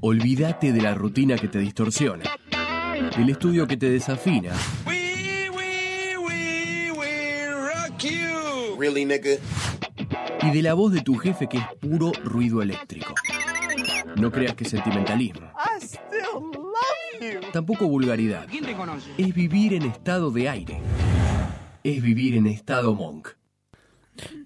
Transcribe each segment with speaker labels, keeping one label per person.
Speaker 1: Olvídate de la rutina que te distorsiona, del estudio que te desafina,
Speaker 2: We, we, we, we rock you.
Speaker 3: Really, nigga?
Speaker 1: y de la voz de tu jefe que es puro ruido eléctrico. No creas que es sentimentalismo. Tampoco vulgaridad. Es vivir en estado de aire. Es vivir en estado monk.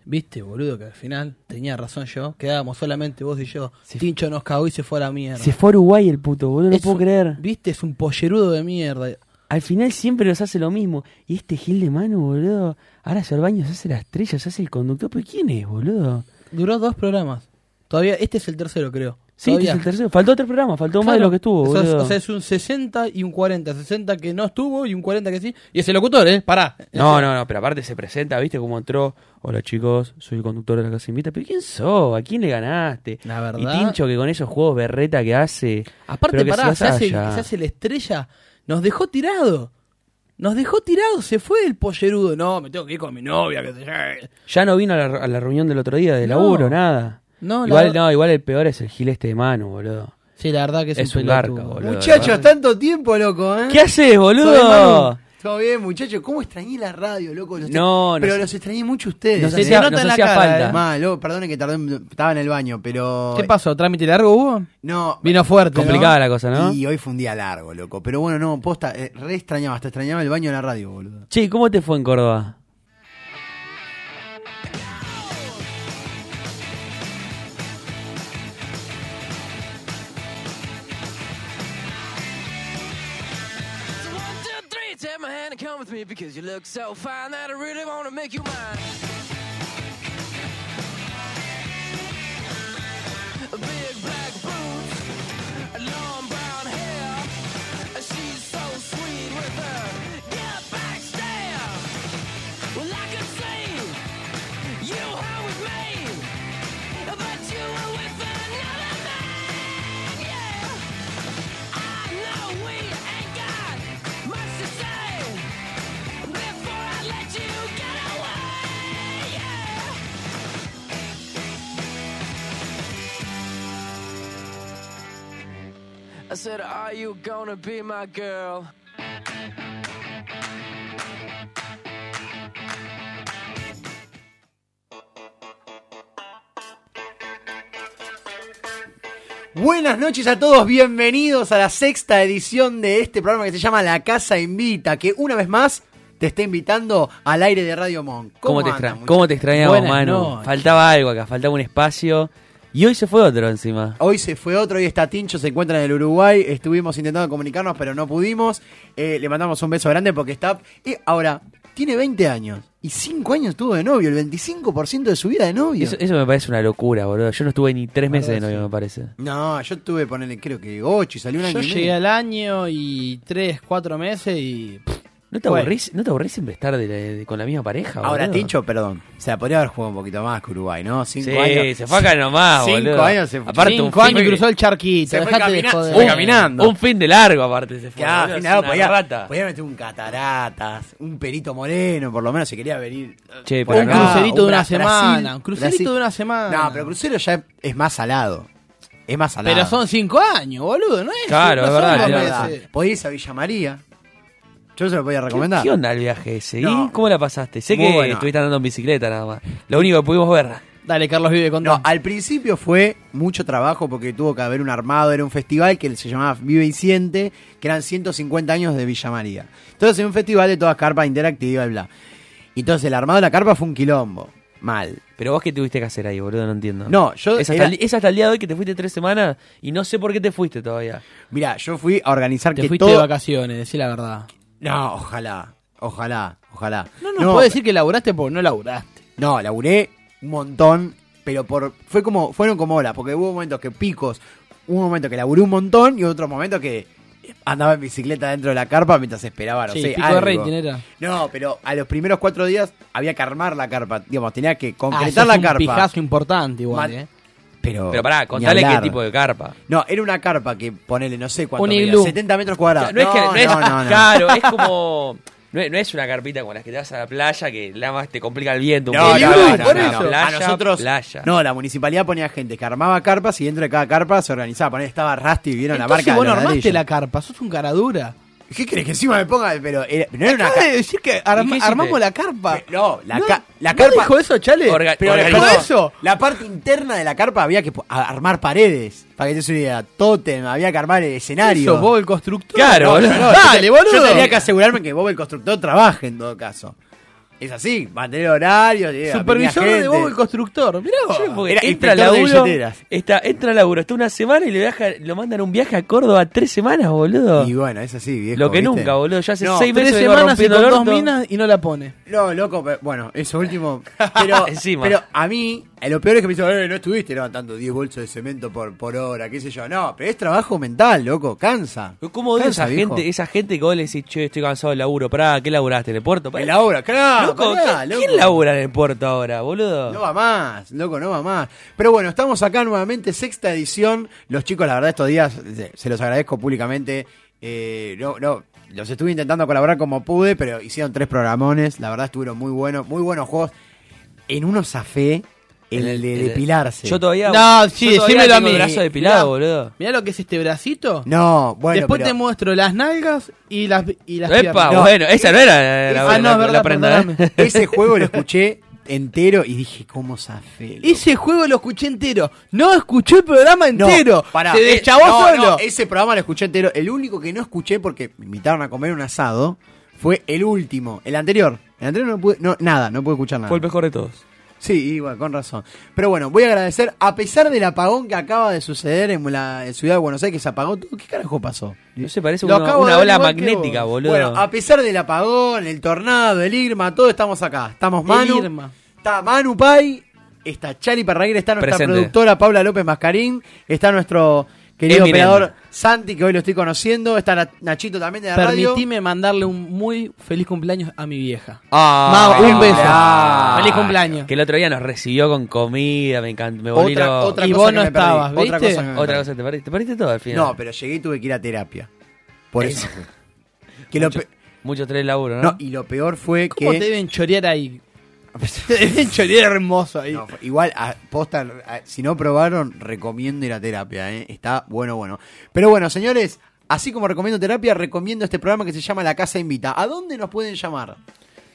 Speaker 4: Viste, boludo, que al final tenía razón yo. Quedábamos solamente vos y yo. Tincho nos cagó y se fue a la mierda.
Speaker 5: Se fue a Uruguay el puto, boludo, no
Speaker 4: Es
Speaker 5: puedo
Speaker 4: un-
Speaker 5: creer.
Speaker 4: Viste, es un pollerudo de mierda.
Speaker 5: Al final siempre nos hace lo mismo. Y este Gil de mano, boludo. Ahora Cervaño se hace la estrella, se hace el conductor. ¿Pero quién es, boludo?
Speaker 4: Duró dos programas. Todavía, este es el tercero, creo.
Speaker 5: Sí, este
Speaker 4: Todavía.
Speaker 5: es el tercero. Faltó tres programas, faltó más de
Speaker 4: Claro.
Speaker 5: lo que estuvo,
Speaker 4: O sea, es-
Speaker 5: boludo.
Speaker 4: O sea, es un 60 y un 40. 60 que no estuvo y un 40 que sí. Y es el locutor, ¿eh? Pará.
Speaker 5: No, no, no, pero aparte se presenta, ¿viste? Como entró. Hola chicos, soy el conductor de la casa invita. ¿Pero quién sos? ¿A quién le ganaste?
Speaker 4: La
Speaker 5: Y
Speaker 4: verdad.
Speaker 5: Tincho que con esos juegos berreta que hace.
Speaker 4: Aparte,
Speaker 5: pero que
Speaker 4: pará, se,
Speaker 5: vaya
Speaker 4: hace, el-
Speaker 5: allá.
Speaker 4: se hace la estrella. Nos dejó tirado. Nos dejó tirado, se fue el pollerudo. No, me tengo que ir con mi novia, que se llegue.
Speaker 5: Ya no vino a la, a la reunión del otro día de
Speaker 4: No.
Speaker 5: laburo, nada.
Speaker 4: No, la
Speaker 5: igual,
Speaker 4: verdad-
Speaker 5: no, igual el peor es el gil este de mano, boludo.
Speaker 4: Sí, la verdad que es,
Speaker 5: Es
Speaker 4: un
Speaker 5: un garca,
Speaker 4: pelotudo.
Speaker 5: boludo.
Speaker 6: Muchachos, tanto tiempo, loco, ¿eh?
Speaker 5: ¿Qué haces,
Speaker 6: Todo
Speaker 5: boludo?
Speaker 6: bien, Manu? Todo bien, muchachos. ¿Cómo extrañé la radio, loco? Los
Speaker 5: No,
Speaker 6: te- pero
Speaker 5: nos-
Speaker 6: los extrañé mucho a ustedes.
Speaker 5: nos
Speaker 6: ¿eh?
Speaker 5: hacía- nos hacía falta.
Speaker 6: Ma, loco, perdone que tardé, en- estaba en el baño, pero...
Speaker 4: ¿Qué pasó? ¿Trámite largo hubo?
Speaker 6: No,
Speaker 4: Vino fuerte. ¿no?
Speaker 5: Complicada la cosa, ¿no?
Speaker 6: Y hoy fue un día largo, loco. Pero bueno, no, posta, eh, re extrañaba, hasta extrañaba el baño de la radio, boludo.
Speaker 5: Che, ¿cómo te fue en Córdoba?
Speaker 2: So one, two, three, take my hand and come with me because you look so fine that I really want to make you mine. Big black boots, long brown hair. She's so sweet with her get back stare. Well, I could see you were with me, but you were with another man. Yeah. I know we ain't got much to say before I let you get away. Yeah. I said, Are you gonna be my girl?
Speaker 6: Buenas noches a todos, bienvenidos a la sexta edición de este programa que se llama La Casa Invita, que una vez más te está invitando al aire de Radio Monk.
Speaker 5: ¿Cómo, te,
Speaker 6: andan,
Speaker 5: extra- ¿Cómo te extrañamos,
Speaker 4: Buenas
Speaker 5: Manu?
Speaker 4: noches.
Speaker 5: Faltaba algo acá, faltaba un espacio. Y hoy se fue otro encima.
Speaker 6: Hoy se fue otro, hoy está Tincho, se encuentra en el Uruguay. Estuvimos intentando comunicarnos, pero no pudimos. Eh, le mandamos un beso grande porque está. Y ahora, tiene 20 años y 5 años estuvo de novio, el 25% de su vida de novio.
Speaker 5: Eso, eso me parece una locura, boludo. Yo no estuve ni tres meses de
Speaker 4: verdad,
Speaker 5: novio,
Speaker 4: sí.
Speaker 5: me parece.
Speaker 6: No, yo tuve, ponerle, creo que 8 y salió un año.
Speaker 4: Yo
Speaker 6: y medio.
Speaker 4: llegué al año y tres, cuatro meses y. pff,
Speaker 5: ¿No te
Speaker 4: Bueno.
Speaker 5: aburrís, ¿no te aburrís siempre estar de la- de- con la misma pareja,
Speaker 6: Ahora,
Speaker 5: boludo?
Speaker 6: Tincho, perdón. O sea, podría haber jugado un poquito más que Uruguay, ¿no? 5
Speaker 5: Sí,
Speaker 6: años.
Speaker 5: se fue acá nomás,
Speaker 6: Cinco
Speaker 5: boludo.
Speaker 6: años se fue.
Speaker 5: Aparte, un
Speaker 4: cinco años
Speaker 5: fin-
Speaker 4: y cruzó el charquito.
Speaker 6: se fue
Speaker 4: dejate de
Speaker 6: camina-
Speaker 4: joder.
Speaker 6: se fue
Speaker 5: un-
Speaker 6: caminando.
Speaker 5: Un fin de largo, aparte, se fue.
Speaker 6: Claro,
Speaker 5: boludo,
Speaker 6: al
Speaker 5: es
Speaker 6: final
Speaker 5: una
Speaker 6: podía,
Speaker 5: rata.
Speaker 6: podía meter un cataratas, un perito moreno, por lo menos si quería venir. eh,
Speaker 5: Che,
Speaker 6: por
Speaker 5: un
Speaker 4: crucerito de una
Speaker 6: Bra-
Speaker 4: semana, un crucerito de una semana.
Speaker 6: No, pero crucero ya es, es más salado. Es más salado.
Speaker 4: Pero son cinco años, boludo, ¿no es?
Speaker 5: Claro,
Speaker 4: no
Speaker 5: es
Speaker 4: son
Speaker 5: verdad,
Speaker 4: dos
Speaker 6: Es
Speaker 5: mirá.
Speaker 4: meses.
Speaker 6: verdad. Podía irse a Villa María. Yo se lo podía recomendar.
Speaker 5: ¿Qué onda el viaje ese? ¿Y
Speaker 6: No.
Speaker 5: cómo la pasaste? Sé
Speaker 6: Muy
Speaker 5: que
Speaker 6: bueno.
Speaker 5: estuviste andando en bicicleta nada más. Lo único que pudimos ver.
Speaker 4: Dale, Carlos Vive, con
Speaker 6: No, al principio fue mucho trabajo porque tuvo que haber un armado, era un festival que se llamaba Vive y Siente, que eran 150 años de Villa María. Entonces, era un festival de todas carpas interactivas y bla. Entonces, el armado de la carpa fue un quilombo. Mal.
Speaker 5: Pero vos qué tuviste que hacer ahí, boludo, no entiendo.
Speaker 6: No, yo
Speaker 5: Es hasta,
Speaker 6: era-
Speaker 5: el, es hasta el día de hoy que te fuiste tres semanas y no sé por qué te fuiste todavía.
Speaker 6: Mirá, yo fui a organizar
Speaker 4: Te
Speaker 6: que
Speaker 4: fuiste
Speaker 6: todo.
Speaker 4: de vacaciones, decí la verdad.
Speaker 6: No, ojalá. Ojalá, ojalá.
Speaker 4: No nos puede decir que laburaste porque no laburaste.
Speaker 6: No, laburé un montón, pero por fue como fueron como olas, porque hubo momentos que picos, hubo un momento que laburé un montón y otro momento que andaba en bicicleta dentro de la carpa mientras esperaba, no
Speaker 4: Sí,
Speaker 6: sé,
Speaker 4: pico de
Speaker 6: algo.
Speaker 4: rating era.
Speaker 6: No, pero a los primeros cuatro días había que armar la carpa, digamos, tenía que
Speaker 4: Ah,
Speaker 6: concretar
Speaker 4: sos
Speaker 6: la
Speaker 4: un
Speaker 6: carpa.
Speaker 4: pijazo importante igual,
Speaker 6: Ma-
Speaker 4: eh.
Speaker 6: Pero,
Speaker 5: Pero pará,
Speaker 6: ni
Speaker 5: contale qué
Speaker 6: hablar.
Speaker 5: tipo de carpa.
Speaker 6: No, era una carpa que ponele, no sé cuánto,
Speaker 4: Un
Speaker 6: medía,
Speaker 4: iglú.
Speaker 6: 70 metros cuadrados.
Speaker 5: no, es que.
Speaker 6: No,
Speaker 5: no es-
Speaker 6: no, no, no.
Speaker 5: Claro, es como. No es, no es una carpita como las que te vas a la playa que nada más te complica el viento. un
Speaker 6: No,
Speaker 5: poco.
Speaker 6: no, no,
Speaker 4: por
Speaker 6: no,
Speaker 4: eso.
Speaker 6: no.
Speaker 5: Playa,
Speaker 6: a nosotros,
Speaker 5: playa.
Speaker 6: no, la municipalidad ponía gente que armaba carpas y dentro de cada carpa se organizaba. Poné, estaba Rusty, vieron la
Speaker 4: Entonces
Speaker 6: barca. de
Speaker 4: vos no
Speaker 6: los
Speaker 4: armaste
Speaker 6: ladrillos.
Speaker 4: la carpa, sos un caradura.
Speaker 6: ¿Qué crees que encima me ponga? Pero era- no era una
Speaker 4: Acaba de decir que arma-
Speaker 5: ¿Y qué hiciste?
Speaker 4: armamos la carpa.
Speaker 6: Eh, no, la ca- la
Speaker 4: ¿no
Speaker 6: carpa-
Speaker 4: dijo eso, Chale?
Speaker 5: Orga-
Speaker 6: Pero
Speaker 5: Organizó.
Speaker 6: perdón,
Speaker 4: eso.
Speaker 6: La parte interna de la carpa había que po- a- armar paredes. Para que te des una idea, tótem, había que armar el escenario.
Speaker 4: Eso, vos el constructor.
Speaker 5: Claro, boludo.
Speaker 4: Dale,
Speaker 6: yo,
Speaker 4: boludo.
Speaker 6: Yo tenía que asegurarme que Bob el constructor trabaje en todo caso. Es así, mantener horarios. eh,
Speaker 4: Supervisor
Speaker 6: venía
Speaker 4: de
Speaker 6: gente.
Speaker 4: Bob el constructor. Mirá vos.
Speaker 5: Yo, porque
Speaker 6: Era
Speaker 5: entra
Speaker 6: inspector
Speaker 5: al
Speaker 6: de
Speaker 5: laburo,
Speaker 6: billeteras.
Speaker 5: está, entra al laburo, está una semana y le viaja, lo mandan a un viaje a Córdoba tres semanas, boludo.
Speaker 6: Y bueno, es así, viejo.
Speaker 5: Lo que
Speaker 6: ¿viste?
Speaker 5: nunca, boludo. Ya hace
Speaker 6: No,
Speaker 5: seis
Speaker 4: Tres
Speaker 5: meses vengo
Speaker 4: semanas y
Speaker 5: rompiendo
Speaker 4: con
Speaker 5: el
Speaker 4: dos
Speaker 5: orto.
Speaker 4: minas y no la pone.
Speaker 6: No, loco, pero- bueno, eso último. Pero,
Speaker 5: Encima.
Speaker 6: pero a mí, eh, lo peor es que me dicen, "Eh, no estuviste levantando 10 bolsos de cemento por, por hora, qué sé yo. No, pero es trabajo mental, loco, cansa.
Speaker 5: Pero ¿Cómo odio
Speaker 6: Cansa,
Speaker 5: esa
Speaker 6: viejo.
Speaker 5: gente, esa gente que vos le decís, che, estoy cansado del laburo, pará, ¿qué laburaste? ¿En el puerto? Pará.
Speaker 6: En la obra, claro.
Speaker 5: Loco,
Speaker 6: pará,
Speaker 5: ¿quién,
Speaker 6: loco.
Speaker 5: quién labura en el puerto ahora, boludo?
Speaker 6: No va más, loco, no va más. Pero bueno, estamos acá nuevamente, sexta edición. Los chicos, la verdad, estos días se- se los agradezco públicamente. Eh, no, no, los estuve intentando colaborar como pude, pero hicieron tres programones. La verdad, estuvieron muy buenos, muy buenos juegos. En uno zafé, el,
Speaker 5: En el-
Speaker 6: de
Speaker 5: en el-
Speaker 6: depilarse.
Speaker 5: Yo todavía.
Speaker 4: No, sí,
Speaker 5: yo todavía
Speaker 4: decímelo a
Speaker 5: tengo el
Speaker 4: mí.
Speaker 5: brazo depilado,
Speaker 4: Mirá.
Speaker 5: boludo.
Speaker 4: Mirá lo que es este bracito.
Speaker 6: No, bueno,
Speaker 4: Después
Speaker 6: pero-
Speaker 4: te muestro las nalgas y las, y las
Speaker 5: Epa,
Speaker 4: piernas.
Speaker 6: No.
Speaker 5: bueno, esa no era la, la-
Speaker 4: Ah, no,
Speaker 5: la-
Speaker 4: es verdad,
Speaker 5: la prenda,
Speaker 4: perdóname.
Speaker 5: ¿eh?
Speaker 6: ese juego lo escuché entero y dije, ¿cómo zafé? loco?
Speaker 4: Ese juego lo escuché entero. No escuché el programa
Speaker 6: No,
Speaker 4: entero.
Speaker 6: pará.
Speaker 4: Se
Speaker 6: Eh,
Speaker 4: deschavó
Speaker 6: no,
Speaker 4: solo.
Speaker 6: no, ese programa lo escuché entero. El único que no escuché porque me invitaron a comer un asado fue el último, el anterior. El anterior no pude, no, nada, no pude escuchar nada.
Speaker 5: Fue el mejor de todos.
Speaker 6: Sí, igual, con razón. Pero bueno, voy a agradecer, a pesar del apagón que acaba de suceder en la en Ciudad de Buenos Aires, que se apagó todo, ¿qué carajo pasó?
Speaker 5: No se parece
Speaker 4: Lo
Speaker 5: una,
Speaker 4: acabo
Speaker 5: una
Speaker 4: de
Speaker 5: ola
Speaker 4: averiguar que
Speaker 5: magnética,
Speaker 4: vos-
Speaker 5: boludo.
Speaker 6: Bueno, a pesar del apagón, el tornado, el Irma, todo estamos acá. Estamos Manu.
Speaker 4: Irma.
Speaker 6: Está Manu Pai, está Chali Parraguer, está nuestra
Speaker 5: Presente.
Speaker 6: productora Paula López Mascarín, está nuestro querido
Speaker 5: Eminem.
Speaker 6: operador Santi, que hoy lo estoy conociendo, está Na- Nachito también de la radio.
Speaker 4: Permitime mandarle un muy feliz cumpleaños a mi vieja.
Speaker 5: Ah,
Speaker 4: Ma, un
Speaker 5: feliz
Speaker 4: beso.
Speaker 6: Ah,
Speaker 5: cumpleaños.
Speaker 4: Feliz cumpleaños.
Speaker 5: Que el otro día nos recibió con comida, me encantó, me volví
Speaker 6: Otra,
Speaker 5: loco.
Speaker 6: otra
Speaker 4: Y
Speaker 6: cosa
Speaker 4: vos
Speaker 6: que
Speaker 4: no
Speaker 6: me perdí,
Speaker 4: estabas,
Speaker 6: otra
Speaker 4: ¿viste?
Speaker 6: cosa que me
Speaker 5: Otra
Speaker 6: perdí.
Speaker 5: cosa, te perdiste, te perdiste todo al final.
Speaker 6: No, pero llegué y tuve que ir a terapia. Por eso. fue. que lo
Speaker 5: Mucho-
Speaker 6: pe-
Speaker 5: Mucho tres laburo, ¿no?
Speaker 6: no, y lo peor fue
Speaker 4: ¿Cómo
Speaker 6: que
Speaker 4: te deben chorear ahí? te deben chorear hermoso ahí.
Speaker 6: No, fue- igual, a- posta, a- si no probaron, recomiendo ir a terapia, ¿eh? Está bueno, bueno. Pero bueno, señores, así como recomiendo terapia, recomiendo este programa que se llama La Casa Invita. ¿A dónde nos pueden llamar?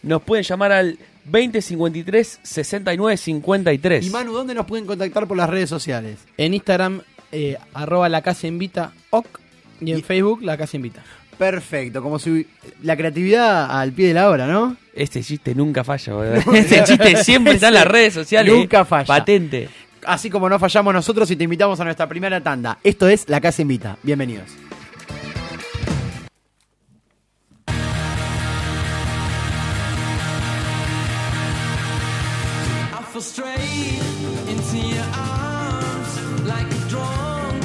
Speaker 5: Nos pueden llamar al 2053 69 53.
Speaker 6: Y Manu, ¿dónde nos pueden contactar por las redes sociales?
Speaker 4: En Instagram, eh, arroba la casa invita, ok. Y en
Speaker 6: Y-
Speaker 4: Facebook, la casa invita.
Speaker 6: Perfecto, como si la creatividad al pie de la obra, ¿no?
Speaker 5: Este chiste nunca falla, boludo. Este chiste siempre está en las redes sociales.
Speaker 6: Nunca
Speaker 5: eh.
Speaker 6: falla.
Speaker 5: Patente.
Speaker 6: Así como no fallamos nosotros y te invitamos a nuestra primera tanda. Esto es La Casa Invita. Bienvenidos.
Speaker 7: I fall straight into your arms like a drunk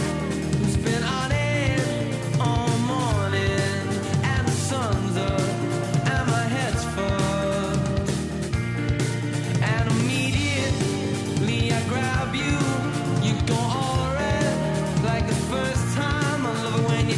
Speaker 7: who's been on it all morning, and the sun's up and my head's full, and immediately I grab you, you go all red like the first time. I love it when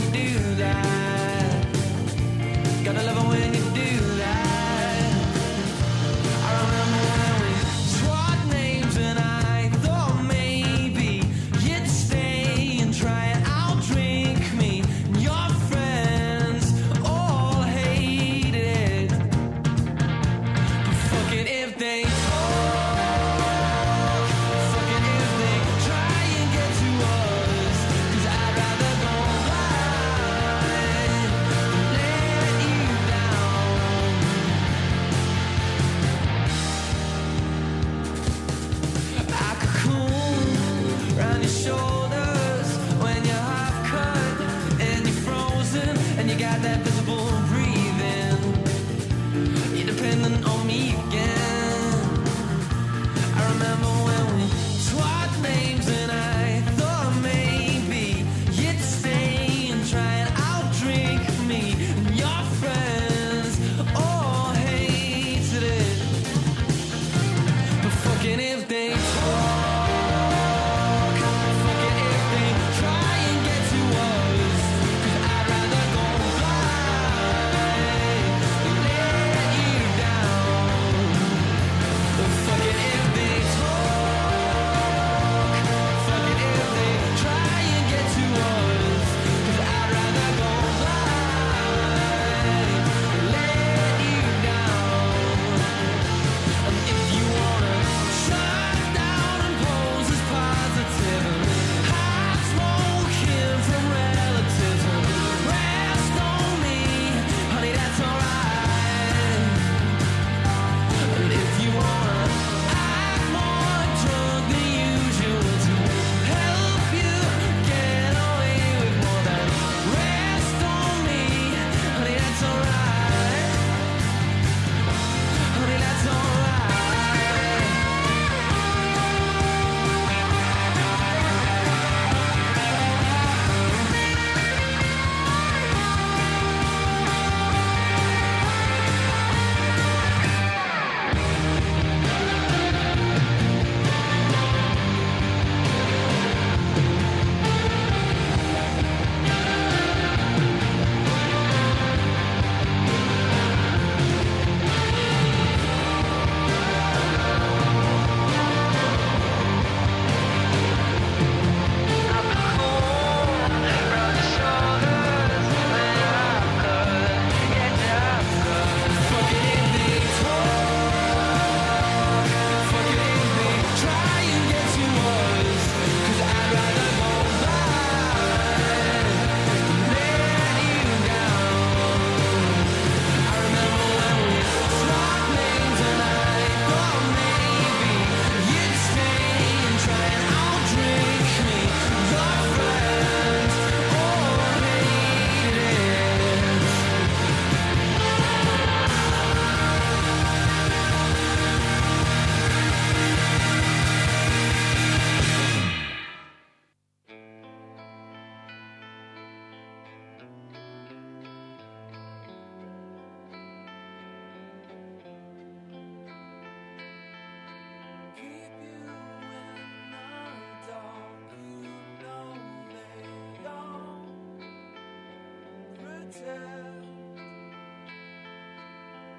Speaker 2: myself.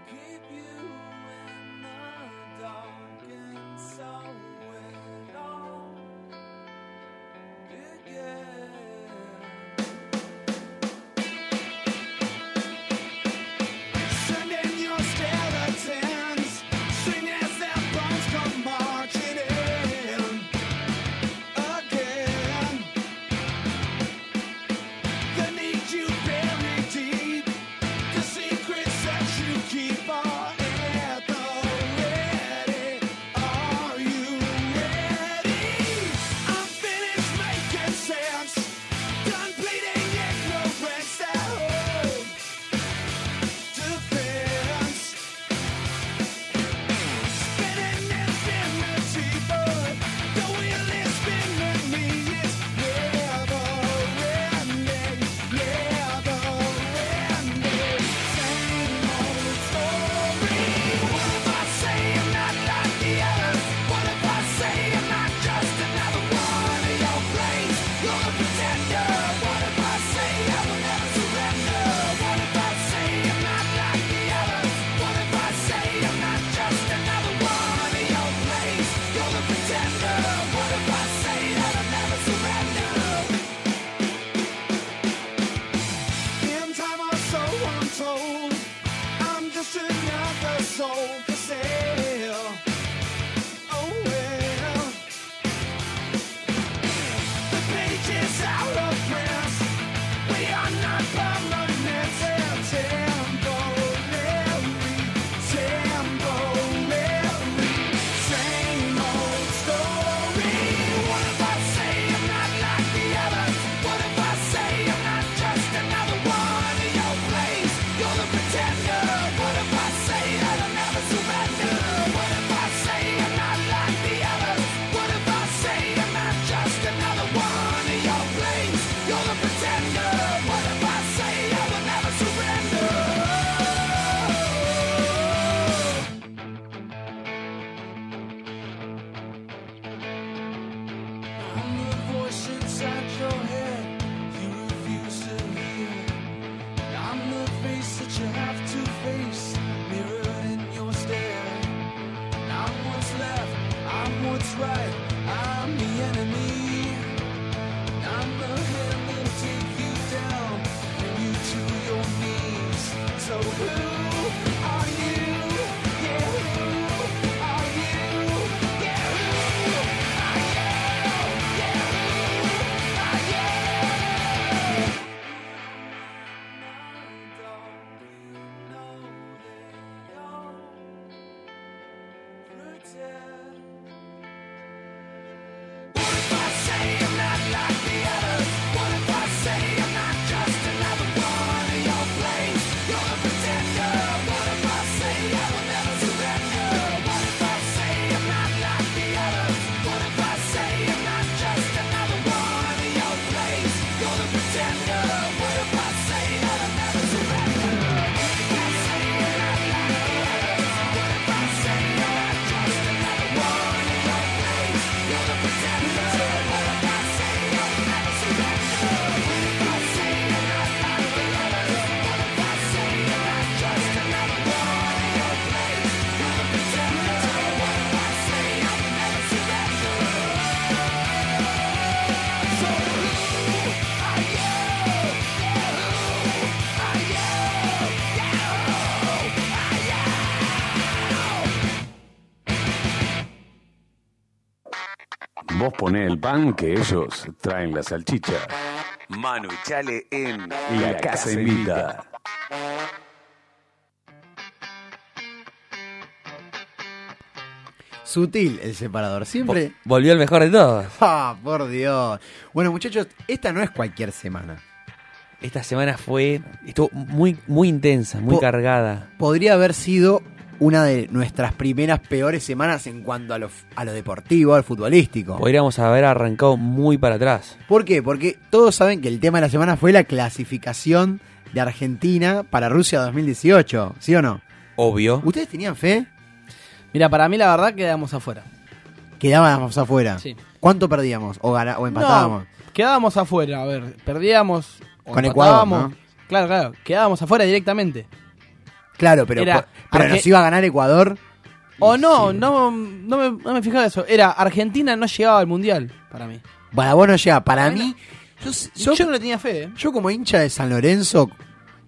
Speaker 2: Keep you in the dark and so it all begins. Done bleeding ignorance Oh. at home defense. Spinning infinity, but the wheel is spinning me. It's never ending, never ending. Same old story. What if I say I'm not like the others? What if I say I'm not just another one of your plays? You're a pretender. What if I say I will never surrender? What if I say I'm not like the others? What if I say I'm not just another one of your plays? You're a pretender. What if I say that I'll never surrender? In time or so untold, I'm just another soul for sale. Oh well. The page is out of print. We are not permanent and temporary, temporary. Same old story. What if I say I'm not like the others? What if I say I'm not just another one of your plays? You're the pretender. What if I say that I'll never surrender? What if I say I'm not like the others? What if I say I'm not just another one of your plays? You're the pretender. What if I say I will never surrender? I'm the voice inside your head you refuse to hear. I'm the face that you have to face, mirrored in your stare. I'm what's left, I'm what's right, I'm the enemy. I'm the hand that'll take you down, bring you to your knees. So who are you? Yeah, who are you? Yeah, who are you?
Speaker 8: Vos poné el pan que ellos traen la salchicha. Manu y Chale en La Casa Invita.
Speaker 6: Sutil el separador, siempre.
Speaker 3: Vol- Volvió el mejor de todos.
Speaker 6: Ah, por Dios. Bueno, muchachos, esta no es cualquier semana.
Speaker 3: Esta semana fue. Estuvo muy, muy intensa, muy
Speaker 6: Po-
Speaker 3: cargada.
Speaker 6: Podría haber sido una de nuestras primeras peores semanas en cuanto a lo, a lo deportivo, al futbolístico.
Speaker 3: Podríamos haber arrancado muy para atrás.
Speaker 6: ¿Por qué? Porque todos saben que el tema de la semana fue la clasificación de Argentina para Rusia 2018, ¿sí o no?
Speaker 3: Obvio.
Speaker 6: ¿Ustedes tenían fe?
Speaker 4: Mira, para mí la verdad quedamos afuera.
Speaker 6: Quedábamos afuera.
Speaker 4: Sí.
Speaker 6: ¿Cuánto perdíamos? ¿O, gana- o empatábamos?
Speaker 4: No, quedábamos afuera, a ver, perdíamos o
Speaker 6: Con
Speaker 4: empatábamos.
Speaker 6: Ecuador, ¿no?
Speaker 4: Claro, claro. Quedábamos afuera directamente.
Speaker 6: Claro, pero,
Speaker 4: Era
Speaker 6: po- pero
Speaker 4: Arge-
Speaker 6: nos iba a ganar Ecuador.
Speaker 4: O no, no, no, me, no me fijaba eso. Era Argentina no llegaba al mundial para mí.
Speaker 6: Para vos no llega. Para
Speaker 4: Bueno,
Speaker 6: mí, yo,
Speaker 4: Yo,
Speaker 6: yo-
Speaker 4: no le tenía fe, ¿eh?
Speaker 6: yo como hincha de San Lorenzo,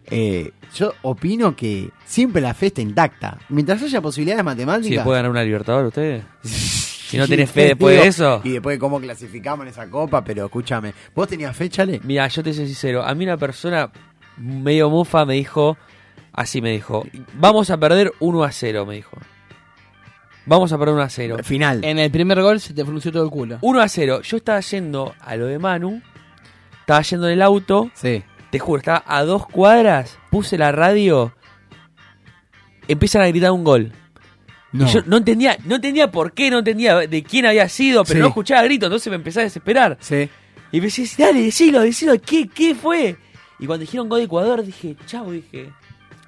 Speaker 6: eh, yo opino que siempre la fe está intacta. Mientras haya posibilidades
Speaker 5: ¿Sí
Speaker 6: matemáticas.
Speaker 5: puede ganar una Libertadores ustedes? Si no
Speaker 6: Sí,
Speaker 5: tenés
Speaker 6: yo
Speaker 5: fe después de
Speaker 6: digo,
Speaker 5: eso.
Speaker 6: Y después de cómo clasificamos en esa copa, pero escúchame. ¿Vos tenías fe, Chale?
Speaker 5: Mira, yo te soy sincero. A mí una persona medio mufa me dijo, así me dijo, vamos a perder 1 a 0, me dijo. Vamos a perder 1 a 0.
Speaker 6: Final.
Speaker 4: En el primer gol se te frunció todo el culo.
Speaker 5: 1 a 0. Yo estaba yendo a lo de Manu, estaba yendo en el auto,
Speaker 6: Sí.
Speaker 5: te juro, estaba a dos cuadras, puse la radio, empiezan a gritar un gol.
Speaker 6: No.
Speaker 5: Y yo no entendía, no entendía por qué, no entendía de quién había sido, pero
Speaker 6: Sí.
Speaker 5: no escuchaba gritos, entonces me empecé a desesperar.
Speaker 6: Sí.
Speaker 5: Y me decís, dale, decilo, decilo, ¿qué, qué fue? Y cuando dijeron gol de Ecuador, dije, chau, dije,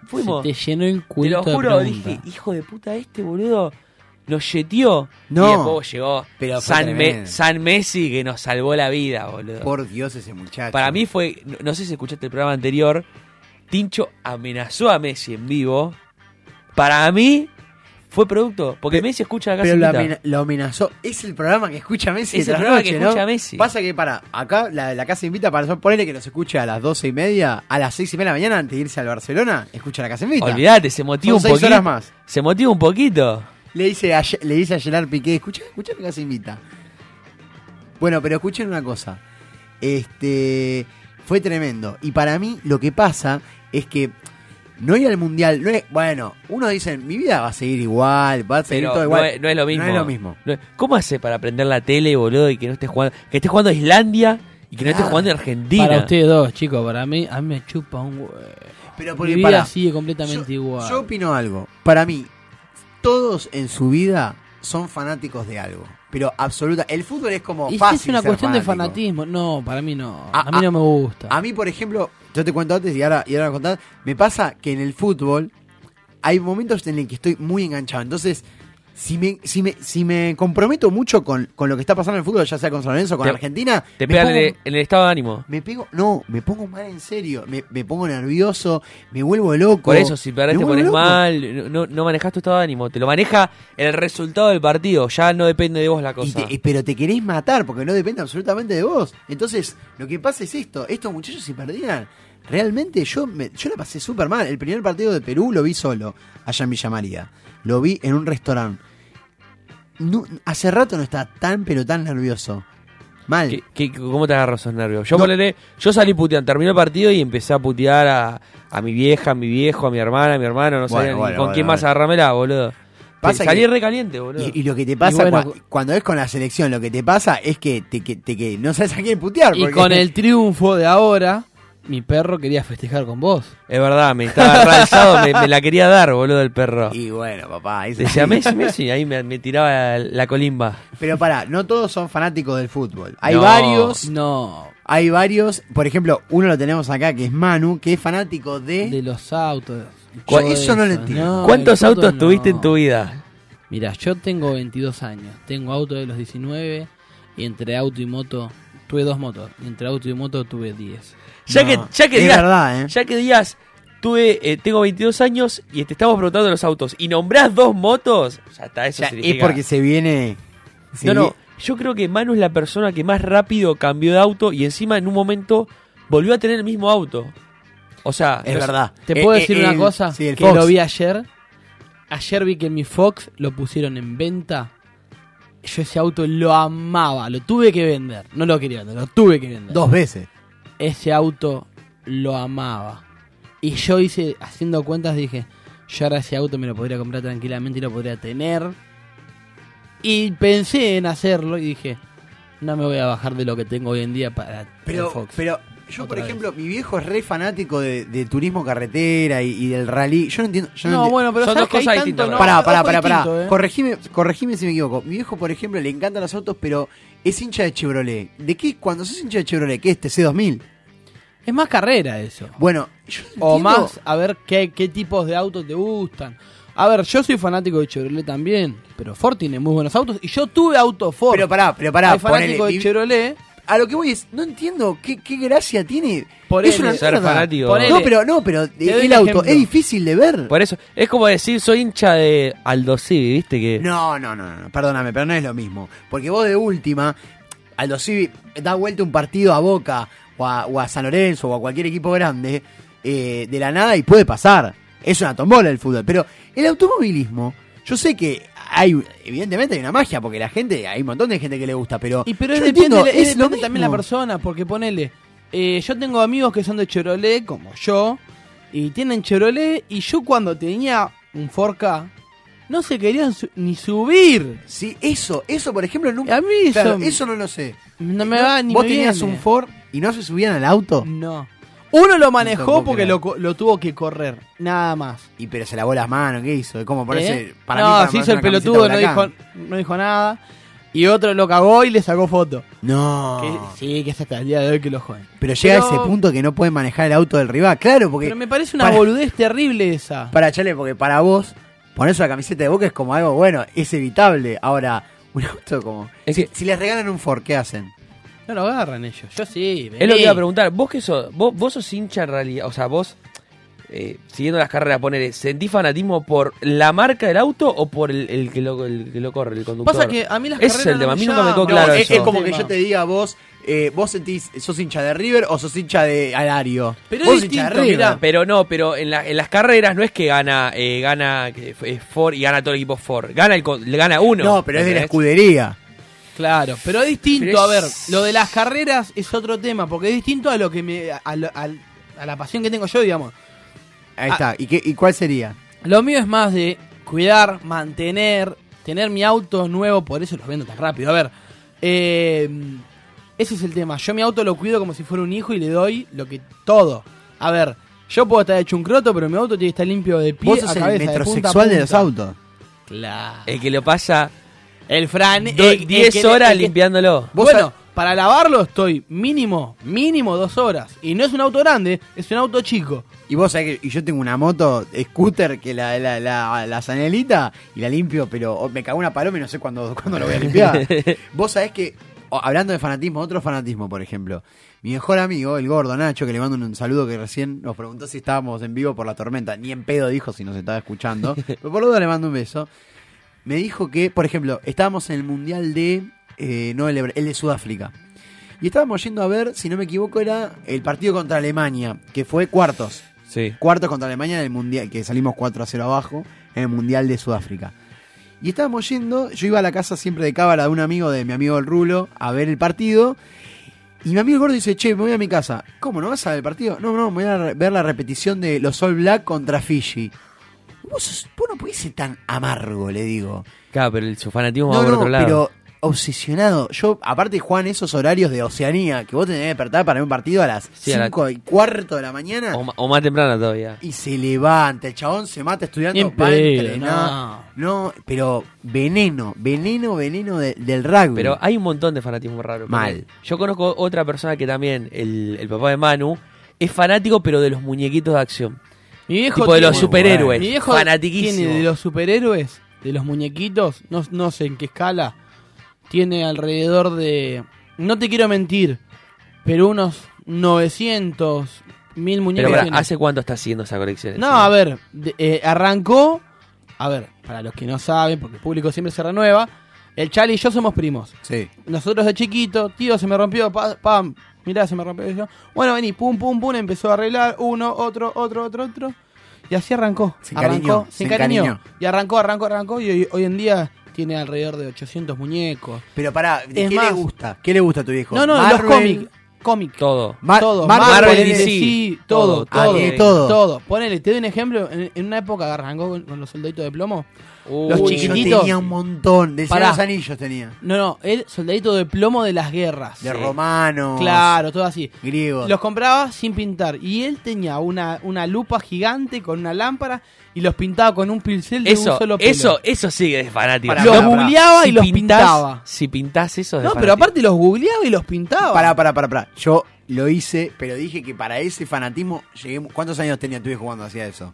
Speaker 5: fuimos.
Speaker 4: Se te llenó el
Speaker 5: Te
Speaker 4: culo.
Speaker 5: lo juro, dije, hijo de puta, este boludo nos yeteó.
Speaker 6: No.
Speaker 5: Y después llegó
Speaker 6: Pero fue
Speaker 5: San, Me-
Speaker 6: tremendo.
Speaker 5: San Messi que nos salvó la vida, boludo.
Speaker 6: Por Dios ese muchacho.
Speaker 5: Para mí fue, no, no sé si escuchaste el programa anterior, Tincho amenazó a Messi en vivo. Para mí fue producto, porque Messi escucha la casa
Speaker 6: Pero lo,
Speaker 5: invita.
Speaker 6: amena- lo amenazó. Es el programa que escucha Messi.
Speaker 5: Es
Speaker 6: de
Speaker 5: el
Speaker 6: la
Speaker 5: programa
Speaker 6: noche,
Speaker 5: que
Speaker 6: ¿no?
Speaker 5: escucha Messi.
Speaker 6: Pasa que para, acá la, la casa invita para ponerle que nos escucha a las doce y media, a las seis y media de la mañana antes de irse al Barcelona, escucha la casa invita.
Speaker 5: Olvídate, se motiva
Speaker 6: Son
Speaker 5: un
Speaker 6: seis
Speaker 5: poquito.
Speaker 6: horas más.
Speaker 5: Se motiva un poquito.
Speaker 6: Le dice a, Ye- le dice a Gerard Piqué, escucha, escucha la casa invita. Bueno, pero escuchen una cosa. Este fue tremendo. Y para mí lo que pasa es que no ir al mundial, no es, bueno, uno dice, mi vida va a seguir igual, va a seguir
Speaker 5: Pero
Speaker 6: todo
Speaker 5: no
Speaker 6: igual.
Speaker 5: es- no es lo mismo.
Speaker 6: No es lo mismo.
Speaker 5: No es- ¿Cómo hace para prender la tele, boludo, y que no estés jugando, que estés jugando a Islandia y que no estés
Speaker 6: Claro.
Speaker 5: jugando a Argentina?
Speaker 4: Para ustedes dos, chicos, para mí, a mí me chupa un huevo.
Speaker 6: Pero
Speaker 4: Mi
Speaker 6: porque
Speaker 4: vida
Speaker 6: para
Speaker 4: sigue completamente
Speaker 6: yo,
Speaker 4: igual.
Speaker 6: yo opino algo. Para mí, todos en su vida son fanáticos de algo. Pero absoluta. El fútbol es como
Speaker 4: y si
Speaker 6: fácil.
Speaker 4: es una
Speaker 6: ser
Speaker 4: cuestión de
Speaker 6: fanático. Ah,
Speaker 4: fanatismo. No, para mí no.
Speaker 6: A-
Speaker 4: A, mí
Speaker 6: a-
Speaker 4: no me gusta.
Speaker 6: A mí, por ejemplo, yo te cuento antes y ahora, y ahora contás, me pasa que en el fútbol hay momentos en los que estoy muy enganchado. Entonces, si me, si me, si me comprometo mucho con, con lo que está pasando en el fútbol, ya sea con San Lorenzo, con
Speaker 5: Te-
Speaker 6: Argentina,
Speaker 5: Te
Speaker 6: me
Speaker 5: pegan
Speaker 6: pongo-
Speaker 5: en el, en el estado de ánimo.
Speaker 6: me pego, no, me pongo mal en serio, me, me pongo nervioso, me vuelvo loco.
Speaker 5: Por eso, si perdés
Speaker 6: me
Speaker 5: te
Speaker 6: vuelvo
Speaker 5: pones
Speaker 6: loco.
Speaker 5: mal, no, no manejás tu estado de ánimo. Te lo maneja el resultado del partido. Ya no depende de vos la
Speaker 6: Y
Speaker 5: cosa.
Speaker 6: te- eh, pero te querés matar porque no depende absolutamente de vos. Entonces, lo que pasa es esto: estos muchachos, si perdían, realmente yo, me- yo la pasé súper mal. El primer partido de Perú lo vi solo, allá en Villa María. Lo vi en un restaurante. No- hace rato no estaba tan, pero tan nervioso. Mal.
Speaker 5: ¿Qué- qué- cómo te agarras esos nervios? Yo,
Speaker 6: No.
Speaker 5: ponele- yo salí puteando, terminé el partido y empecé a putear a, a mi vieja, a mi viejo, a mi hermana, a mi hermano, no
Speaker 6: Bueno,
Speaker 5: sabía ni
Speaker 6: bueno,
Speaker 5: con
Speaker 6: bueno,
Speaker 5: quién más
Speaker 6: bueno.
Speaker 5: agarrármela, boludo.
Speaker 6: Pasa
Speaker 5: salí
Speaker 6: que-
Speaker 5: recaliente, boludo.
Speaker 6: Y, y lo que te pasa
Speaker 4: Y bueno,
Speaker 6: cua-
Speaker 4: cu-
Speaker 6: cuando es con la selección, lo que te pasa es que te, que, te que no sabes a quién putear.
Speaker 4: y
Speaker 6: porque-
Speaker 4: con el triunfo de ahora, mi perro quería festejar con vos.
Speaker 5: Es verdad, me estaba realzado, me, me la quería dar, boludo, el perro.
Speaker 6: Y bueno, papá. es
Speaker 5: Decía
Speaker 6: así.
Speaker 5: Messi, Messi, ahí me, me tiraba la colimba.
Speaker 6: Pero pará, no todos son fanáticos del fútbol. Hay
Speaker 5: No.
Speaker 6: varios
Speaker 4: No,
Speaker 6: Hay varios, por ejemplo, uno lo tenemos acá que es Manu, que es fanático de.
Speaker 4: de los autos.
Speaker 6: ¿Cuál-
Speaker 4: Yo
Speaker 6: eso no lo
Speaker 4: de
Speaker 6: entiendo.
Speaker 4: no,
Speaker 5: ¿Cuántos
Speaker 4: el
Speaker 5: autos
Speaker 4: auto
Speaker 5: tuviste
Speaker 4: no.
Speaker 5: en tu vida?
Speaker 4: Mira, yo tengo 22 años, tengo auto de los 19 y entre auto y moto tuve dos motos, y entre auto y moto tuve 10.
Speaker 5: Ya
Speaker 6: No,
Speaker 5: que, ya que
Speaker 6: es
Speaker 5: digas,
Speaker 6: verdad, ¿eh?
Speaker 5: ya que digas, tuve, eh, tengo 22 años y te estamos preguntando los autos y nombrás dos motos, ya está, eso
Speaker 6: Ya es
Speaker 5: significa-
Speaker 6: porque se viene. se
Speaker 5: No, no,
Speaker 6: vi-
Speaker 5: yo creo que Manu es la persona que más rápido cambió de auto y encima en un momento volvió a tener el mismo auto. O sea,
Speaker 6: Es
Speaker 5: los-
Speaker 6: verdad.
Speaker 4: ¿Te
Speaker 6: Eh,
Speaker 4: puedo
Speaker 6: eh,
Speaker 4: decir
Speaker 6: el-
Speaker 4: una cosa?
Speaker 6: Sí, el
Speaker 4: que
Speaker 6: Fox.
Speaker 4: lo vi ayer. Ayer vi que mi Fox lo pusieron en venta. Yo ese auto lo amaba, lo tuve que vender. No lo quería vender, lo tuve que vender.
Speaker 6: dos veces.
Speaker 4: Ese auto lo amaba. Y yo hice, haciendo cuentas, dije, yo ahora ese auto me lo podría comprar tranquilamente y lo podría tener. Y pensé en hacerlo y dije, no me voy a bajar de lo que tengo hoy en día para el
Speaker 6: Pero,
Speaker 4: Fox.
Speaker 6: pero yo, por
Speaker 4: Otra vez.
Speaker 6: ejemplo, mi viejo es re fanático de, de turismo carretera y, y del rally. Yo no entiendo. Yo no,
Speaker 4: no,
Speaker 6: entiendo.
Speaker 4: bueno, pero
Speaker 5: Son
Speaker 4: sabes
Speaker 5: dos
Speaker 4: que hay
Speaker 5: cosas
Speaker 4: tanto,
Speaker 5: distintas,
Speaker 4: no,
Speaker 6: pará,
Speaker 4: ojo
Speaker 6: pará, pará, pará.
Speaker 4: distinto, ¿eh?
Speaker 6: Corregime, corregime si me equivoco. Mi viejo, por ejemplo, le encantan los autos, pero es hincha de Chevrolet. ¿De qué? Cuando sos hincha de Chevrolet, ¿qué es? ¿TC2000?
Speaker 4: Es más carrera eso.
Speaker 6: Bueno, yo no
Speaker 4: O
Speaker 6: entiendo-
Speaker 4: más, a ver qué, qué tipos de autos te gustan. A ver, yo soy fanático de Chevrolet también, pero Ford tiene muy buenos autos y yo tuve auto Ford.
Speaker 6: Pero pará, pero pará.
Speaker 4: Hay fanático
Speaker 6: ponele,
Speaker 4: de
Speaker 6: mi-
Speaker 4: Chevrolet
Speaker 6: a lo que voy es, no entiendo qué, qué gracia tiene.
Speaker 4: Por
Speaker 6: es
Speaker 4: él,
Speaker 6: una
Speaker 4: ser
Speaker 6: mierda.
Speaker 5: fanático.
Speaker 4: Ponele.
Speaker 6: No, pero, no, pero
Speaker 4: doy
Speaker 6: el
Speaker 4: un
Speaker 6: auto
Speaker 4: ejemplo.
Speaker 6: es difícil de ver.
Speaker 5: Por eso, es como decir, soy hincha de Aldo Civi, ¿viste? Que
Speaker 6: No, no, no, no, perdóname, pero no es lo mismo. Porque vos de última, Aldo Civi da vuelta un partido a Boca o a, o a San Lorenzo o a cualquier equipo grande eh, de la nada y puede pasar. Es una tombola el fútbol. Pero el automovilismo, yo sé que hay, evidentemente hay una magia, porque la gente, hay un montón de gente que le gusta, pero.
Speaker 4: Y pero
Speaker 6: yo
Speaker 4: es depende,
Speaker 6: entiendo,
Speaker 4: es
Speaker 6: es lo
Speaker 4: depende también la
Speaker 6: mismo.
Speaker 4: persona, porque ponele, eh, yo tengo amigos que son de Chevrolet, como yo, y tienen Chevrolet, y yo cuando tenía un 4K, no se querían su- ni subir.
Speaker 6: Sí, eso, eso por ejemplo nunca.
Speaker 4: A mí
Speaker 6: Claro,
Speaker 4: eso,
Speaker 6: eso no lo sé.
Speaker 4: no me va ni
Speaker 6: ¿Vos
Speaker 4: me
Speaker 6: tenías
Speaker 4: viene.
Speaker 6: un Ford y no se subían al auto?
Speaker 4: No. Uno lo manejó
Speaker 6: puedo
Speaker 4: porque
Speaker 6: creer.
Speaker 4: lo, co- lo tuvo que correr, nada más.
Speaker 6: Y pero se lavó las manos, ¿qué hizo? Es como ponerse.
Speaker 4: ¿Eh?
Speaker 6: Para
Speaker 4: no,
Speaker 6: mí, para
Speaker 4: se
Speaker 6: ponerse
Speaker 4: hizo el
Speaker 6: una camiseta
Speaker 4: pelotudo, no dijo,
Speaker 6: Huracán.
Speaker 4: no dijo nada. Y otro lo cagó y le sacó foto.
Speaker 6: No.
Speaker 4: Que- sí, que es hasta el día de hoy que lo joden.
Speaker 6: Pero llega
Speaker 4: Pero-
Speaker 6: a ese punto que no pueden manejar el auto del rival. Claro, porque.
Speaker 4: Pero me parece una
Speaker 6: para-
Speaker 4: boludez terrible esa.
Speaker 6: Para Chale, porque para vos, ponerse una camiseta de boca es como algo bueno, es evitable. Ahora, un auto como.
Speaker 5: Es
Speaker 6: si,
Speaker 5: que-
Speaker 6: si les regalan un Ford, ¿qué hacen?
Speaker 4: No lo agarran ellos. Yo sí.
Speaker 5: es lo que
Speaker 4: vení.
Speaker 5: iba a preguntar. ¿Vos qué sos? ¿Vos, vos sos hincha en realidad? O sea, vos, eh, siguiendo las carreras, ponele, ¿sentís fanatismo por la marca del auto o por el, el que, lo, el que lo corre, el conductor?
Speaker 4: Pasa que a mí las
Speaker 5: Ese es
Speaker 4: carreras
Speaker 5: el
Speaker 4: no
Speaker 5: tema. A
Speaker 4: me
Speaker 5: mí nunca me quedó
Speaker 4: llaman.
Speaker 5: claro
Speaker 4: No,
Speaker 6: es,
Speaker 5: eso.
Speaker 6: es como que
Speaker 4: Tema.
Speaker 6: yo te diga a vos, eh, vos sentís, sos hincha de River o sos hincha de Alario.
Speaker 4: Pero
Speaker 6: vos
Speaker 4: es
Speaker 6: sos hincha de
Speaker 4: distinto,
Speaker 6: River.
Speaker 4: mirá.
Speaker 5: Pero no, pero en, la- en las carreras no es que gana eh, gana eh, eh, Ford y gana todo el equipo Ford. Gana el, co- le gana uno.
Speaker 6: No, pero es de la
Speaker 5: ¿entendés?
Speaker 6: escudería.
Speaker 4: Claro, pero es distinto.
Speaker 5: Pero
Speaker 4: A ver,
Speaker 5: es-
Speaker 4: lo de las carreras es otro tema, porque es distinto a lo que me. a, lo- al- a la pasión que tengo yo, digamos.
Speaker 6: Ahí
Speaker 4: Ah.
Speaker 6: está. ¿Y, qué, ¿Y cuál sería?
Speaker 4: Lo mío es más de cuidar, mantener, tener mi auto nuevo, por eso los vendo tan rápido. A ver, eh, ese es el tema. Yo mi auto lo cuido como si fuera un hijo y le doy lo que todo. A ver, yo puedo estar hecho un croto, pero mi auto tiene que estar limpio de pie
Speaker 6: Vos
Speaker 4: a
Speaker 6: sos
Speaker 4: cabeza,
Speaker 6: el
Speaker 4: de punta a
Speaker 6: metrosexual de los
Speaker 4: punta.
Speaker 6: autos.
Speaker 4: Claro.
Speaker 5: El que lo pasa
Speaker 4: El Fran.
Speaker 5: do- 10 horas limpiándolo.
Speaker 6: Vos
Speaker 4: bueno,
Speaker 6: sab-
Speaker 4: para lavarlo estoy mínimo, mínimo dos horas. Y no es un auto grande, es un auto chico.
Speaker 6: Y vos sabés que y yo tengo una moto scooter que la, la, la, la zanelita y la limpio, pero oh, me cagó una paloma y no sé cuándo, cuándo lo voy a limpiar. vos sabés que, oh, hablando de fanatismo, otro fanatismo, por ejemplo. Mi mejor amigo, el gordo Nacho, que le mando un, un saludo que recién nos preguntó si estábamos en vivo por la tormenta. Ni en pedo dijo si nos estaba escuchando. pero por lo menos le mando un beso. Me dijo que, por ejemplo, estábamos en el mundial de. eh, no, el, hebre- el de Sudáfrica. Y estábamos yendo a ver, si no me equivoco, era el partido contra Alemania, que fue cuartos
Speaker 5: Sí.
Speaker 6: cuartos contra Alemania en el mundial, que salimos 4 a 0 abajo en el mundial de Sudáfrica. Y estábamos yendo, yo iba a la casa siempre de cábala de un amigo de mi amigo el Rulo a ver el partido. Y mi amigo el gordo dice, che, me voy a mi casa. ¿Cómo? ¿No vas a ver el partido? No, no, me voy a re- ver la repetición de los All Black contra Fiji. Vos, sos- vos no podés ser tan amargo, le digo.
Speaker 5: Claro, pero el, su fanatismo va
Speaker 6: No,
Speaker 5: por
Speaker 6: no,
Speaker 5: otro lado.
Speaker 6: pero obsesionado. Yo, aparte, Juan, esos horarios de Oceanía, que vos tenés que despertar para ver un partido a las
Speaker 5: Sí, a la-
Speaker 6: 5 y cuarto de la mañana.
Speaker 5: O, ma- o más temprano todavía.
Speaker 6: Y se levanta, el chabón se mata estudiando,
Speaker 4: Bien
Speaker 6: va a
Speaker 4: pedo,
Speaker 6: entrenar. No. pero veneno, veneno, veneno de- del rugby.
Speaker 5: Pero hay un montón de fanatismo raro.
Speaker 6: Mal.
Speaker 5: Yo conozco otra persona que también, el, el papá de Manu, es fanático, pero de los muñequitos de acción.
Speaker 4: Mi viejo
Speaker 5: Tipo de los
Speaker 4: tiene-
Speaker 5: superhéroes,
Speaker 4: Mi viejo
Speaker 5: fanatiquísimo.
Speaker 4: tiene de los superhéroes, de los muñequitos, no, no sé en qué escala. Tiene alrededor de. No te quiero mentir, pero unos 900, 1000
Speaker 5: Pero
Speaker 4: muñecos.
Speaker 5: pará,
Speaker 4: tiene.
Speaker 5: ¿hace cuánto está haciendo esa colección?
Speaker 4: No, a ver, de- eh, arrancó. A ver, para los que no saben, porque el público siempre se renueva. El Chali y yo somos primos.
Speaker 6: Sí.
Speaker 4: Nosotros de chiquito, tío, se me rompió, pa- pam, mirá, se me rompió. yo, Bueno, vení, pum, pum, pum, empezó a arreglar uno, otro, otro, otro, otro. Y así arrancó.
Speaker 6: Se
Speaker 4: arrancó,
Speaker 6: encariñó, se
Speaker 4: encariñó.
Speaker 6: encariñó.
Speaker 4: Y arrancó, arrancó, arrancó. Y hoy, hoy en día tiene alrededor de 800 muñecos.
Speaker 6: Pero pará, ¿de
Speaker 4: Es
Speaker 6: qué
Speaker 4: más-
Speaker 6: le gusta? ¿Qué le gusta a tu viejo?
Speaker 4: No, no,
Speaker 6: Marvel,
Speaker 4: los cómics. Cómic.
Speaker 5: Todo.
Speaker 6: Mar-
Speaker 4: todo.
Speaker 6: Marvel,
Speaker 5: Marvel,
Speaker 6: DC.
Speaker 4: sí, todo, todo.
Speaker 6: Ah,
Speaker 4: Todo,
Speaker 6: tiene todo.
Speaker 4: Ponele, te doy un ejemplo. En, en una época arrancó con, con los soldaditos de plomo.
Speaker 5: Uh,
Speaker 4: Los
Speaker 6: Uy, Yo
Speaker 4: chiquititos.
Speaker 6: tenía un montón. De
Speaker 4: Pará.
Speaker 6: los anillos tenía.
Speaker 4: No, no, el soldadito de plomo de las guerras.
Speaker 6: De romanos.
Speaker 4: Claro, todo así.
Speaker 6: Griegos.
Speaker 4: Los compraba sin pintar. Y él tenía una, una lupa gigante con una lámpara y los pintaba con un pincel de un
Speaker 5: Eso,
Speaker 4: solo pelo.
Speaker 5: eso, eso sí que es fanático.
Speaker 6: Pará,
Speaker 4: Los
Speaker 6: pará, pará.
Speaker 4: googleaba y
Speaker 5: Si
Speaker 4: los
Speaker 5: pintás-
Speaker 4: pintaba.
Speaker 5: Si pintás eso es de
Speaker 4: No, pero
Speaker 5: fanático.
Speaker 4: aparte los googleaba y los pintaba.
Speaker 6: Pará, pará, pará, pará. Yo lo hice, pero dije que para ese fanatismo llegué. ¿Cuántos años tenía tu viejo cuando hacía eso?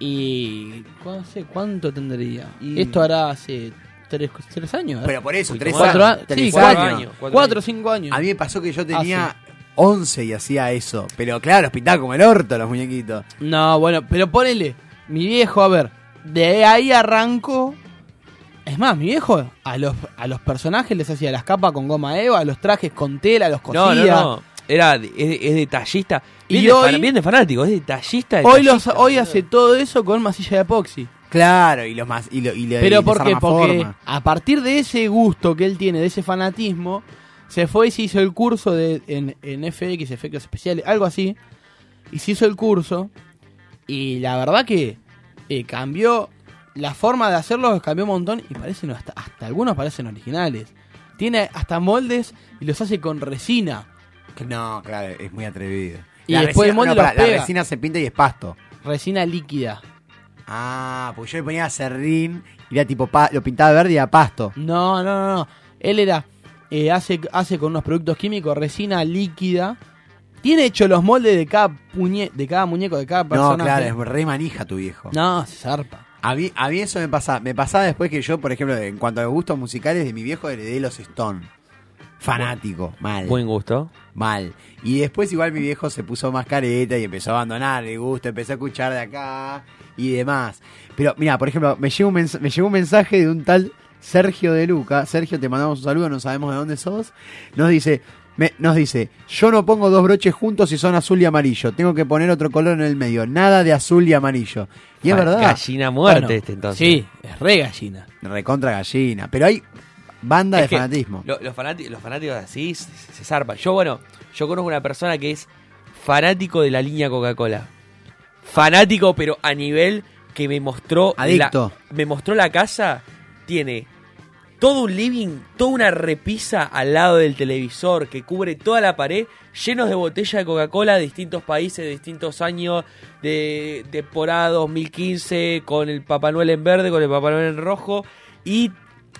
Speaker 4: Y. No sé cuánto tendría.
Speaker 6: Y-
Speaker 4: Esto hará hace tres, tres años. ¿eh?
Speaker 6: Pero por eso, tres
Speaker 4: cuatro
Speaker 6: años.
Speaker 4: a-
Speaker 6: tres
Speaker 4: sí,
Speaker 5: cuatro
Speaker 4: cuatro
Speaker 5: años.
Speaker 4: años.
Speaker 5: cuatro
Speaker 4: Cuatro o
Speaker 5: años.
Speaker 4: cinco años.
Speaker 6: A mí me pasó que
Speaker 4: Ah,
Speaker 6: yo tenía 11 y hacía eso. Pero claro, los pintaba como el orto los muñequitos.
Speaker 4: No, bueno, pero ponele, mi viejo, a ver, de ahí arrancó. Es más, mi viejo a los, a los personajes les hacía las capas con goma eva, los trajes con tela, los cosía.
Speaker 5: No, no, no. Era, es, es detallista. Bien,
Speaker 4: Y
Speaker 5: de,
Speaker 4: hoy-
Speaker 5: fan- bien de fanático, es detallista.
Speaker 4: Hoy, los,
Speaker 5: detallista,
Speaker 4: hoy
Speaker 5: boludo.
Speaker 4: hace todo eso con masilla de epoxi.
Speaker 6: Claro, y los más. Y lo, y le- y
Speaker 4: Pero
Speaker 6: les
Speaker 4: ¿por qué?
Speaker 6: arma
Speaker 4: Porque
Speaker 6: forma.
Speaker 4: a partir de ese gusto que él tiene, de ese fanatismo, se fue y se hizo el curso de, en, en FX, efectos especiales, algo así. Y se hizo el curso. Y la verdad que eh, cambió la forma de hacerlos, cambió un montón. Y parecen hasta, hasta algunos parecen originales. Tiene hasta moldes y los hace con resina.
Speaker 6: No, claro, es muy atrevido.
Speaker 4: Y después el molde
Speaker 6: no, pará,
Speaker 4: los pega.
Speaker 6: La resina se pinta y es pasto.
Speaker 4: Resina líquida.
Speaker 6: Ah, pues yo le ponía serrín y era tipo. pa- lo pintaba verde y era pasto.
Speaker 4: No, no, no, no. Él era. eh, hace, hace con unos productos químicos resina líquida. Tiene hecho los moldes de cada, puñe, de cada muñeco, de cada
Speaker 6: No,
Speaker 4: personaje.
Speaker 6: claro, es re manija tu viejo.
Speaker 4: No, se zarpa.
Speaker 6: A mí, a mí eso me pasa. Me pasaba después que yo, por ejemplo, en cuanto a gustos musicales de mi viejo, heredé los Stone. Fanático, mal.
Speaker 5: Buen gusto.
Speaker 6: Mal. Y después igual mi viejo se puso más careta y empezó a abandonar el gusto, empezó a escuchar de acá y demás. Pero mira, por ejemplo, me llegó, un mens- me llegó un mensaje de un tal Sergio de Luca. Sergio, te mandamos un saludo, no sabemos de dónde sos. Nos dice, me- nos dice, yo no pongo dos broches juntos si son azul y amarillo. Tengo que poner otro color en el medio. Nada de azul y amarillo. Y es
Speaker 5: Ah,
Speaker 6: verdad.
Speaker 5: Gallina muerte
Speaker 4: Bueno,
Speaker 5: este entonces.
Speaker 4: Sí, es re gallina.
Speaker 6: Recontra gallina. Pero hay banda
Speaker 5: Es
Speaker 6: de
Speaker 5: que
Speaker 6: fanatismo.
Speaker 5: lo- los, fanáticos, los fanáticos así se, se zarpan. Yo, bueno, yo conozco una persona que es fanático de la línea Coca-Cola. Fanático, pero a nivel que me mostró.
Speaker 6: Adicto.
Speaker 5: la- me mostró la casa. Tiene todo un living, toda una repisa al lado del televisor que cubre toda la pared, llenos de botellas de Coca-Cola de distintos países, de distintos años, de temporada 2015, con el Papá Noel en verde, con el Papá Noel en rojo. Y,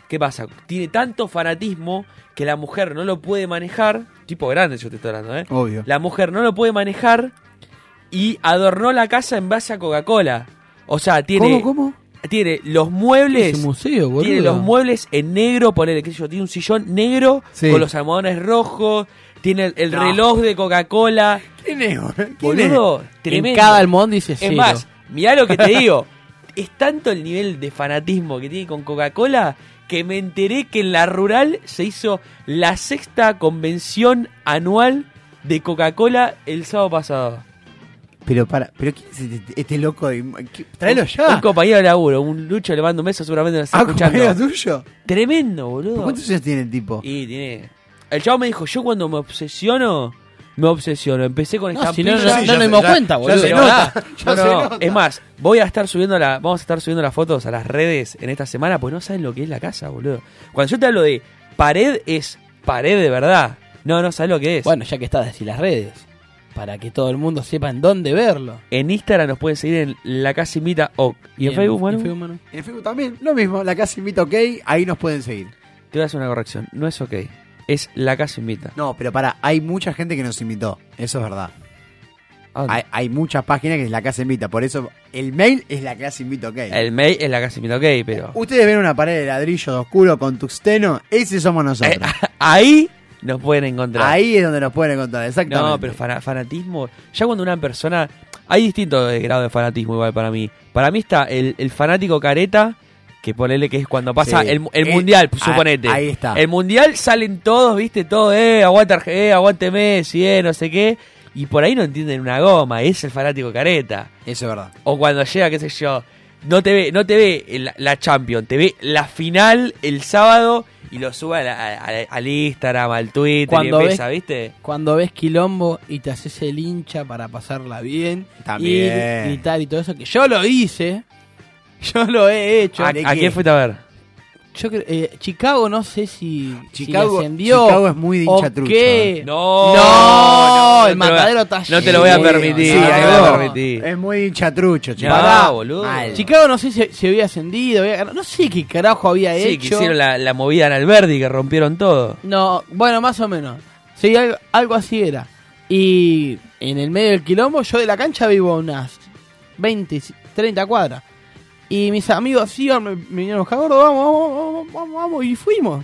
Speaker 5: ¿qué pasa? Tiene tanto fanatismo que la mujer no lo puede manejar. Tipo grande, yo te estoy hablando, ¿eh?
Speaker 6: Obvio.
Speaker 5: La mujer no lo puede manejar y adornó la casa en base a Coca-Cola. O sea, tiene,
Speaker 6: ¿Cómo, cómo?
Speaker 5: tiene los
Speaker 4: Es
Speaker 5: muebles.
Speaker 4: un museo, boludo.
Speaker 5: Tiene los muebles en negro, ponele, qué sé yo, tiene un sillón negro
Speaker 6: Sí.
Speaker 5: con los almohadones rojos, tiene el, el
Speaker 6: No.
Speaker 5: reloj de Coca-Cola,
Speaker 6: ¿Quién es,
Speaker 5: boludo, tremendo.
Speaker 4: En cada almón dice
Speaker 5: es
Speaker 4: cero.
Speaker 5: más, mirá lo que te digo, es tanto el nivel de fanatismo que tiene con Coca-Cola que me enteré que en la rural se hizo la sexta convención anual de Coca-Cola el sábado pasado.
Speaker 6: Pero para, pero ¿quién es este, este loco? De, ¿Qué- tráelo ya.
Speaker 5: Un compañero de laburo, un Lucho, le mando un beso, seguramente lo está
Speaker 6: Ah, compañero
Speaker 5: escuchando.
Speaker 6: tuyo?
Speaker 5: Tremendo, boludo.
Speaker 6: ¿Cuántos años tiene el tipo?
Speaker 5: Y tiene. El chavo me dijo, yo cuando me obsesiono, me obsesiono. Empecé con
Speaker 4: No, si
Speaker 5: estampillas.
Speaker 4: no, no,
Speaker 6: Sí, ya
Speaker 4: no nos
Speaker 6: se-
Speaker 4: dimos
Speaker 6: ya-
Speaker 4: cuenta, boludo.
Speaker 5: Pero
Speaker 6: se
Speaker 5: pará,
Speaker 6: nota, ya
Speaker 5: no,
Speaker 6: se
Speaker 5: no,
Speaker 6: nota.
Speaker 5: Es más, voy a estar subiendo la, vamos a estar subiendo las fotos a las redes en esta semana, pues no saben lo que es la casa, boludo. Cuando yo te hablo de pared es pared de verdad. No, no saben lo que es.
Speaker 4: Bueno, ya que estás así las redes. Para que todo el mundo sepa en dónde verlo.
Speaker 5: En Instagram nos pueden seguir en la casa invita Oc. Y en
Speaker 4: Bien,
Speaker 5: Facebook, bueno,
Speaker 4: en Facebook, Manu.
Speaker 6: En Facebook también, lo mismo, la casa invita ok, ahí nos pueden seguir.
Speaker 5: te voy a hacer una corrección. No es ok. Es la casa invita.
Speaker 6: No, pero para, hay mucha gente que nos invitó, eso es verdad.
Speaker 5: ¿A dónde?
Speaker 6: Hay, hay muchas páginas que es la casa invita, por eso el mail es la casa invita ok.
Speaker 5: El mail es la casa invita ok, pero.
Speaker 6: Ustedes ven una pared de ladrillo oscuro con tuxteno, ese
Speaker 5: Eh,
Speaker 6: somos nosotros.
Speaker 5: Ahí nos pueden encontrar.
Speaker 6: ahí es donde nos pueden encontrar, exactamente.
Speaker 5: No, pero fana- fanatismo. Ya cuando una persona. Hay distintos eh, grados de fanatismo, igual para mí. Para mí está el, el fanático careta, que ponele que es cuando pasa
Speaker 6: Sí.
Speaker 5: el, mu- el
Speaker 6: Eh,
Speaker 5: mundial,
Speaker 6: ah,
Speaker 5: suponete.
Speaker 6: ahí está.
Speaker 5: El mundial salen todos, viste, todo, eh, aguante, Arge- eh, aguante Messi, eh, no sé qué. Y por ahí no entienden una goma, es el fanático careta.
Speaker 6: Eso es verdad.
Speaker 5: O cuando llega, qué sé yo, no te ve, no te ve el- la Champions, te ve la final el sábado y lo sube a la- a- a- al Instagram, al Twitter,
Speaker 4: Cuando
Speaker 5: y
Speaker 4: ves-
Speaker 5: empieza, ¿viste?
Speaker 4: Cuando ves quilombo y te haces el hincha para pasarla bien.
Speaker 6: También.
Speaker 4: Y gritar y todo eso. Que yo lo hice. Yo lo he hecho.
Speaker 5: ¿A,
Speaker 6: ¿de
Speaker 5: a
Speaker 6: qué?
Speaker 5: quién fuiste a ver?
Speaker 4: Yo creo, eh, Chicago no sé si si
Speaker 6: Chicago-
Speaker 4: ascendió
Speaker 6: Chicago es muy de hincha
Speaker 4: o
Speaker 6: trucho,
Speaker 4: qué.
Speaker 6: eh.
Speaker 5: No,
Speaker 4: No,
Speaker 5: no, no te
Speaker 4: el
Speaker 5: lo voy a-
Speaker 4: matadero está
Speaker 5: no te lo voy a
Speaker 4: lleno.
Speaker 5: permitir,
Speaker 6: Sí,
Speaker 4: No,
Speaker 6: ahí
Speaker 5: no te lo voy a
Speaker 6: va.
Speaker 5: permitir.
Speaker 6: Es muy hincha trucho, chicos.
Speaker 5: No,
Speaker 4: pará,
Speaker 5: boludo.
Speaker 6: mal.
Speaker 4: Chicago no sé si, si había ascendido, había ganado. no sé qué carajo había
Speaker 5: Sí, que
Speaker 4: hecho.
Speaker 5: hicieron la, la movida en Alberdi, que rompieron todo.
Speaker 4: No, bueno, más o menos. Sí, algo, algo así era. Y en el medio del quilombo, yo de la cancha vivo unas 20, 30 cuadras. Y mis amigos sí, me, me vinieron a buscar, gordo, vamos, vamos, vamos, vamos, vamos", y fuimos.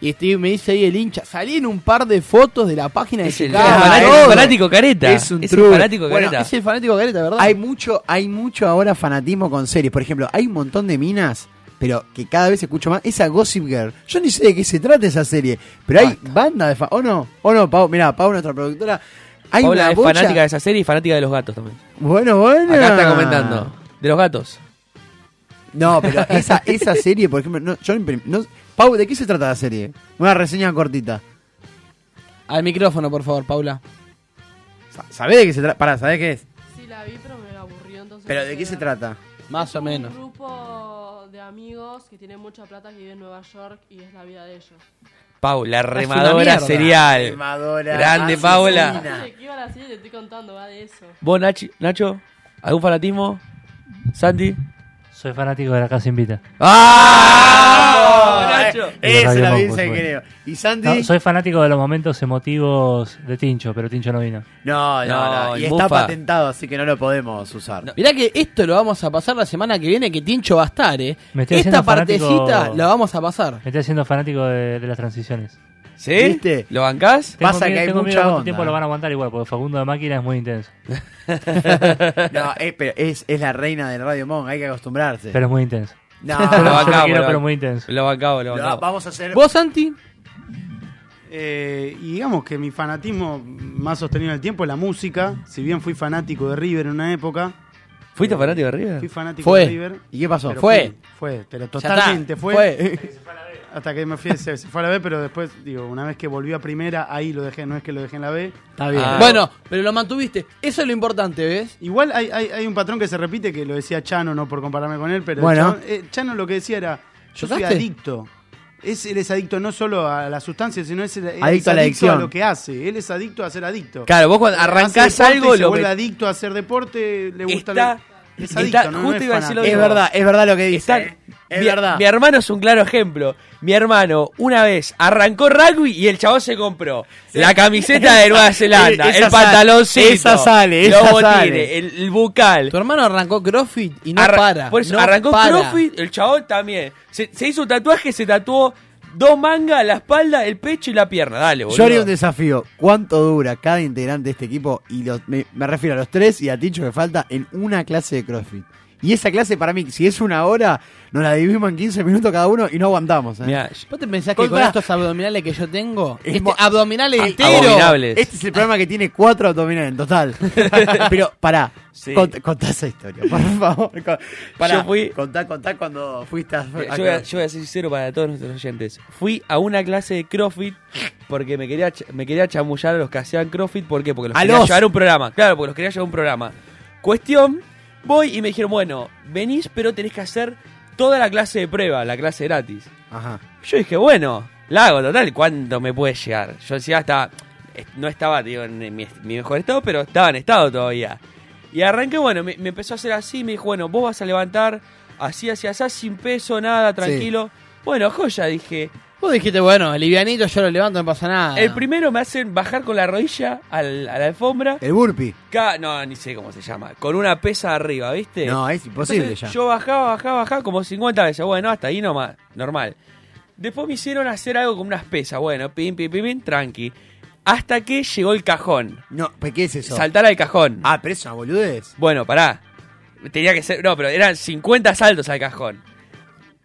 Speaker 4: Y este, me dice ahí el hincha, salí en un par de fotos de la página de
Speaker 5: Es el,
Speaker 4: Chicago,
Speaker 5: es fanático-
Speaker 4: todo.
Speaker 5: fanático careta.
Speaker 6: Es un
Speaker 5: el
Speaker 6: truco.
Speaker 5: fanático
Speaker 6: Bueno,
Speaker 5: careta.
Speaker 4: Es el fanático careta, ¿verdad?
Speaker 6: Hay mucho, hay mucho ahora fanatismo con series. Por ejemplo, hay un montón de minas, pero que cada vez escucho más. Esa Gossip Girl. Yo ni sé de qué se trata esa serie. Pero hay banda de fan. ¿O no? ¿O no, Pau? Mirá, Pau, nuestra productora. Hay
Speaker 5: Paula
Speaker 6: una
Speaker 5: es
Speaker 6: bocha- Ah.
Speaker 5: fanática de esa serie y fanática de los gatos también.
Speaker 6: Bueno, bueno.
Speaker 5: Acá está comentando. De los gatos.
Speaker 6: No, pero esa, esa serie, por ejemplo, no, yo en prim- no- Pau, ¿de qué se trata la serie? Una reseña cortita.
Speaker 4: Al micrófono, por favor, Paula.
Speaker 6: Sa- ¿Sabés de qué se trata? Pará, ¿sabés qué es?
Speaker 9: Sí, la vi, pero me aburrió entonces.
Speaker 6: ¿Pero de qué se trata?
Speaker 4: Más o menos.
Speaker 9: Un grupo de amigos que tienen mucha plata que viven en Nueva York y es la vida de ellos.
Speaker 5: Pau, la
Speaker 4: una
Speaker 5: remadora
Speaker 4: mierda.
Speaker 5: serial.
Speaker 6: Remadora, Ah,
Speaker 5: Grande,
Speaker 6: asesina.
Speaker 5: Paula.
Speaker 9: No sé de qué iba la serie, te estoy contando, va de eso.
Speaker 5: ¿Vos, Nachi- Nacho? ¿Algún fanatismo? ¿Santi?
Speaker 10: Soy fanático de la casa invita.
Speaker 5: ¡Ah! Nacho!
Speaker 6: Esa
Speaker 10: Radio
Speaker 6: la
Speaker 10: Monk,
Speaker 6: dice,
Speaker 10: bueno.
Speaker 6: creo. ¿Y Sandy?
Speaker 10: No, soy fanático de los momentos emotivos de Tincho, pero Tincho no vino.
Speaker 6: No, no,
Speaker 5: No,
Speaker 6: no. Y
Speaker 5: el
Speaker 6: está
Speaker 5: Mufa.
Speaker 6: patentado, así que no lo podemos usar.
Speaker 5: No.
Speaker 4: Mirá que esto lo vamos a pasar la semana que viene, que Tincho va a estar, ¿eh?
Speaker 10: Me estoy
Speaker 4: Esta
Speaker 10: haciendo fanático-
Speaker 4: partecita la vamos a pasar.
Speaker 10: Me estoy haciendo fanático de, de las transiciones.
Speaker 5: ¿Sí?
Speaker 6: ¿Viste?
Speaker 5: ¿Lo bancás?
Speaker 10: Tengo
Speaker 6: Pasa que
Speaker 10: miedo-
Speaker 6: hay
Speaker 10: tengo
Speaker 6: mucha
Speaker 10: miedo cuánto
Speaker 6: onda.
Speaker 10: tiempo lo van a aguantar igual, porque Facundo de máquina es muy intenso.
Speaker 6: No, eh, pero es, es la reina del Radio Monk, hay que acostumbrarse.
Speaker 10: Pero es muy intenso.
Speaker 6: no,
Speaker 10: Yo lo
Speaker 5: acabo,
Speaker 10: quiero,
Speaker 5: lo
Speaker 10: pero
Speaker 5: ac-
Speaker 10: muy intenso.
Speaker 5: Lo bancamos, lo
Speaker 6: no,
Speaker 5: bancamos.
Speaker 6: vamos a hacer.
Speaker 4: ¿Vos, Santi?
Speaker 11: Eh, y digamos que mi fanatismo más sostenido en el tiempo es la música. Si bien fui fanático de River en una época, eh,
Speaker 5: ¿Fuiste fanático de
Speaker 11: fui
Speaker 5: River?
Speaker 11: fanático
Speaker 4: Fue.
Speaker 11: de River.
Speaker 6: ¿Y qué pasó?
Speaker 11: pero
Speaker 4: Fue.
Speaker 11: fui- Fue, pero
Speaker 4: Ya está.
Speaker 11: totalmente fue. Hasta que me fui, se, se fue a la B, pero después, digo, una vez que volvió a primera, ahí lo dejé, no es que lo dejé en la B.
Speaker 6: Está bien.
Speaker 5: Ah.
Speaker 4: Bueno, pero lo mantuviste. Eso es lo importante, ¿ves?
Speaker 11: Igual hay, hay- hay un patrón que se repite, que lo decía Chano, no por compararme con él, pero
Speaker 6: Bueno.
Speaker 11: Chano, eh, Chano lo que decía era, yo soy
Speaker 4: ¿Chocaste?
Speaker 11: adicto. Es, él es adicto no solo a la sustancia, sino es, él es
Speaker 6: Adicto a la adicción.
Speaker 11: lo que hace. Él es adicto a ser adicto.
Speaker 5: Claro, vos cuando
Speaker 11: Hace
Speaker 5: arrancás
Speaker 11: deporte y
Speaker 5: algo,
Speaker 11: se
Speaker 5: lo
Speaker 11: vuelve
Speaker 5: met-
Speaker 11: adicto a hacer deporte, le gusta
Speaker 5: Está-
Speaker 11: lo- es
Speaker 5: está-
Speaker 11: adicto, no,
Speaker 5: justo
Speaker 11: no es
Speaker 5: iba a decir
Speaker 11: fanático.
Speaker 5: lo
Speaker 6: es
Speaker 5: mismo.
Speaker 6: verdad, es verdad lo que dice.
Speaker 5: Están-
Speaker 6: eh. Es
Speaker 5: mi,
Speaker 6: verdad.
Speaker 5: mi hermano es un claro ejemplo. Mi hermano, una vez, arrancó rugby y el chabón se compró la camiseta de Nueva Zelanda,
Speaker 6: Esa sale,
Speaker 5: el pantaloncito,
Speaker 6: esa sale, esa
Speaker 5: los botines,
Speaker 6: sale.
Speaker 5: El, el bucal.
Speaker 4: Tu hermano arrancó CrossFit y no
Speaker 5: Arra-
Speaker 4: para.
Speaker 5: Por eso,
Speaker 4: no
Speaker 5: arrancó
Speaker 4: para.
Speaker 5: CrossFit, el chabón también. Se, se hizo un tatuaje, se tatuó dos mangas, la espalda, el pecho y la pierna. Dale, boludo.
Speaker 6: Yo haría un desafío. ¿Cuánto dura cada integrante de este equipo? Y los- me, me refiero a los tres y a Ticho que falta en una clase de CrossFit. Y esa clase para mí, si es una hora, nos la dividimos en 15 minutos cada uno y no aguantamos. ¿eh?
Speaker 5: Mirá,
Speaker 4: ¿Vos te pensás que
Speaker 6: Pues
Speaker 4: con
Speaker 6: pará.
Speaker 4: estos abdominales que yo tengo,
Speaker 6: Es
Speaker 4: este
Speaker 6: mo-
Speaker 4: abdominales
Speaker 6: Ah,
Speaker 4: entero,
Speaker 5: abominables.
Speaker 6: Este es el programa que tiene cuatro abdominales en total. Pero pará, cont- contá esa historia, por favor. Con- Pará,
Speaker 5: Yo fui-
Speaker 6: contá, contá cuando fuiste a...
Speaker 5: Mira,
Speaker 6: a-
Speaker 5: yo, voy a, yo voy a ser sincero para todos nuestros oyentes. Fui a una clase de CrossFit porque me quería, ch- me quería chamullar a los que hacían CrossFit. ¿Por qué? Porque los
Speaker 6: A
Speaker 5: quería
Speaker 6: los.
Speaker 5: llevar a un programa. Claro, porque los quería llevar a un programa. Cuestión, voy y me dijeron, bueno, venís pero tenés que hacer toda la clase de prueba, la clase gratis.
Speaker 6: Ajá.
Speaker 5: Yo dije, bueno, la hago, total, ¿cuánto me puede llegar? Yo decía, hasta, no estaba, digo, en mi, mi mejor estado, pero estaba en estado todavía. Y arranqué, bueno, me, me empezó a hacer así, me dijo, bueno, vos vas a levantar así, así, así, sin peso, nada, tranquilo. Bueno, joya, dije.
Speaker 4: vos dijiste, bueno, livianito, yo lo levanto, no pasa nada.
Speaker 5: El primero me hacen bajar con la rodilla al- a la alfombra.
Speaker 6: El burpee.
Speaker 5: Ca- no, ni sé cómo se llama. Con una pesa arriba, ¿viste?
Speaker 6: No, es imposible
Speaker 5: Entonces,
Speaker 6: ya.
Speaker 5: Yo bajaba, bajaba, bajaba como 50 veces. Bueno, hasta ahí nomás, normal. Después me hicieron hacer algo con unas pesas. Bueno, pim, pim, pim, pim, tranqui. Hasta que llegó el cajón.
Speaker 6: No, ¿pero qué es eso?
Speaker 5: Saltar al cajón.
Speaker 6: Ah, pero es una boludez.
Speaker 5: Bueno, pará. Tenía que ser. No, pero eran 50 saltos al cajón.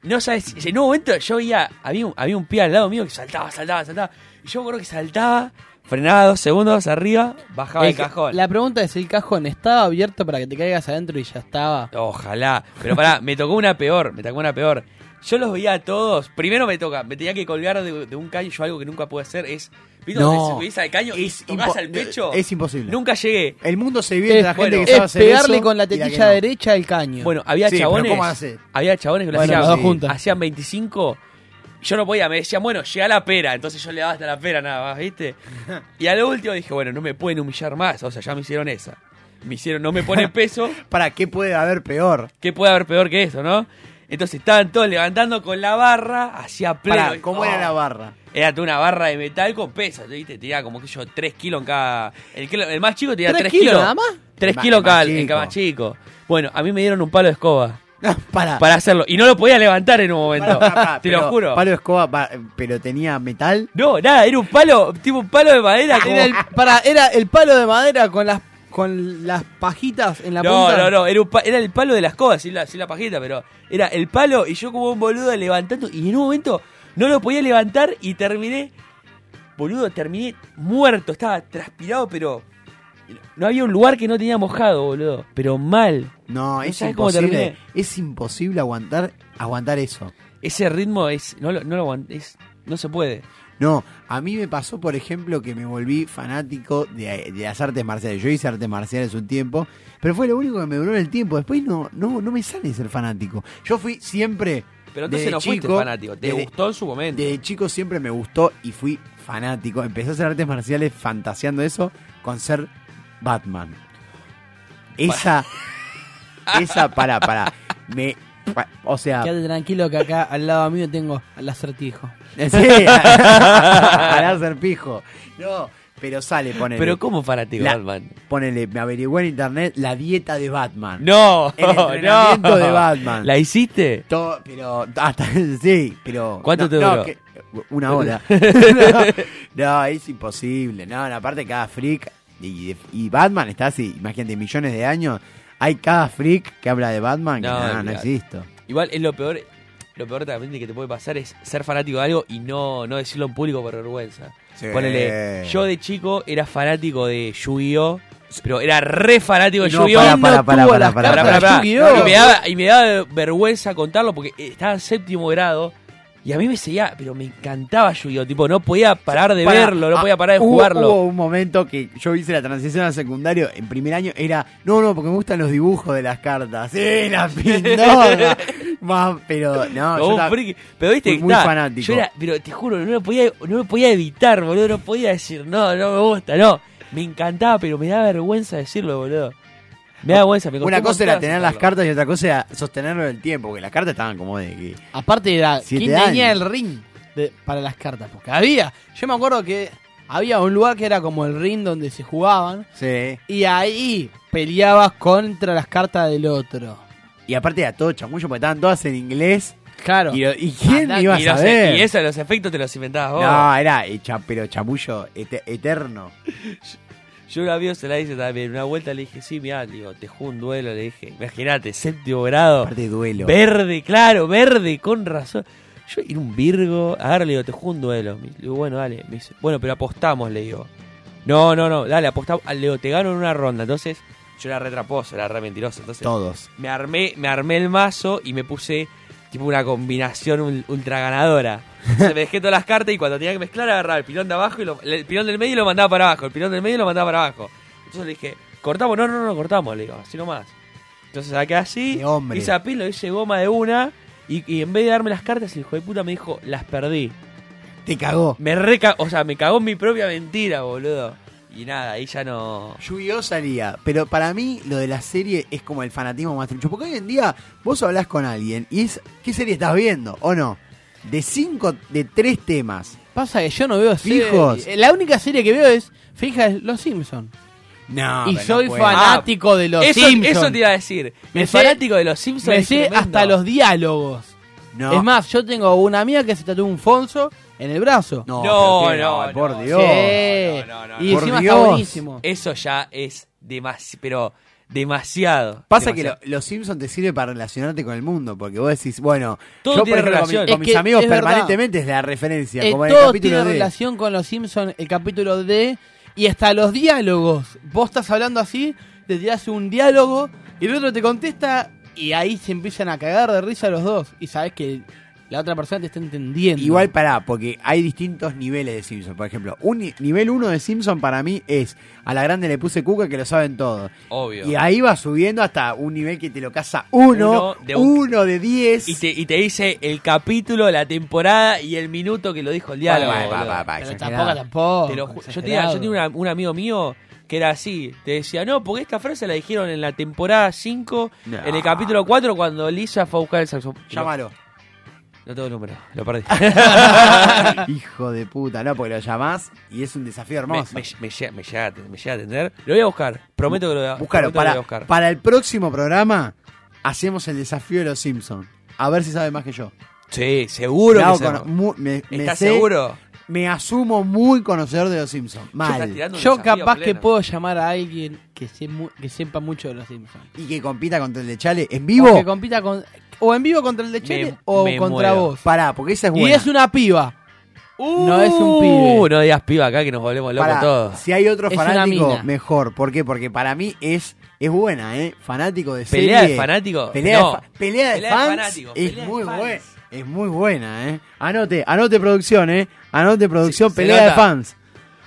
Speaker 5: No sabes. En un momento yo veía. Había un, había un pie al lado mío que saltaba, saltaba, saltaba. Y yo creo que saltaba, frenaba dos segundos arriba, bajaba el,
Speaker 4: El-
Speaker 5: cajón.
Speaker 4: La pregunta es, ¿el cajón estaba abierto para que te caigas adentro y ya estaba?
Speaker 5: Ojalá. Pero pará, me tocó una peor, me tocó una peor. Yo los veía a todos. Primero me toca, me tenía que colgar de, de un caño. Yo algo que nunca pude hacer es. ¿Viste
Speaker 6: No.
Speaker 5: cuando te subís al caño y
Speaker 6: Es
Speaker 5: tocas
Speaker 6: impo-
Speaker 5: al pecho?
Speaker 6: es imposible.
Speaker 5: Nunca llegué.
Speaker 6: El mundo se vive de la gente
Speaker 5: bueno,
Speaker 6: que sabe
Speaker 4: Es
Speaker 6: hacer
Speaker 4: pegarle
Speaker 6: eso
Speaker 4: con la
Speaker 6: y que
Speaker 4: tetilla
Speaker 6: no.
Speaker 4: derecha al caño.
Speaker 5: Bueno, había
Speaker 6: Sí, pero
Speaker 5: chabones.
Speaker 6: ¿cómo hace?
Speaker 5: Había chabones que lo
Speaker 6: Bueno,
Speaker 5: hacían,
Speaker 6: las dos juntas.
Speaker 5: hacían 25. Yo no podía, me decían, bueno, llega la pera. Entonces yo le daba hasta la pera nada más, ¿viste? Y a lo último dije, bueno, no me pueden humillar más. O sea, ya me hicieron esa. Me hicieron, no me ponen peso.
Speaker 6: ¿Para qué puede haber peor?
Speaker 5: ¿Qué puede haber peor que eso, no? Entonces estaban todos levantando con la barra hacia pleno.
Speaker 6: Pará, ¿cómo
Speaker 5: Oh.
Speaker 6: era la barra?
Speaker 5: Era toda una barra de metal con pesas, ¿viste? Tenía como que yo 3 kilos en cada. El, kilo- el más chico tenía
Speaker 4: ¿Tres
Speaker 5: 3
Speaker 4: kilos
Speaker 5: kilos.
Speaker 4: nada más?
Speaker 5: 3
Speaker 6: El ma-
Speaker 5: kilos
Speaker 6: el más
Speaker 5: cada, en
Speaker 6: chico.
Speaker 5: cada más chico. Bueno, a mí me dieron un palo de escoba.
Speaker 6: Para.
Speaker 5: para hacerlo. Y no lo podía levantar en un momento. te lo juro.
Speaker 6: Palo de escoba, pa- pero tenía metal.
Speaker 5: No, nada, era un palo, tipo un palo de madera. como-
Speaker 4: Ah, Era el, para, era el palo de madera con las con las pajitas en la
Speaker 5: No,
Speaker 4: punta.
Speaker 5: no, no, era, un pa- era el palo de las cosas, sin la, sin la pajita, pero era el palo y yo como un boludo levantando y en un momento no lo podía levantar y terminé, boludo, terminé muerto, estaba transpirado, pero no había un lugar que no tenía mojado, boludo, pero mal.
Speaker 6: No, es
Speaker 5: sabes cómo
Speaker 6: imposible.
Speaker 5: terminé?
Speaker 6: Es imposible aguantar, aguantar eso.
Speaker 5: Ese ritmo es, no lo, no lo aguant- es- no se puede.
Speaker 6: No, a mí me pasó, por ejemplo, que me volví fanático de, de las artes marciales. Yo hice artes marciales un tiempo, pero fue lo único que me duró en el tiempo. Después no, no, no me sale ser fanático. Yo fui siempre.
Speaker 5: Pero entonces
Speaker 6: desde
Speaker 5: no fuiste
Speaker 6: chico,
Speaker 5: fanático, te
Speaker 6: desde-
Speaker 5: gustó en su momento.
Speaker 6: Desde chico siempre me gustó y fui fanático. Empecé a hacer artes marciales fantaseando eso con ser Batman. Esa. esa, para, para. Me. pa- o sea.
Speaker 4: Quédate tranquilo que acá al lado mío tengo al acertijo.
Speaker 6: Sí, al acerpijo. No, pero sale, ponele.
Speaker 5: pero ¿cómo fanático,
Speaker 6: La-
Speaker 5: Batman?
Speaker 6: Ponele, me averigüé en internet la dieta de Batman.
Speaker 5: No,
Speaker 6: El entrenamiento
Speaker 5: no.
Speaker 6: de Batman.
Speaker 5: ¿La hiciste?
Speaker 6: To- pero hasta sí, pero
Speaker 5: ¿Cuánto
Speaker 6: no,
Speaker 5: te
Speaker 6: no,
Speaker 5: duró?
Speaker 6: que- una hora. no, es imposible. No, no, aparte cada freak y, y Batman está así, imagínate millones de años, hay cada freak que habla de Batman que
Speaker 5: No,
Speaker 6: no, no,
Speaker 5: olvidate.
Speaker 6: existo.
Speaker 5: Igual es lo peor, lo peor también de que te puede pasar es ser fanático de algo y no, no decirlo en público por vergüenza.
Speaker 6: Sí.
Speaker 5: Ponele, yo de chico era fanático de Yu-Gi-Oh! Pero era re fanático de
Speaker 6: No,
Speaker 5: Yu-Gi-Oh!
Speaker 6: pará, pará, pará,
Speaker 4: tuvo
Speaker 6: pará,
Speaker 4: las
Speaker 6: pará,
Speaker 5: Pará,
Speaker 6: pará.
Speaker 5: pará, pará.
Speaker 4: Yu-Gi-Oh!
Speaker 5: Y me daba, y me daba vergüenza contarlo porque estaba en séptimo grado y a mí me seguía, pero me encantaba Yu-Gi-Oh! Tipo, no podía parar de
Speaker 6: Para-
Speaker 5: verlo, no
Speaker 6: ah,
Speaker 5: podía parar de
Speaker 6: hubo-
Speaker 5: jugarlo.
Speaker 6: Hubo un momento que yo hice la transición al secundario en primer año, era, no, no, porque me gustan los dibujos de las cartas. Sí, la pindonga. Más, pero no,
Speaker 5: Como
Speaker 6: yo
Speaker 5: un
Speaker 6: estaba-
Speaker 5: friki. Pero viste,
Speaker 6: fui
Speaker 5: que
Speaker 6: muy
Speaker 5: está,
Speaker 6: fanático.
Speaker 5: Yo era, pero te juro, no lo podía, no me podía evitar, boludo. No podía decir, no, no me gusta, no. Me encantaba, pero me da vergüenza decirlo, boludo. Me da vergüenza. Me costó
Speaker 6: Una cosa era
Speaker 5: contar
Speaker 6: tener las
Speaker 5: aceptarlo.
Speaker 6: cartas y otra cosa era sostenerlo en el tiempo, porque las cartas estaban como de que.
Speaker 4: Aparte era
Speaker 6: Siete
Speaker 4: quién tenía
Speaker 6: años.
Speaker 4: el ring de- para las cartas, porque había, yo me acuerdo que había un lugar que era como el ring donde se jugaban
Speaker 6: Sí.
Speaker 4: y ahí peleabas contra las cartas del otro.
Speaker 6: Y aparte era todo chamullo, porque estaban todas en inglés.
Speaker 4: Claro.
Speaker 6: Y, lo- ¿y quién
Speaker 4: Andá-
Speaker 6: iba a
Speaker 5: Y, los, e-
Speaker 6: saber?
Speaker 5: y eso, los efectos te los inventabas vos.
Speaker 6: No, era eh, cha- pero chamullo ete- eterno.
Speaker 5: Yo un amigo se la hice también. Una vuelta le dije, sí, mirá, le digo, te juego un duelo. Le dije, imagínate, séptimo grado.
Speaker 6: Aparte duelo.
Speaker 5: Verde, claro, verde, con razón. Yo era un virgo. A ver, le digo, te juego un duelo. Me- Le digo, bueno, dale. Me dice, bueno, pero apostamos, le digo. No, no, no, dale, apostamos. Le digo, te gano en una ronda. Entonces, yo era re traposo, era re mentiroso. Entonces,
Speaker 6: Todos.
Speaker 5: me armé, me armé el mazo y me puse tipo una combinación ul- ultra ganadora. Entonces me dejé todas las cartas y cuando tenía que mezclar agarraba el pilón de abajo y lo- el pilón del medio y lo mandaba para abajo, el pilón del medio y lo mandaba para abajo. Entonces le dije, cortamos, no, no, no, cortamos, le digo, así nomás. Entonces saqué así,
Speaker 6: Qué hombre.
Speaker 5: hice a pilo, hice goma de una y, y en vez de darme las cartas el hijo de puta me dijo, las perdí.
Speaker 6: Te cagó.
Speaker 5: Me reca o sea, me cagó en mi propia mentira, boludo. Y nada, ahí ya no...
Speaker 6: Yu-Gi-Oh salía, pero para mí lo de la serie es como el fanatismo más trucho. Porque hoy en día vos hablás con alguien y es ¿qué serie estás viendo? ¿O no? De cinco, de tres temas.
Speaker 4: Pasa que yo no veo
Speaker 6: Fijos.
Speaker 4: series. La única serie que veo es, fija, es Los Simpsons.
Speaker 6: No.
Speaker 5: Ah,
Speaker 4: y
Speaker 6: pero
Speaker 4: soy
Speaker 6: no puede. Ah,
Speaker 4: fanático de Los
Speaker 5: Eso,
Speaker 4: Simpsons.
Speaker 5: eso te iba a decir.
Speaker 4: Me
Speaker 5: el
Speaker 4: sé-
Speaker 5: fanático de los Simpsons.
Speaker 4: Me
Speaker 5: es
Speaker 4: sé
Speaker 5: tremendo.
Speaker 4: hasta los diálogos.
Speaker 6: No.
Speaker 4: Es más, yo tengo una amiga que se tatuó un Fonso en el brazo.
Speaker 6: No,
Speaker 5: No,
Speaker 6: pero qué,
Speaker 5: no,
Speaker 6: ay, por
Speaker 5: no.
Speaker 6: Dios.
Speaker 4: Sí.
Speaker 5: No, no, no,
Speaker 4: Eh,
Speaker 6: no.
Speaker 4: y encima
Speaker 6: Por
Speaker 4: está
Speaker 6: Dios.
Speaker 4: buenísimo.
Speaker 5: Eso ya es demasiado. Pero demasiado.
Speaker 6: Pasa que
Speaker 5: Demasiado.
Speaker 6: lo- los Simpsons te sirve para relacionarte con el mundo, porque vos decís, bueno,
Speaker 5: Todo
Speaker 6: yo por
Speaker 5: tiene
Speaker 6: ejemplo, con, mi-
Speaker 5: relación.
Speaker 6: con
Speaker 4: Es
Speaker 6: mis
Speaker 4: que
Speaker 6: amigos
Speaker 4: es verdad.
Speaker 6: permanentemente es la referencia,
Speaker 4: Eh,
Speaker 6: como en el
Speaker 4: todo
Speaker 6: capítulo
Speaker 4: tiene
Speaker 6: de...
Speaker 4: relación con Los Simpsons, el capítulo D. Y hasta los diálogos. Vos estás hablando así, te tirás un diálogo y el otro te contesta y ahí se empiezan a cagar de risa los dos. Y sabes que la otra persona te está entendiendo.
Speaker 6: Igual pará, porque hay distintos niveles de Simpson. Por ejemplo, un ni- nivel 1 de Simpson para mí es a la grande le puse cuca que lo saben todos.
Speaker 5: Obvio.
Speaker 6: Y ahí va subiendo hasta un nivel que te lo casa uno,
Speaker 5: Uno de un-
Speaker 6: uno de diez.
Speaker 5: Y te, y te dice el capítulo, la temporada y el minuto que lo dijo el diálogo.
Speaker 6: Pa, pa,
Speaker 5: boludo.
Speaker 6: pa, pa,
Speaker 4: Pero
Speaker 6: exagerado.
Speaker 4: tampoco, tampoco.
Speaker 5: Te lo ju- yo tenía, yo
Speaker 4: exagerado.
Speaker 5: tenía una- un amigo mío que era así. Te decía, no, porque esta frase la dijeron en la temporada 5,
Speaker 6: No.
Speaker 5: en el capítulo 4, cuando Lisa fue a buscar el saxofón.
Speaker 6: Llámalo.
Speaker 5: No tengo el número, lo perdí.
Speaker 6: Hijo de puta, no, porque lo llamás y es un desafío
Speaker 5: me,
Speaker 6: hermoso.
Speaker 5: me- me llega, me llega a- me llega a atender. Lo voy a buscar. Prometo Ah, que lo voy a,
Speaker 6: Búscalo,
Speaker 5: prometo que lo voy a
Speaker 6: para,
Speaker 5: buscar.
Speaker 6: para el próximo programa hacemos el desafío de los Simpsons. A ver si sabe más que yo.
Speaker 5: Sí, seguro.
Speaker 6: Me
Speaker 5: que
Speaker 6: hago
Speaker 5: sabemos.
Speaker 6: cono- mu- me- me
Speaker 5: ¿Estás
Speaker 6: sé-
Speaker 5: seguro?
Speaker 6: Me asumo muy conocedor de los Simpsons.
Speaker 5: Estás
Speaker 6: Mal.
Speaker 5: tirando un
Speaker 4: Yo
Speaker 5: desafío
Speaker 4: capaz que
Speaker 5: pleno.
Speaker 4: puedo llamar a alguien que, se mu- que sepa mucho de los Simpsons.
Speaker 6: Y que compita contra el de Chale en
Speaker 4: O
Speaker 6: vivo.
Speaker 4: que compita con. O en vivo contra el de Chile
Speaker 5: Me-
Speaker 4: o
Speaker 5: me
Speaker 4: contra
Speaker 5: muero.
Speaker 4: vos.
Speaker 6: Pará, porque esa es
Speaker 4: Y
Speaker 6: buena.
Speaker 4: es una piba. No es un
Speaker 5: Uh,
Speaker 4: pibe.
Speaker 5: No digas piba acá que nos volvemos locos
Speaker 6: Pará,
Speaker 5: todos.
Speaker 6: si hay otro
Speaker 4: Es una
Speaker 6: fanático,
Speaker 4: mina.
Speaker 6: mejor. ¿Por qué? Porque para mí es, es buena, ¿eh? Fanático de
Speaker 5: ¿Pelea
Speaker 6: serie.
Speaker 5: de fanático?
Speaker 6: Pelea,
Speaker 5: No.
Speaker 6: de, fa- pelea de
Speaker 5: Pelea de
Speaker 6: fans
Speaker 5: fanático,
Speaker 6: es
Speaker 5: pelea de
Speaker 6: muy
Speaker 5: fans.
Speaker 6: buena. Es muy buena, ¿eh? Anote, anote producción, ¿eh? Anote producción,
Speaker 5: se
Speaker 6: pelea de
Speaker 5: nota.
Speaker 6: fans.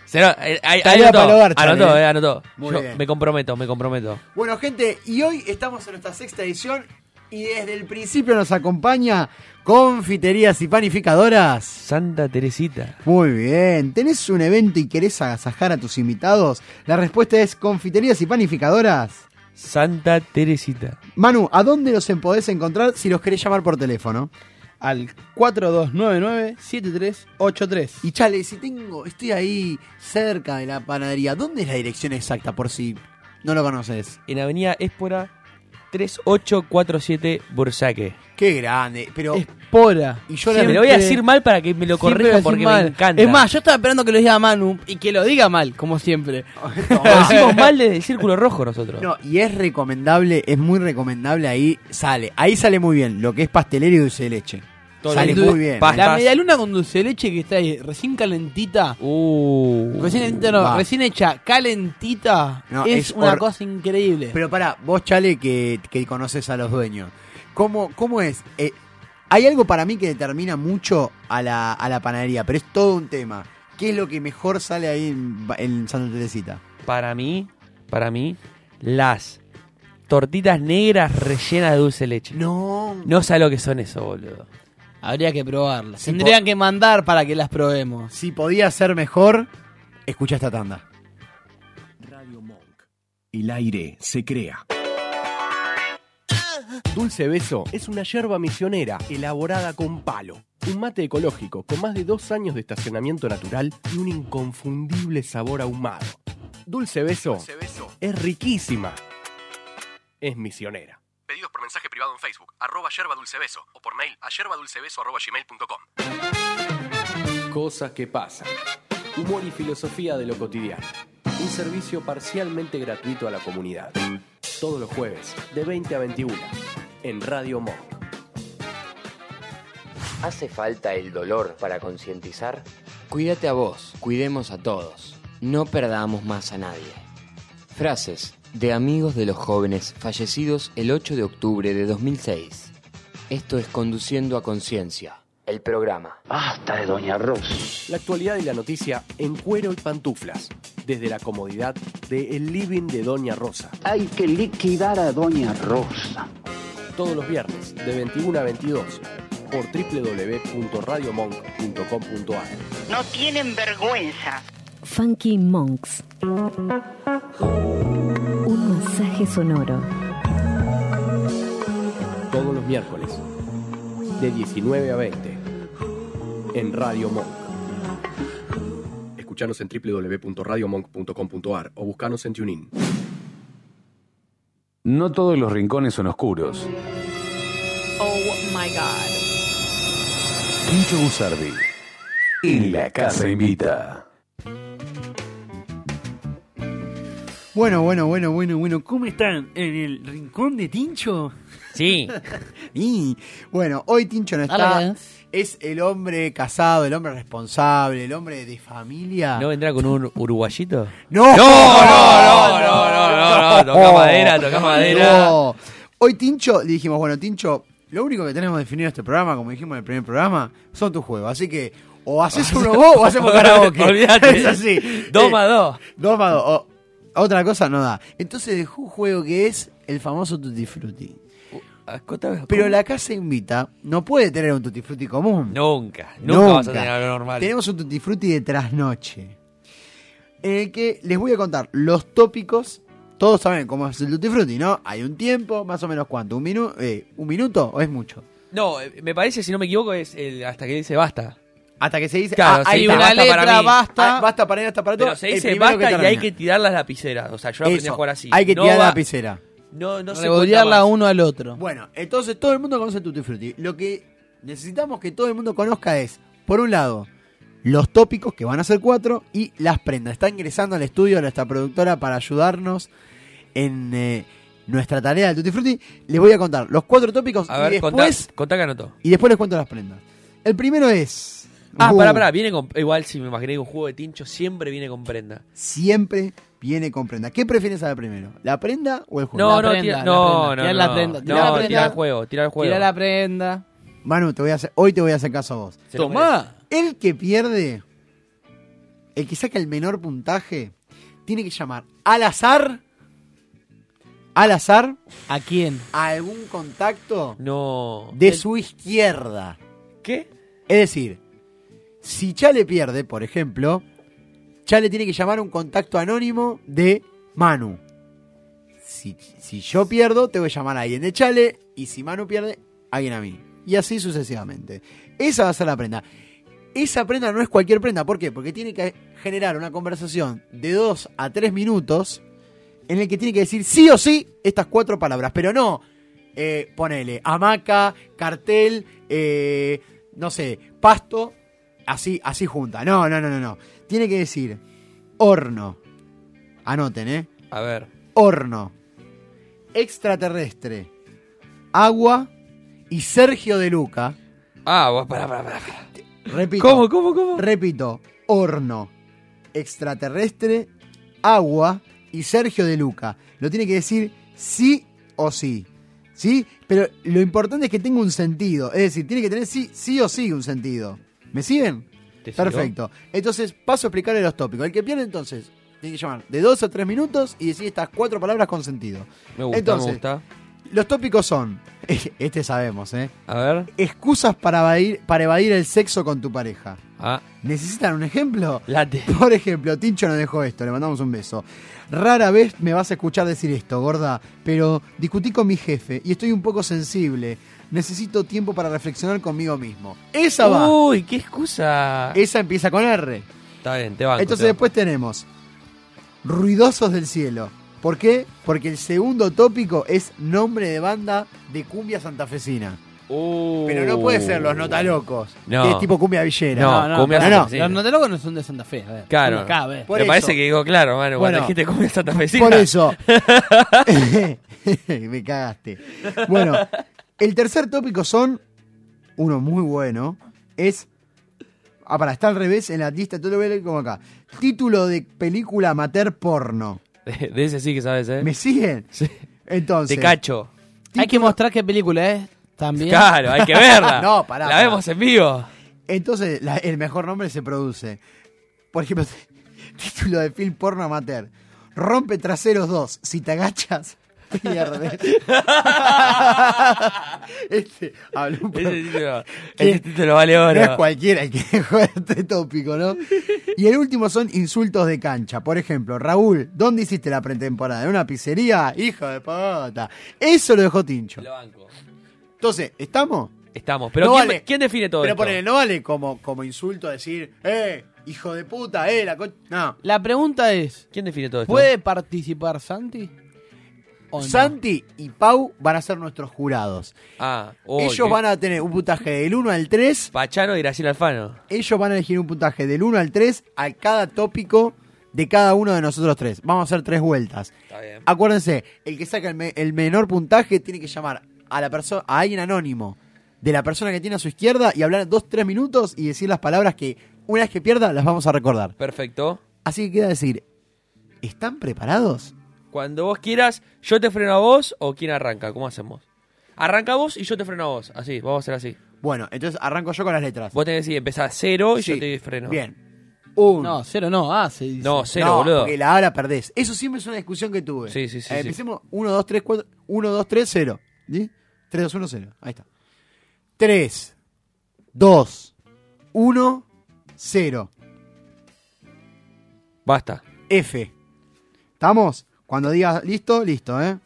Speaker 5: Se no- eh, ahí- ahí
Speaker 6: Tarea
Speaker 5: anotó,
Speaker 6: para el hogar, Charlie,
Speaker 5: anotó,
Speaker 6: eh.
Speaker 5: eh, anotó.
Speaker 6: Muy
Speaker 5: Yo
Speaker 6: bien.
Speaker 5: me comprometo, me comprometo.
Speaker 6: Bueno, gente, y hoy estamos en nuestra sexta edición y desde el principio nos acompaña Confiterías y Panificadoras.
Speaker 5: Santa Teresita.
Speaker 6: Muy bien, ¿tenés un evento y querés agasajar a tus invitados? La respuesta es Confiterías y Panificadoras.
Speaker 5: Santa Teresita.
Speaker 6: Manu, ¿a dónde los en- podés encontrar si los querés llamar por teléfono?
Speaker 4: Al 4299-7383.
Speaker 6: Y chale, si tengo, estoy ahí cerca de la panadería, ¿dónde es la dirección exacta por si no lo conoces?
Speaker 5: En Avenida Espora 3847 Bursaque.
Speaker 6: Qué grande, pero
Speaker 4: Espora.
Speaker 6: y yo la-
Speaker 5: Me lo voy a decir mal para que me lo
Speaker 4: Siempre
Speaker 5: corrijan
Speaker 4: decís
Speaker 5: porque
Speaker 4: mal.
Speaker 5: me encanta.
Speaker 4: Es más, yo estaba esperando que lo diga Manu y que lo diga mal, como siempre.
Speaker 5: lo decimos mal desde el círculo rojo nosotros.
Speaker 6: No, y es recomendable, es muy recomendable ahí sale, ahí sale muy bien lo que es pastelero y dulce de leche.
Speaker 5: Todo
Speaker 6: sale
Speaker 4: lo que-
Speaker 6: muy bien. ¿eh?
Speaker 5: Pastas.
Speaker 4: La medialuna con dulce de leche que está ahí, recién calentita.
Speaker 5: Uh.
Speaker 4: Recién, calentita no,
Speaker 6: va.
Speaker 4: recién hecha, calentita.
Speaker 6: No,
Speaker 4: es,
Speaker 6: es
Speaker 4: una
Speaker 6: hor-
Speaker 4: cosa increíble.
Speaker 6: Pero pará, vos Chale que, que conoces a los dueños, ¿cómo, cómo es? Eh, hay algo para mí que determina mucho a la, a la panadería, pero es todo un tema. ¿Qué es lo que mejor sale ahí en, en Santa Teresita?
Speaker 5: Para mí, para mí, las tortitas negras rellenas de dulce de leche.
Speaker 6: No.
Speaker 5: No sé lo que son eso, boludo.
Speaker 4: Habría que probarlas.
Speaker 6: Sí,
Speaker 4: Tendrían que mandar para que las probemos.
Speaker 6: Si podía ser mejor, escucha esta tanda.
Speaker 1: Radio Monk. El aire se crea.
Speaker 12: Dulce Beso es una yerba misionera elaborada con palo. Un mate ecológico con más de dos años de estacionamiento natural y un inconfundible sabor ahumado. Dulce Beso, es riquísima. Es misionera. Pedidos por mensaje privado en Facebook, arroba yerba dulce beso, o por mail a yerbadulcebeso arroba gmail.com. Cosas que pasan. Humor y filosofía de lo cotidiano. Un servicio parcialmente gratuito a la comunidad todos los jueves de 20 a 21 en Radio Monk.
Speaker 2: ¿Hace falta el dolor para concientizar? Cuídate a vos, cuidemos a todos. No perdamos más a nadie. Frases de amigos de los jóvenes fallecidos el 8 de octubre de 2006. Esto es Conduciendo a Conciencia, el programa. Basta de Doña Rosa.
Speaker 12: La actualidad y la noticia en cuero y pantuflas, desde la comodidad de El Living de Doña Rosa,
Speaker 2: Hay que liquidar a Doña Rosa.
Speaker 12: todos los viernes de 21 a 22 por www.radiomonk.com.ar.
Speaker 2: No tienen vergüenza.
Speaker 13: Funky Monks. Un masaje sonoro.
Speaker 12: Todos los miércoles de 19 a 20 en Radio Monk. Escuchanos en www.radiomonk.com.ar o buscanos en TuneIn.
Speaker 8: No todos los rincones son oscuros.
Speaker 13: Oh my god.
Speaker 8: Pincho Usardi. En la casa invita.
Speaker 6: Bueno, bueno, bueno, bueno, bueno. ¿Cómo están? ¿En el rincón de Tincho?
Speaker 5: Sí.
Speaker 6: Y bueno, hoy Tincho no está.
Speaker 4: Hola.
Speaker 6: Es el hombre casado, el hombre responsable, el hombre de familia.
Speaker 5: ¿No vendrá con un uruguayito?
Speaker 6: ¡No!
Speaker 5: No, no, no, no, no, no, no. Toca madera, toca madera.
Speaker 6: No. Hoy Tincho, le dijimos, bueno, Tincho, lo único que tenemos definido en este programa, como dijimos en el primer programa, son tus juegos. Así que, o haces uno vos o hacemos karaoke.
Speaker 5: Olvídate.
Speaker 6: Es así. Eh,
Speaker 5: Dos más dos.
Speaker 6: Dos más dos. O- otra cosa no da. Entonces dejó un juego que es el famoso Tutti Frutti.
Speaker 5: Uh, ah,
Speaker 6: Pero la casa invita no puede tener un Tutti Frutti común.
Speaker 5: Nunca, nunca,
Speaker 6: Nunca.
Speaker 5: vas a tener algo normal.
Speaker 6: Tenemos un Tutti Frutti de trasnoche. En el que les voy a contar los tópicos. Todos saben cómo es el Tutti Frutti, ¿no? Hay un tiempo, más o menos cuánto. ¿Un, minu- eh, ¿un minuto o es mucho?
Speaker 5: No, eh, me parece, si no me equivoco, es el- hasta que dice basta.
Speaker 6: Hasta que se dice.
Speaker 5: Claro,
Speaker 6: ah,
Speaker 5: se
Speaker 6: ahí
Speaker 4: Hay
Speaker 5: dice
Speaker 6: está.
Speaker 5: basta
Speaker 4: una
Speaker 5: para
Speaker 4: letra,
Speaker 5: mí.
Speaker 4: basta.
Speaker 6: Ah, basta para ir hasta para todo.
Speaker 5: Pero se
Speaker 6: el
Speaker 5: dice
Speaker 6: primero
Speaker 5: basta y
Speaker 6: termina.
Speaker 5: hay que tirar las lapiceras. O sea, yo aprendí
Speaker 6: Eso,
Speaker 5: a jugar así.
Speaker 6: Hay que
Speaker 5: No
Speaker 6: tirar la
Speaker 5: va-
Speaker 6: lapicera.
Speaker 5: No, no se
Speaker 4: Revolearla
Speaker 5: cuenta más.
Speaker 4: uno al otro.
Speaker 6: Bueno, entonces todo el mundo conoce Tutti Frutti. Lo que necesitamos que todo el mundo conozca es, por un lado, los tópicos, que van a ser cuatro, y las prendas. Está ingresando al estudio nuestra productora para ayudarnos en eh, nuestra tarea de Tutti Frutti. Les voy a contar los cuatro tópicos
Speaker 5: A
Speaker 6: y
Speaker 5: ver, contá,
Speaker 6: después,
Speaker 5: contá que anotó.
Speaker 6: y después les cuento las prendas. El primero es...
Speaker 5: Ah,
Speaker 6: Uh,
Speaker 5: pará, pará, viene con. Igual si me imaginé que un juego de tincho siempre viene con prenda.
Speaker 6: Siempre viene con prenda. ¿Qué prefieres saber primero? ¿La prenda o el juego?
Speaker 5: No, no, tira- no, no,
Speaker 4: Tirá la
Speaker 5: no.
Speaker 4: prenda, tirá
Speaker 5: No,
Speaker 4: la prenda.
Speaker 5: tirá el juego, tirá el juego.
Speaker 4: Tirá la prenda.
Speaker 6: Manu, te voy a hacer, hoy te voy a hacer caso a vos.
Speaker 5: Se lo Tomá.
Speaker 6: El que pierde, el que saca el menor puntaje, tiene que llamar al azar, al azar,
Speaker 4: ¿A quién?
Speaker 6: a algún contacto
Speaker 5: No.
Speaker 6: de su izquierda.
Speaker 5: ¿Qué?
Speaker 6: Es decir, si Chale pierde, por ejemplo, Chale tiene que llamar a un contacto anónimo de Manu. Si, si yo pierdo, tengo que llamar a alguien de Chale. Y si Manu pierde, alguien a mí. Y así sucesivamente. Esa va a ser la prenda. Esa prenda no es cualquier prenda. ¿Por qué? Porque tiene que generar una conversación de 2 a 3 minutos en el que tiene que decir sí o sí estas cuatro palabras. Pero no, eh, ponele, hamaca, cartel, eh, no sé, pasto, así, así junta. No, no, no, no, no. Tiene que decir horno. Anoten, ¿eh?
Speaker 5: A ver.
Speaker 6: Horno. Extraterrestre. Agua. Y Sergio de Luca.
Speaker 5: Ah, vos, pará, pará, pará. pará.
Speaker 6: Repito.
Speaker 5: ¿Cómo, cómo, cómo?
Speaker 6: Repito, horno, extraterrestre, agua y Sergio de Luca. Lo tiene que decir sí o sí. ¿Sí? Pero lo importante es que tenga un sentido. Es decir, tiene que tener sí, sí o sí un sentido. ¿Me siguen?
Speaker 5: ¿Te siguió?
Speaker 6: Perfecto. Entonces, paso a explicarle los tópicos. El que pierde, entonces, tiene que llamar de dos a tres minutos y decir estas cuatro palabras con sentido.
Speaker 5: Me gusta,
Speaker 6: Entonces,
Speaker 5: me gusta.
Speaker 6: Los tópicos son. Este sabemos, ¿eh?
Speaker 5: A ver.
Speaker 6: Excusas para evadir, para evadir el sexo con tu pareja.
Speaker 5: Ah,
Speaker 6: ¿Necesitan un ejemplo?
Speaker 5: late.
Speaker 6: Por ejemplo, Tincho nos dejó esto, le mandamos un beso. Rara vez me vas a escuchar decir esto, gorda, pero discutí con mi jefe y estoy un poco sensible. Necesito tiempo para reflexionar conmigo mismo. Esa va.
Speaker 5: Uy, qué excusa.
Speaker 6: Esa empieza con R.
Speaker 5: Está bien, te banco.
Speaker 6: Entonces
Speaker 5: te banco.
Speaker 6: después tenemos Ruidosos del Cielo. ¿Por qué? Porque el segundo tópico es nombre de banda de cumbia santafesina.
Speaker 5: Uh.
Speaker 6: Pero no puede ser los notalocos.
Speaker 5: No.
Speaker 6: Que es tipo cumbia villera.
Speaker 5: No, cumbia
Speaker 6: no, no.
Speaker 5: Sí.
Speaker 4: Los notelocos no son de Santa Fe, a ver.
Speaker 5: Claro.
Speaker 4: Son de acá, a ver.
Speaker 6: Por
Speaker 5: Me
Speaker 6: eso.
Speaker 5: parece que digo, claro, mano, cuando
Speaker 6: Bueno.
Speaker 5: dijiste comida santafesina.
Speaker 6: Por eso. Me cagaste. Bueno, el tercer tópico son. Uno muy bueno. Es. Ah, para, está al revés en la lista. Todo lo voy a leer como acá. Título de película amateur porno.
Speaker 5: De, de ese sí que sabes, ¿eh?
Speaker 6: ¿Me siguen?
Speaker 5: Sí.
Speaker 6: Entonces.
Speaker 5: Te cacho.
Speaker 4: Hay que mostrar qué película es también.
Speaker 5: Claro, hay que verla.
Speaker 6: No, pará,
Speaker 5: La
Speaker 6: pará.
Speaker 5: vemos en vivo.
Speaker 6: Entonces, la- el mejor nombre se produce. Por ejemplo, título de film porno amateur. Rompe traseros 2. Si te agachas, pierdes. este, habló un poco.
Speaker 5: Ese título,
Speaker 6: ¿Qué?
Speaker 8: "Este
Speaker 5: ese título vale oro.
Speaker 6: No es cualquiera el que juega este tópico, ¿no? Y el último son insultos de cancha. Por ejemplo, Raúl, ¿dónde hiciste la pretemporada? ¿En una pizzería? Hijo de puta. Eso lo dejó Tincho.
Speaker 5: Lo banco.
Speaker 6: Entonces, ¿estamos?
Speaker 5: Estamos. Pero
Speaker 6: No
Speaker 5: ¿quién,
Speaker 6: vale.
Speaker 5: quién define todo
Speaker 6: Pero
Speaker 5: esto?
Speaker 6: ponele, no vale como, como insulto decir, eh, hijo de puta, eh, la co-". No.
Speaker 4: La pregunta es,
Speaker 5: ¿Quién define todo esto?
Speaker 4: ¿puede participar Santi? ¿O no?
Speaker 6: Santi y Pau van a ser nuestros jurados.
Speaker 5: Ah, uy,
Speaker 6: Ellos
Speaker 5: qué-
Speaker 6: van a tener un puntaje del 1 al 3.
Speaker 5: Pachano y Graciela Alfano.
Speaker 6: Ellos van a elegir un puntaje del 1 al 3 a cada tópico de cada uno de nosotros tres. Vamos a hacer tres vueltas.
Speaker 5: Está bien.
Speaker 6: Acuérdense, el que saca el, me- el menor puntaje tiene que llamar a la persona, a alguien anónimo de la persona que tiene a su izquierda y hablar dos, tres minutos y decir las palabras que una vez que pierda las vamos a recordar.
Speaker 5: Perfecto.
Speaker 6: Así que queda decir, ¿están preparados?
Speaker 5: Cuando vos quieras, yo te freno a vos o quién arranca. ¿Cómo hacemos? Arranca vos y yo te freno a vos. Así, vamos a hacer así.
Speaker 6: Bueno, entonces arranco yo con las letras.
Speaker 5: Vos tenés que empezar cero y
Speaker 6: Sí.
Speaker 5: yo te freno.
Speaker 6: Bien. Un.
Speaker 4: No, cero no, ah, se dice.
Speaker 5: No, cero,
Speaker 6: no,
Speaker 5: boludo.
Speaker 6: porque la hora perdés. Eso siempre es una discusión que tuve.
Speaker 5: Sí, sí, sí,
Speaker 6: Eh,
Speaker 5: sí.
Speaker 6: Empecemos 1, 2, 3, 4. 1, 2, 3, 0. 3, 2, 1, 0. Ahí está. 3, 2, 1, 0.
Speaker 5: Basta.
Speaker 6: F. ¿Estamos? Cuando digas listo, listo, ¿eh?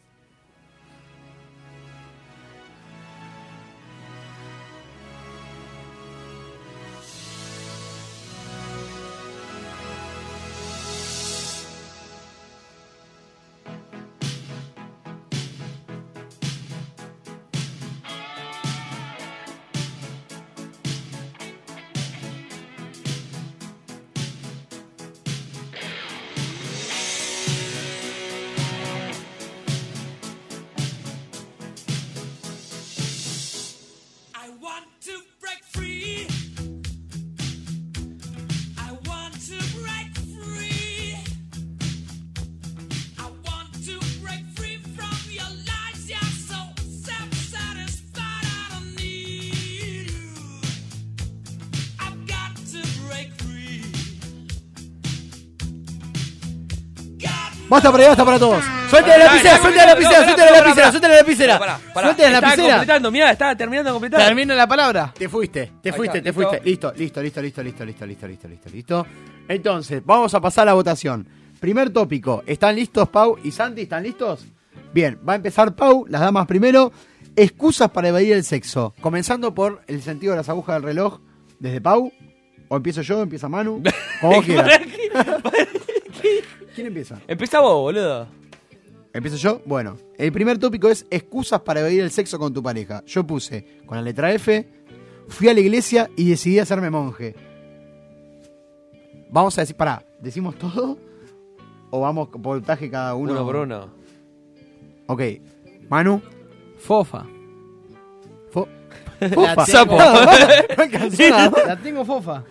Speaker 6: Basta para ahí, basta para todos. Suelta la lapicera, suelta la lapicera, suelta la lapicera, suelta la lapicera. Suelta la
Speaker 5: Estaba
Speaker 6: lapicera.
Speaker 5: completando, mirá, estaba terminando de completar.
Speaker 4: Termina la palabra.
Speaker 6: Te fuiste, te
Speaker 5: Ahí
Speaker 6: fuiste,
Speaker 5: está,
Speaker 6: te fuiste. Listo, listo, listo, listo, listo, listo, listo, listo, listo, listo. Entonces, vamos a pasar a la votación. Primer tópico. ¿Están listos, Pau y Santi? ¿Están listos? Bien, va a empezar Pau, las damas primero. Excusas para evadir el sexo. Comenzando por el sentido de las agujas del reloj desde Pau. O empiezo yo, empieza Manu. Como vos quieras. ¿Quién empieza?
Speaker 5: Empieza vos, boludo.
Speaker 6: ¿Empiezo yo? Bueno, el primer tópico es excusas para evadir el sexo con tu pareja. Yo puse con la letra F, fui a la iglesia y decidí hacerme monje. Vamos a decir, pará, ¿decimos todo? ¿O vamos con voltaje cada uno?
Speaker 5: Uno por uno.
Speaker 6: Ok, Manu.
Speaker 4: Fofa.
Speaker 6: Fo Fofa.
Speaker 4: Sapo.
Speaker 6: Nada más, no alcanzó nada más.
Speaker 4: La tengo fofa.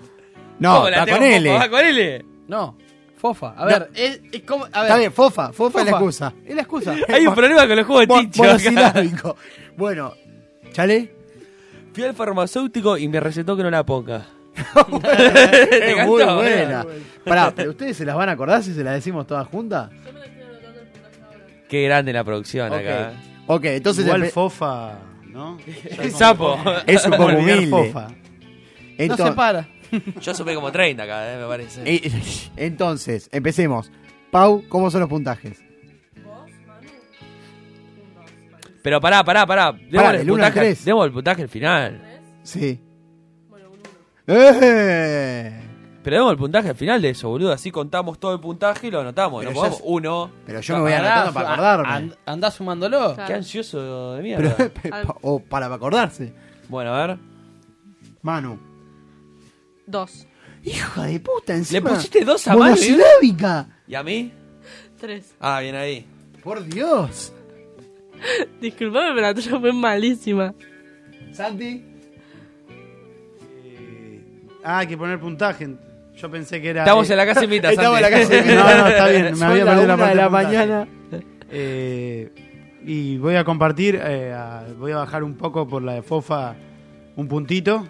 Speaker 6: No,
Speaker 4: ¿Cómo la
Speaker 6: está
Speaker 4: tengo
Speaker 6: con
Speaker 4: fofa?
Speaker 6: L.
Speaker 4: Va
Speaker 5: Ah, con L.
Speaker 4: No, fofa. A ver, es, es como. A ver.
Speaker 6: Está bien, fofa, fofa, es la excusa.
Speaker 4: Es la excusa.
Speaker 5: Hay un problema con los juegos de
Speaker 6: Mo-
Speaker 5: tincho. acá.
Speaker 6: monosilábico. Bueno, ¿chale?
Speaker 5: Fui al farmacéutico y me recetó que no la ponga.
Speaker 6: es
Speaker 5: encantó,
Speaker 6: muy
Speaker 5: eh.
Speaker 6: buena. Pará, ¿pero ustedes se las van a acordar si se las decimos todas juntas?
Speaker 5: Qué grande la producción acá. ¿eh?
Speaker 6: Ok, entonces...
Speaker 11: Igual
Speaker 6: empe-
Speaker 11: fofa, ¿no? Ya
Speaker 5: El
Speaker 11: como-
Speaker 5: sapo.
Speaker 6: Es un poco
Speaker 11: Como olvidar
Speaker 6: humilde.
Speaker 11: fofa.
Speaker 6: Entonces-
Speaker 4: para.
Speaker 5: Yo supe como 30 acá, eh, me parece.
Speaker 6: Eh, Entonces, empecemos. Pau, ¿cómo son los puntajes?
Speaker 5: Pero pará, pará, pará. Demos
Speaker 6: Pará,
Speaker 5: el
Speaker 6: del uno al
Speaker 5: puntaje-
Speaker 6: tres.
Speaker 5: demos el puntaje al final.
Speaker 6: Sí. ¡Eh!
Speaker 5: Pero demos el puntaje al final de eso, boludo. Así contamos todo el puntaje y lo anotamos.
Speaker 6: Pero
Speaker 5: no
Speaker 6: ya
Speaker 5: podemos
Speaker 6: es-
Speaker 5: uno.
Speaker 6: Pero yo me voy anotando para acordarme.
Speaker 4: And- andá sumándolo.
Speaker 5: Qué ansioso de mierda.
Speaker 6: Pero- oh. o para acordarse.
Speaker 5: Bueno, a ver.
Speaker 6: Manu.
Speaker 9: Dos.
Speaker 6: Hija de puta, encima.
Speaker 5: pusiste dos a Manu,
Speaker 6: ¿eh? Monosilábica.
Speaker 5: ¿Y a mí?
Speaker 9: Tres.
Speaker 5: Ah, bien ahí.
Speaker 6: Por Dios.
Speaker 9: Disculpame, pero la tuya fue malísima.
Speaker 6: Santi.
Speaker 11: Ah, hay que poner puntaje. Yo pensé que era. eh,
Speaker 5: Estamos en la casa invita,
Speaker 6: Estamos en la
Speaker 5: Santi.
Speaker 6: casa invita.
Speaker 11: No, no, está bien. Me
Speaker 6: Son
Speaker 11: había
Speaker 6: la
Speaker 11: perdido la
Speaker 6: una de
Speaker 11: parte
Speaker 6: la
Speaker 11: del puntaje.
Speaker 6: mañana.
Speaker 11: Eh, y voy a compartir. eh, a- voy a bajar un poco por la de Fofa un puntito.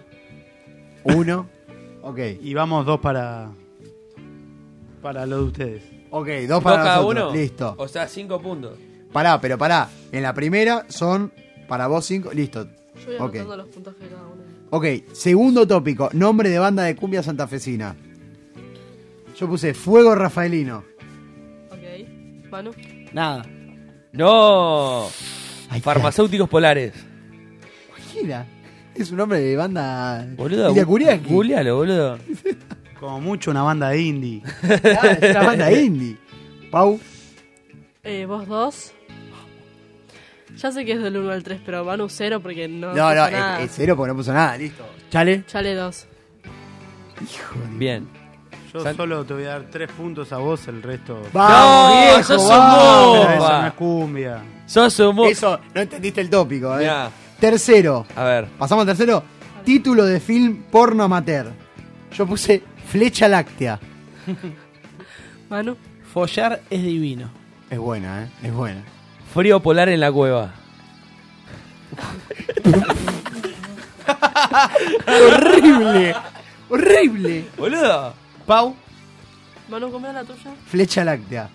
Speaker 6: Uno. Ok.
Speaker 11: Y vamos dos para. Para lo de ustedes.
Speaker 6: Ok, dos
Speaker 5: ¿Dos
Speaker 6: para
Speaker 5: cada
Speaker 6: nosotros.
Speaker 5: uno?
Speaker 6: Listo.
Speaker 5: O sea, cinco puntos.
Speaker 6: Pará, pero pará. En la primera son para vos cinco. Listo.
Speaker 9: Yo voy
Speaker 6: Ok.
Speaker 9: anotando los puntajes de cada uno.
Speaker 6: Ok, segundo tópico. Nombre de banda de cumbia santafesina. Yo puse Fuego Rafaelino.
Speaker 9: Ok. Manu.
Speaker 4: Nada.
Speaker 5: No. Farmacéuticos polares.
Speaker 6: Cualquiera. Es un nombre de banda.
Speaker 5: Boludo.
Speaker 6: Y de
Speaker 5: gu-
Speaker 6: Kuriaki.
Speaker 5: googlealo, boludo.
Speaker 11: Como mucho una banda indie.
Speaker 6: Ah, es una banda indie. Pau.
Speaker 9: Eh, vos dos. Ya sé que es del 1 al 3, pero Manu 0 porque no.
Speaker 6: No,
Speaker 9: puso
Speaker 6: no,
Speaker 9: nada.
Speaker 6: es, es cero porque no puso nada, listo. Chale.
Speaker 9: Chale 2.
Speaker 5: Bien.
Speaker 11: Yo
Speaker 5: San-
Speaker 11: solo te voy a dar tres puntos a vos, el resto.
Speaker 6: Vamos,
Speaker 5: No,
Speaker 6: viejo,
Speaker 5: sos un
Speaker 6: vamos.
Speaker 11: Pero eso
Speaker 5: va.
Speaker 11: no es cumbia.
Speaker 5: Sos un mo-
Speaker 6: Eso, no entendiste el tópico, eh.
Speaker 5: Mirá,
Speaker 6: Tercero.
Speaker 5: A ver.
Speaker 6: Pasamos al tercero. Título de film porno amateur. Yo puse Flecha Láctea.
Speaker 9: Manu.
Speaker 4: Follar es divino.
Speaker 6: Es buena, eh. Es buena.
Speaker 5: Frío polar en la cueva.
Speaker 6: Horrible. Horrible.
Speaker 5: Boludo.
Speaker 6: Pau.
Speaker 9: Manu, ¿cómo era la tuya?
Speaker 6: Flecha Láctea.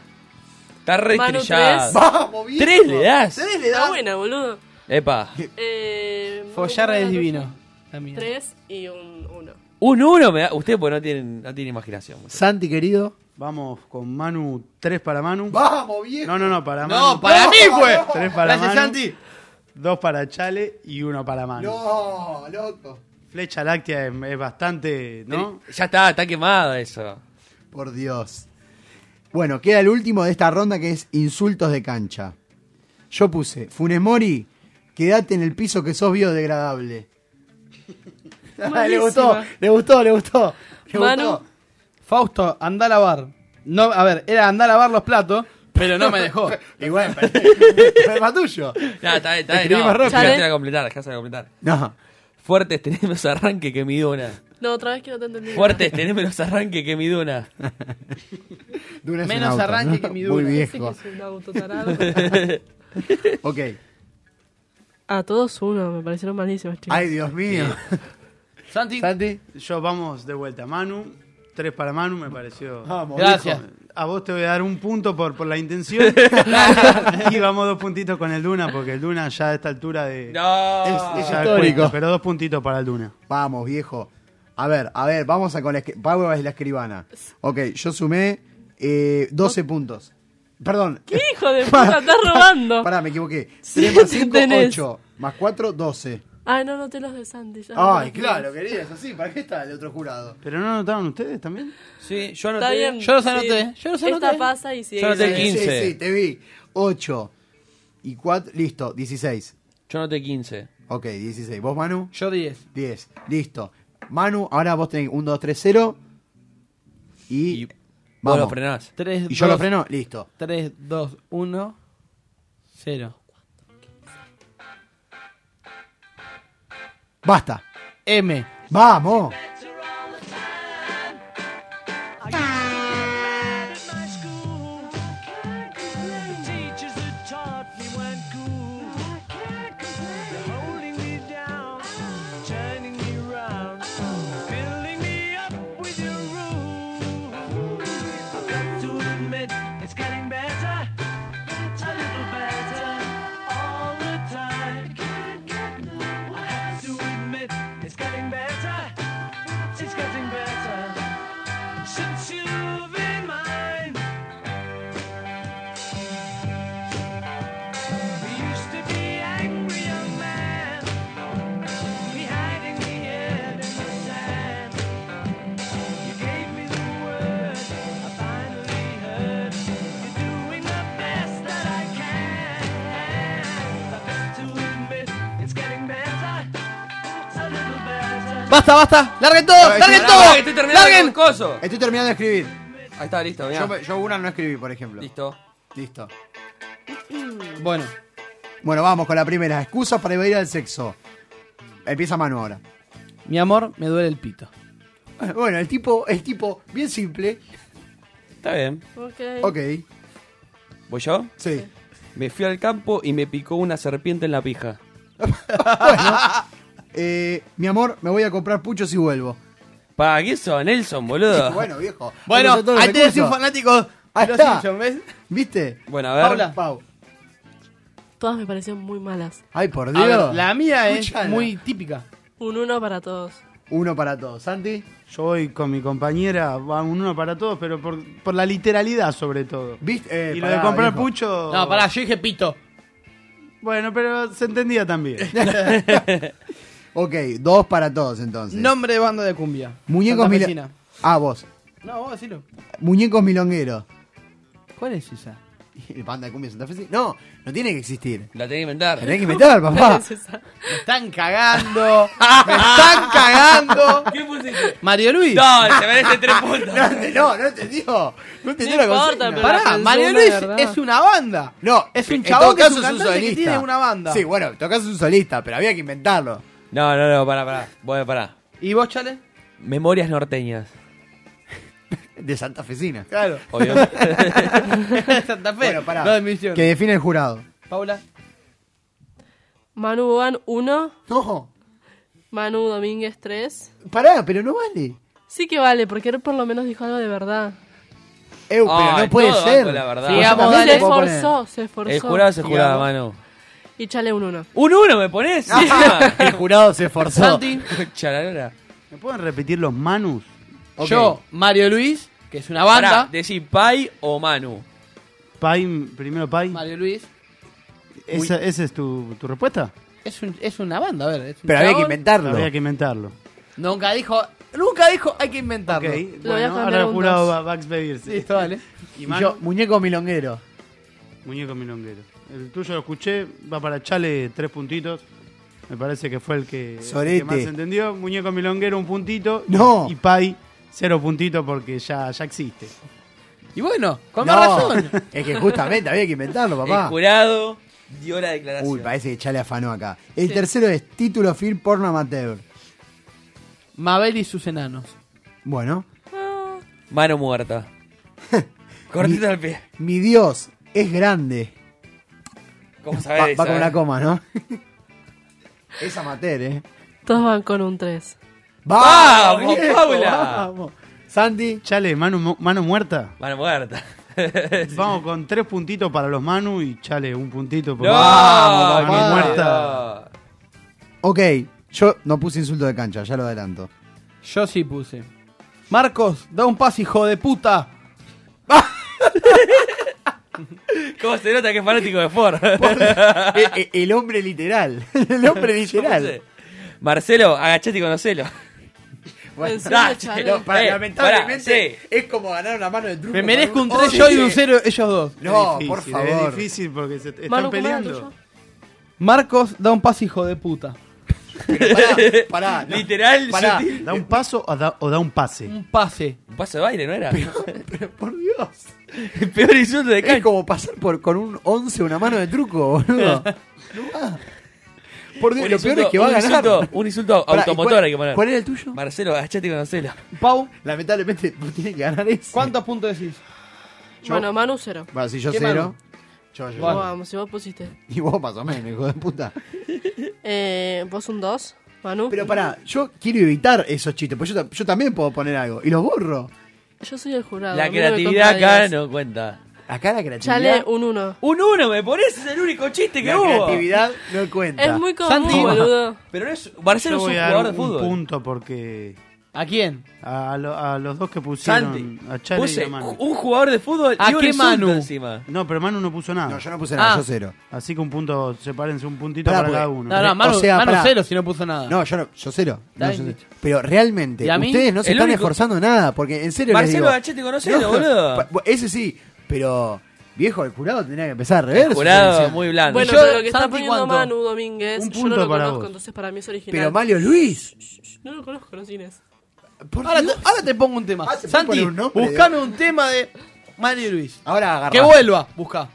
Speaker 5: Está re
Speaker 9: Manu,
Speaker 5: estrellado.
Speaker 6: Vamos, viejo.
Speaker 5: ¿Tres le das?
Speaker 6: Ah, Tres le
Speaker 9: Está
Speaker 6: das.
Speaker 9: buena, boludo.
Speaker 5: Epa.
Speaker 9: Eh, Manu,
Speaker 4: Follar
Speaker 9: ¿cómo era
Speaker 4: es
Speaker 9: la
Speaker 4: divino.
Speaker 9: tuya? Tres y un 1.
Speaker 5: Un uno me da. Usted pues no tienen, no tiene imaginación. boludo.
Speaker 6: Santi, querido.
Speaker 11: Vamos con Manu, tres para Manu.
Speaker 6: Vamos, viejo.
Speaker 11: No, no, no, para Manu.
Speaker 4: No, para mí fue.
Speaker 11: Tres para Manu.
Speaker 4: Gracias, Santi.
Speaker 11: Dos para Chale y uno para Manu.
Speaker 6: No, loco.
Speaker 11: Flecha láctea es, es bastante, ¿no?
Speaker 5: Ya está, está quemado eso.
Speaker 6: Por Dios. Bueno, queda el último de esta ronda que es insultos de cancha. Yo puse, Funes Mori, quédate en el piso que sos biodegradable. le gustó,
Speaker 9: Malísima.
Speaker 6: le gustó, le gustó. Le
Speaker 9: Manu.
Speaker 6: gustó.
Speaker 4: Fausto, andá a lavar. No, a ver, era andá a lavar los platos, pero no me dejó.
Speaker 6: Igual, problema tuyo.
Speaker 5: Ya, está bien, está bien.
Speaker 6: Escribí más
Speaker 5: No,
Speaker 6: rápido.
Speaker 5: dejásela completar, dejásela completar.
Speaker 6: No,
Speaker 5: Fuertes teneme los arranques que mi duna.
Speaker 9: No, otra vez que no te entendí.
Speaker 5: Fuertes teneme los arranques que mi duna.
Speaker 6: Duna es un
Speaker 4: Menos
Speaker 6: auto,
Speaker 4: arranque
Speaker 6: ¿no?
Speaker 4: que mi
Speaker 6: Muy
Speaker 4: Duna.
Speaker 9: Dice que
Speaker 6: viejo.
Speaker 9: es un auto tarado.
Speaker 6: Ok.
Speaker 9: A Ah, todos uno, me parecieron malísimos, chicos.
Speaker 6: Ay, Dios mío.
Speaker 4: Santi,
Speaker 6: Santi.
Speaker 11: Yo vamos de vuelta. Manu, tres para Manu, me pareció.
Speaker 6: Vamos,
Speaker 4: Gracias.
Speaker 6: viejo.
Speaker 11: a vos te voy a dar un punto por, por la intención. y vamos dos puntitos con el Duna, porque el Duna ya a esta altura de.
Speaker 6: Es- es
Speaker 11: ya
Speaker 6: histórico.
Speaker 11: pero dos puntitos para el Duna.
Speaker 6: Vamos, viejo. A ver, a ver, vamos a con la, escri- Pablo es la escribana. Ok, yo sumé eh, 12 puntos. Perdón.
Speaker 9: ¿Qué hijo de puta estás robando?
Speaker 6: Pará, me equivoqué.
Speaker 9: Sí,
Speaker 6: 3 más 5,
Speaker 9: tenés.
Speaker 6: 8. Más 4, 12.
Speaker 9: Ay, no noté los de Santi. Ya
Speaker 6: Ay, claro, queridas, así. ¿Para qué está el otro jurado?
Speaker 11: ¿Pero no anotaron ustedes también?
Speaker 5: Sí, yo
Speaker 9: Está bien. sí. Esta pasa y sigue.
Speaker 6: Sí, sí, te vi. 8 y 4, listo, 16.
Speaker 5: Yo anoté 15.
Speaker 6: Ok, 16. ¿Vos, Manu?
Speaker 4: Yo 10.
Speaker 6: 10, listo. Manu, ahora vos tenés 1, 2, 3, 0. Y.
Speaker 5: Vos lo frenás.
Speaker 4: Tres,
Speaker 6: y yo lo
Speaker 4: dos,
Speaker 6: freno, listo.
Speaker 4: 3, 2, 1, 0.
Speaker 6: Basta.
Speaker 4: M.
Speaker 6: Vamos.
Speaker 2: Teachers that taught me weren't cool. They're holding me down, turning me round, filling me up with your rules. I've got to admit, it's getting better, a little better all the time. I have to admit, it's getting better, it's getting better since you've been mine. We used to be angry young men. We hide in the head in the sand. You gave me the word. I finally heard. You're doing the best that I can. I've got to admit it's getting better. It's a little better.
Speaker 4: Basta, basta. Larguen todo,
Speaker 6: Ay,
Speaker 4: larguen
Speaker 6: pará,
Speaker 4: todo.
Speaker 6: pará, que estoy terminando
Speaker 4: larguen.
Speaker 6: con el coso. Estoy terminando de escribir.
Speaker 5: Ahí está, listo, mirá.
Speaker 6: Yo, me- yo una no escribí, por ejemplo.
Speaker 5: Listo.
Speaker 6: Listo.
Speaker 4: Bueno.
Speaker 6: Bueno, vamos con la primera. Excusas para evadir al sexo. Empieza Manu ahora.
Speaker 4: Mi amor, me duele el pito.
Speaker 6: Bueno, el tipo, el tipo, bien simple.
Speaker 5: Está bien.
Speaker 6: Ok.
Speaker 5: ¿Voy yo?
Speaker 6: Sí.
Speaker 5: Me fui al campo y me picó una serpiente en la pija.
Speaker 6: Eh, mi amor, me voy a comprar puchos y vuelvo.
Speaker 5: ¿Para qué son, Nelson, boludo?
Speaker 6: Bueno, viejo.
Speaker 4: Bueno,
Speaker 6: Vamos a todos los
Speaker 4: ahí tenés
Speaker 6: recursos.
Speaker 4: un fanático de
Speaker 6: Ahí
Speaker 4: los
Speaker 6: está.
Speaker 4: Simpsons, ¿ves?
Speaker 6: ¿Viste?
Speaker 5: Bueno, a ver.
Speaker 4: Paula.
Speaker 9: Todas me parecieron muy malas.
Speaker 6: Ay, por
Speaker 4: A
Speaker 6: Dios.
Speaker 4: ver, la mía
Speaker 6: Escuchala.
Speaker 4: es muy típica.
Speaker 9: Un uno para todos.
Speaker 6: Uno para todos. Santi.
Speaker 11: Yo voy con mi compañera, va un uno para todos, pero por, por la literalidad sobre todo.
Speaker 6: ¿Viste? Eh,
Speaker 11: y lo
Speaker 6: pará,
Speaker 11: de comprar
Speaker 6: viejo.
Speaker 11: pucho.
Speaker 4: No, pará, yo dije pito.
Speaker 11: Bueno, pero se entendía también.
Speaker 6: Ok, dos para todos entonces.
Speaker 4: Nombre de banda de cumbia.
Speaker 6: Muñecos
Speaker 4: Santa
Speaker 6: milongueros.
Speaker 4: Fecina.
Speaker 6: Ah, vos.
Speaker 4: No, vos decilo.
Speaker 6: Muñecos milongueros.
Speaker 4: ¿Cuál es esa?
Speaker 6: ¿El panda de cumbia Santa Fe? sí? No, no tiene que existir.
Speaker 5: La tenés que inventar.
Speaker 6: Tenés que inventar, papá.
Speaker 4: Me están cagando. me están cagando.
Speaker 5: ¿Qué pusiste?
Speaker 4: Mario Luis.
Speaker 5: No, se merece tres puntos.
Speaker 6: No, no entendió. No entendió la consigna.
Speaker 4: Pará, Mario Luis es una banda.
Speaker 6: No,
Speaker 4: es
Speaker 6: en
Speaker 4: un chabón
Speaker 6: todo
Speaker 4: que es
Speaker 6: caso
Speaker 4: un cantante que tiene una banda.
Speaker 6: Sí, bueno, en todo caso es un solista, pero había que inventarlo.
Speaker 5: No, no, no, pará, pará. Voy, pará.
Speaker 4: ¿Y vos, Chale?
Speaker 5: Memorias norteñas.
Speaker 6: De Santa Fecina.
Speaker 4: Claro.
Speaker 5: Obvio.
Speaker 4: Santa Fe.
Speaker 6: Bueno, pará.
Speaker 4: No de Misiones.
Speaker 6: Que define el jurado.
Speaker 4: Paula.
Speaker 9: Manu Bogan, uno.
Speaker 6: No,
Speaker 9: Manu Domínguez, tres.
Speaker 6: pará, pero no vale.
Speaker 9: Sí que vale, porque él por lo menos dijo algo de verdad.
Speaker 6: Eu, pero
Speaker 5: Ay,
Speaker 6: no puede
Speaker 5: todo
Speaker 6: ser.
Speaker 5: banco, la verdad.
Speaker 6: Digamos,
Speaker 9: Y
Speaker 6: dale.
Speaker 9: se esforzó, se esforzó.
Speaker 5: El jurado se juraba,
Speaker 9: digamos.
Speaker 5: mano.
Speaker 9: Y chale un uno.
Speaker 5: ¿Un uno me pones? Sí.
Speaker 6: El jurado se esforzó.
Speaker 4: Santi.
Speaker 5: Chalalora.
Speaker 11: ¿Me pueden repetir los manus?
Speaker 6: Ok.
Speaker 4: Yo, Mario Luis, que es una banda.
Speaker 5: Pará, decí Pai o Manu.
Speaker 11: Pai, primero Pai.
Speaker 4: Mario Luis.
Speaker 11: ¿Esa, esa es tu, tu respuesta?
Speaker 4: Es, un- es una banda, a ver. es un
Speaker 6: Pero había que
Speaker 4: chabón.
Speaker 6: inventarlo.
Speaker 11: Habría que inventarlo.
Speaker 4: Nunca dijo, nunca dijo, hay que
Speaker 11: Ok,
Speaker 4: inventarlo.
Speaker 9: voy a
Speaker 11: bueno,
Speaker 9: cambiar
Speaker 11: ahora el
Speaker 9: un
Speaker 11: jurado
Speaker 9: dos.
Speaker 11: va, va a expedirse.
Speaker 4: Listo, dale.
Speaker 11: Y
Speaker 6: Y
Speaker 11: Manu,
Speaker 6: yo, muñeco milonguero.
Speaker 11: muñeco milonguero. El tuyo lo escuché, va para Chale tres puntitos. Me parece que fue el que, el
Speaker 6: Sorete.
Speaker 11: que más entendió. Muñeco milonguero un puntito.
Speaker 6: No.
Speaker 11: Y Pai cero puntitos porque ya, ya existe.
Speaker 4: Y bueno, con más
Speaker 6: No,
Speaker 4: razón.
Speaker 6: Es que justamente había que inventarlo,
Speaker 5: El
Speaker 6: papá.
Speaker 5: jurado dio la declaración.
Speaker 6: Uy, parece que Chale afanó acá. El tercero es título film porno amateur.
Speaker 4: Mabel y sus enanos.
Speaker 6: Bueno,
Speaker 5: Mano muerta. Cortito al pie.
Speaker 6: mi Dios es grande.
Speaker 5: ¿Cómo sabés
Speaker 6: Va, va
Speaker 5: esa,
Speaker 6: con
Speaker 5: eh?
Speaker 6: la coma, ¿no? es amateur, ¿eh?
Speaker 9: Todos van con un tres.
Speaker 5: ¡Vamos,
Speaker 6: viejo,
Speaker 5: Paula!
Speaker 6: vamos. Sandy.
Speaker 11: Chale, mano, mu- mano muerta.
Speaker 5: Mano muerta.
Speaker 11: Vamos con tres puntitos para los Manu y chale, un puntito para
Speaker 5: No,
Speaker 11: Vamos, mano
Speaker 5: papá.
Speaker 11: muerta.
Speaker 6: Ok, yo no puse insulto de cancha, ya lo adelanto.
Speaker 4: Yo sí puse. Marcos, da un pase, hijo de puta.
Speaker 5: ¿Cómo se nota que es fanático de Ford?
Speaker 6: eh, el, hombre literal. El hombre literal.
Speaker 5: Marcelo, agachate y conocelo.
Speaker 6: Bueno,
Speaker 5: Ah, che, no,
Speaker 6: para-
Speaker 5: eh,
Speaker 6: lamentablemente es como ganar una mano de truco. Oh,
Speaker 4: Me merezco un
Speaker 6: con
Speaker 4: 3 yo y un
Speaker 6: once.
Speaker 4: 0 ellos dos.
Speaker 6: No,
Speaker 11: Es
Speaker 6: por
Speaker 11: difícil,
Speaker 6: favor.
Speaker 11: Es difícil porque se están
Speaker 9: Manu, ¿cómo era
Speaker 11: peleando.
Speaker 4: Marcos, da un pase, hijo de puta.
Speaker 6: Pará, no.
Speaker 5: Literal,
Speaker 6: Pará.
Speaker 5: sutil.
Speaker 11: ¿Da un paso o da, o da un pase?
Speaker 4: Un pase.
Speaker 5: Un paso de baile, ¿no era?
Speaker 6: Por Dios.
Speaker 5: El peor insulto de
Speaker 6: Es
Speaker 5: cancha.
Speaker 6: como pasar por, con un 11 una mano de truco, boludo. No va. Por Dios,
Speaker 5: Un
Speaker 6: lo
Speaker 5: insulto-
Speaker 6: peor es que va a
Speaker 5: un
Speaker 6: ganar.
Speaker 5: insulto- un insulto
Speaker 6: Pará, ¿y
Speaker 5: automotor
Speaker 6: cuál-
Speaker 5: hay que poner.
Speaker 6: ¿Cuál era el tuyo?
Speaker 5: Marcelo, agachate y conocelo.
Speaker 4: Pau,
Speaker 6: Lamentablemente tiene que ganar ese.
Speaker 4: ¿cuántos puntos decís?
Speaker 9: Bueno, Manu, cero.
Speaker 6: Bueno, si yo
Speaker 4: ¿Qué
Speaker 6: cero.
Speaker 4: mano?
Speaker 6: Yo, yo,
Speaker 9: Vos
Speaker 6: yo.
Speaker 9: vamos, si vos pusiste.
Speaker 6: Y vos más o menos, hijo de puta.
Speaker 9: Eh, vos un dos, Manu.
Speaker 6: Pero pará, yo quiero evitar esos chistes, porque yo, ta- yo también puedo poner algo. Y los borro.
Speaker 9: Yo soy el jurado. a
Speaker 5: La
Speaker 9: mí Ah, no me
Speaker 5: creatividad acá
Speaker 9: contradigas.
Speaker 5: no cuenta.
Speaker 6: Acá la
Speaker 9: Chale,
Speaker 6: creatividad.
Speaker 9: un uno.
Speaker 5: Un uno, me pones, es el único chiste que
Speaker 6: la
Speaker 5: hubo.
Speaker 6: creatividad no cuenta.
Speaker 9: Es muy común,
Speaker 4: Santi.
Speaker 9: boludo.
Speaker 5: Pero no es.
Speaker 11: Yo
Speaker 5: Marcelo es un
Speaker 11: voy a dar
Speaker 5: jugador de
Speaker 11: un
Speaker 5: fútbol.
Speaker 11: punto porque
Speaker 4: ¿A quién?
Speaker 11: a, lo- a los dos que pusieron
Speaker 5: Santi,
Speaker 11: a Chale y
Speaker 5: puse
Speaker 11: a Manu.
Speaker 5: un jugador de fútbol
Speaker 4: ¿A
Speaker 5: y un
Speaker 4: qué
Speaker 5: insulto
Speaker 4: Manu?
Speaker 5: encima.
Speaker 11: No, pero Manu no puso nada.
Speaker 6: No, yo no puse nada,
Speaker 4: Ah.
Speaker 6: yo cero.
Speaker 11: Así que un punto, sepárense un puntito
Speaker 6: Pará,
Speaker 11: para
Speaker 6: porque-
Speaker 11: cada uno.
Speaker 4: No, no, Manu,
Speaker 6: O sea,
Speaker 4: Manu
Speaker 6: pará.
Speaker 4: cero si no puso nada.
Speaker 6: No, yo no, yo cero.
Speaker 4: Está
Speaker 6: No,
Speaker 4: bien
Speaker 6: yo
Speaker 4: dicho.
Speaker 6: cero. Pero realmente,
Speaker 4: ¿Y a mí?
Speaker 6: ustedes no se
Speaker 5: El
Speaker 6: están
Speaker 5: único-
Speaker 6: esforzando nada, porque en serio. les
Speaker 5: Marcelo
Speaker 6: digo-
Speaker 5: Gachete, conocelo, boludo.
Speaker 6: pa- bu- Ese sí, pero viejo, el jurado tendría que empezar a rever. su
Speaker 5: Jurado
Speaker 6: selección.
Speaker 5: muy blando.
Speaker 9: Bueno,
Speaker 4: yo,
Speaker 9: pero lo que está
Speaker 4: Santi,
Speaker 9: poniendo
Speaker 4: ¿cuánto?
Speaker 9: Manu Domínguez,
Speaker 11: Un
Speaker 9: yo no
Speaker 11: punto
Speaker 9: lo
Speaker 11: para
Speaker 9: conozco,
Speaker 11: vos.
Speaker 9: entonces para mí es original.
Speaker 6: Pero Mario Luis.
Speaker 9: No lo conozco, no sé quién es.
Speaker 6: por
Speaker 4: Ahora,
Speaker 6: Dios.
Speaker 4: te, ahora te pongo un tema.
Speaker 6: Ah, ¿se puede
Speaker 4: Santi,
Speaker 6: poner un nombre?
Speaker 4: buscame un tema de Mario Luis.
Speaker 6: Ahora agarrá.
Speaker 4: Que vuelva, busca.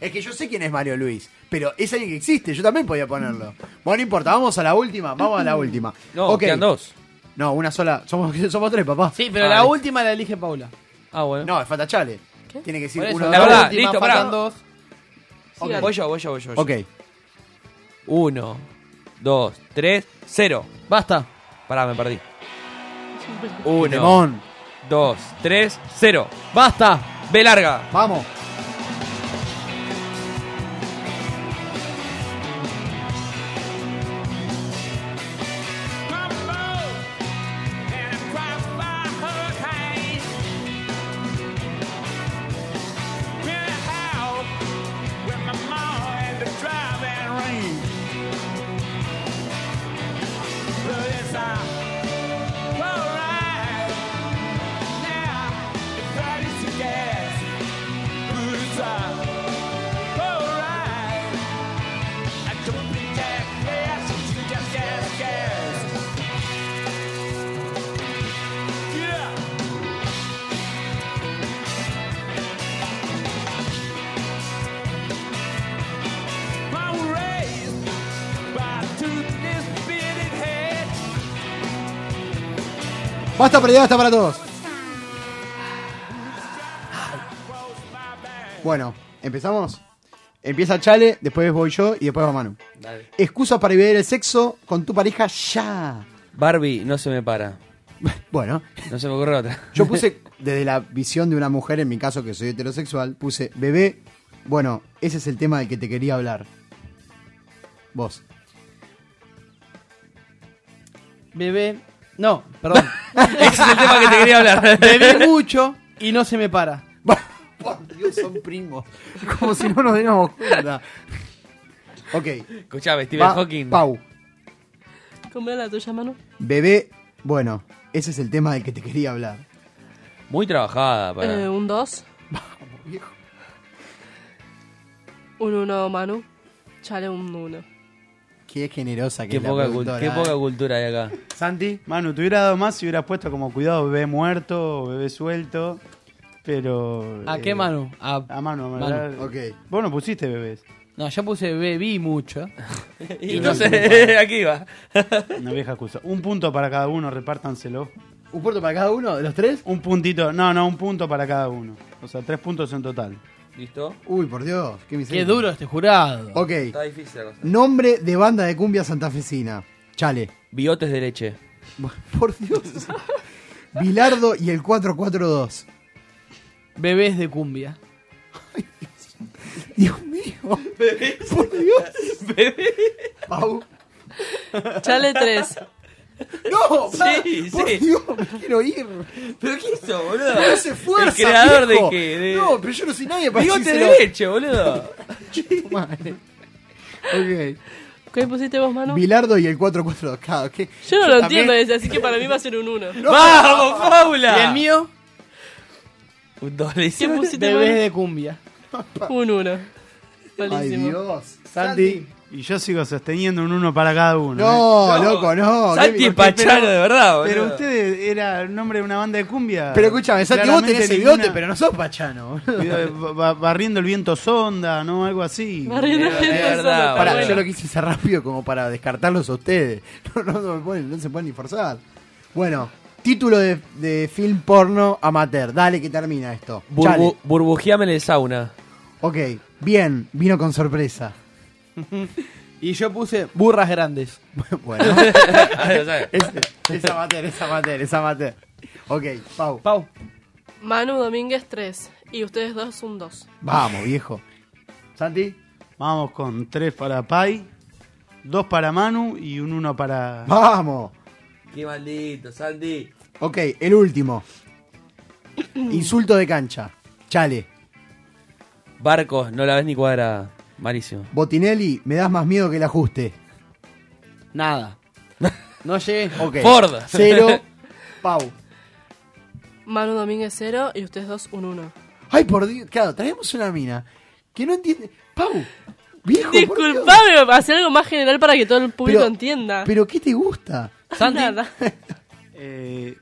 Speaker 6: Es que yo sé quién es Mario Luis, pero es alguien que existe, yo también podía ponerlo. Bueno, no importa, vamos a la última, vamos a la última.
Speaker 5: No,
Speaker 6: Ok.
Speaker 5: quedan dos.
Speaker 6: No, una sola, somos, somos tres, papá.
Speaker 4: Sí, pero
Speaker 5: Ah,
Speaker 4: la
Speaker 5: listo.
Speaker 4: última la elige Paula.
Speaker 5: Ah, bueno.
Speaker 6: No, es Fatachale.
Speaker 9: ¿Qué?
Speaker 6: Tiene que decir
Speaker 4: Por eso,
Speaker 6: uno,
Speaker 5: la
Speaker 6: dos.
Speaker 5: verdad,
Speaker 4: última,
Speaker 5: listo,
Speaker 4: faltan
Speaker 5: pará.
Speaker 4: dos.
Speaker 9: Sí, dale.
Speaker 5: Voy yo, voy yo, voy yo. voy yo.
Speaker 6: Ok,
Speaker 5: Uno, dos, tres, cero.
Speaker 4: Basta.
Speaker 5: Pará, me perdí. Uno,
Speaker 6: Demón,
Speaker 5: dos, tres, cero.
Speaker 4: Basta.
Speaker 5: B larga.
Speaker 6: vamos. Basta perdida, está para todos. Bueno, empezamos. Empieza Chale, después voy yo y después va Manu.
Speaker 5: Dale.
Speaker 6: Excusa para vivir el sexo con tu pareja ya.
Speaker 5: Barbie no se me para.
Speaker 6: Bueno,
Speaker 5: No se me ocurre otra.
Speaker 6: yo puse desde la visión de una mujer, en mi caso que soy heterosexual, puse bebé. Bueno, ese es el tema del que te quería hablar. Vos.
Speaker 4: Bebé. No, perdón.
Speaker 5: Ese es el tema que te quería hablar.
Speaker 4: Bebé mucho y no se me para.
Speaker 6: Por Dios, son primos. Como si no nos diéramos cuenta. Ok.
Speaker 5: Escuchame, Stephen
Speaker 6: va
Speaker 5: Hawking.
Speaker 6: Pau.
Speaker 9: ¿Cómo era la tuya, Manu?
Speaker 6: Bebé, bueno, ese es el tema del que te quería hablar.
Speaker 5: Muy trabajada para.
Speaker 9: Eh, un dos. Un uno, Manu. Chale, un uno.
Speaker 6: Qué generosa que
Speaker 5: qué,
Speaker 6: es la
Speaker 5: poca cul-
Speaker 6: productora,
Speaker 5: qué
Speaker 6: eh.
Speaker 5: poca cultura hay acá.
Speaker 6: Santi.
Speaker 11: Manu, te hubiera dado más si hubieras puesto como cuidado bebé muerto o bebé suelto. Pero.
Speaker 4: ¿A
Speaker 11: eh,
Speaker 4: qué Manu? A-
Speaker 11: A Manu, a
Speaker 4: Manu.
Speaker 11: Manu.
Speaker 6: Ok.
Speaker 11: Vos no pusiste bebés.
Speaker 4: No, yo puse bebí mucho.
Speaker 5: Y entonces, aquí va.
Speaker 11: Una vieja excusa. Un punto para cada uno, repártanselo.
Speaker 6: ¿Un puerto para cada uno de los tres?
Speaker 11: Un puntito, no, no, un punto para cada uno. O sea, tres puntos en total.
Speaker 5: ¿Listo?
Speaker 6: Uy, por Dios, qué miseria.
Speaker 4: Qué duro este jurado.
Speaker 6: Ok.
Speaker 5: Está difícil la cosa.
Speaker 6: Nombre de banda de cumbia santafesina. Chale.
Speaker 5: Bigotes de leche.
Speaker 6: Por Dios. Bilardo y el 442.
Speaker 4: Bebés de cumbia.
Speaker 6: Por Dios. Pau.
Speaker 9: Chale 3.
Speaker 6: No,
Speaker 9: Sí,
Speaker 6: por
Speaker 9: sí.
Speaker 6: Dios, me quiero ir.
Speaker 5: ¿Pero qué hizo, boludo?
Speaker 6: No hace fuerza,
Speaker 5: ¿El creador
Speaker 6: viejo.
Speaker 5: de qué? De-
Speaker 6: No, pero yo no soy nadie para
Speaker 5: Bigote
Speaker 6: decírselo.
Speaker 5: derecho, boludo.
Speaker 6: Tu madre. Ok.
Speaker 9: ¿Qué pusiste vos, mano?
Speaker 6: Bilardo y el 442. Claro, ¿qué?
Speaker 9: Yo no lo
Speaker 6: también-
Speaker 9: entiendo ese, así que para mí va a ser un 1.
Speaker 6: No.
Speaker 5: ¡Oh,
Speaker 6: ¡Vamos, Paula! ¿Y el mío?
Speaker 5: Un dos, le
Speaker 9: ¿Qué
Speaker 5: hicieron.
Speaker 9: pusiste,
Speaker 4: Bebés
Speaker 9: mano?
Speaker 4: de cumbia.
Speaker 9: Un 1.
Speaker 6: Ay,
Speaker 9: Malísimo.
Speaker 6: Dios.
Speaker 11: Santi. Y yo sigo sosteniendo un uno para cada uno.
Speaker 6: No,
Speaker 11: ¿eh?
Speaker 6: loco, no.
Speaker 11: Santi
Speaker 6: Qué-
Speaker 11: es Pachano,
Speaker 6: pero-
Speaker 11: de verdad, boludo.
Speaker 6: Pero usted.
Speaker 11: era el nombre de una banda de cumbia.
Speaker 6: Pero escúchame, Santi, vos
Speaker 11: Claramente
Speaker 6: tenés el
Speaker 11: ninguna-
Speaker 6: bigote, pero no sos Pachano.
Speaker 11: Eh, ba- ba- barriendo el viento sonda, ¿no? Algo así.
Speaker 6: Barriendo el Es viento
Speaker 5: verdad, sonda, está
Speaker 6: Pará,
Speaker 5: bueno.
Speaker 6: yo lo quise hacer rápido como para descartarlos a ustedes. No, no, no me ponen- no se pueden ni forzar. Bueno, título de, de film porno amateur. Dale que termina esto. Chale.
Speaker 5: Burbu- burbujeame en el sauna.
Speaker 6: Ok, bien, vino con sorpresa.
Speaker 4: Y yo puse burras grandes.
Speaker 6: bueno.
Speaker 5: lo sabe.
Speaker 6: es, es amateur, es amateur, es amateur. Ok, Pau.
Speaker 4: Pau.
Speaker 9: Manu Domínguez 3. Y ustedes dos un 2.
Speaker 6: Vamos, viejo. Santi.
Speaker 11: Vamos con tres para Pai, dos para Manu y un uno para.
Speaker 6: Vamos.
Speaker 5: Qué maldito, Sandy.
Speaker 6: Ok, el último. Insulto de cancha. Chale.
Speaker 5: Barcos, no la ves ni cuadrada. Malísimo.
Speaker 6: Botinelli, me das más miedo que el ajuste.
Speaker 4: Nada. No llegué.
Speaker 6: Ok.
Speaker 5: Ford.
Speaker 6: Cero. Pau.
Speaker 9: Manu Domínguez 0 y ustedes dos un 1.
Speaker 6: Ay, por Dios. Claro, traemos una mina que no entiende. Pau. Viejo, por Dios.
Speaker 9: Disculpame, hacer algo más general para que todo el público
Speaker 6: Pero-
Speaker 9: entienda.
Speaker 6: Pero ¿qué te gusta?
Speaker 9: Nada.
Speaker 11: Eh,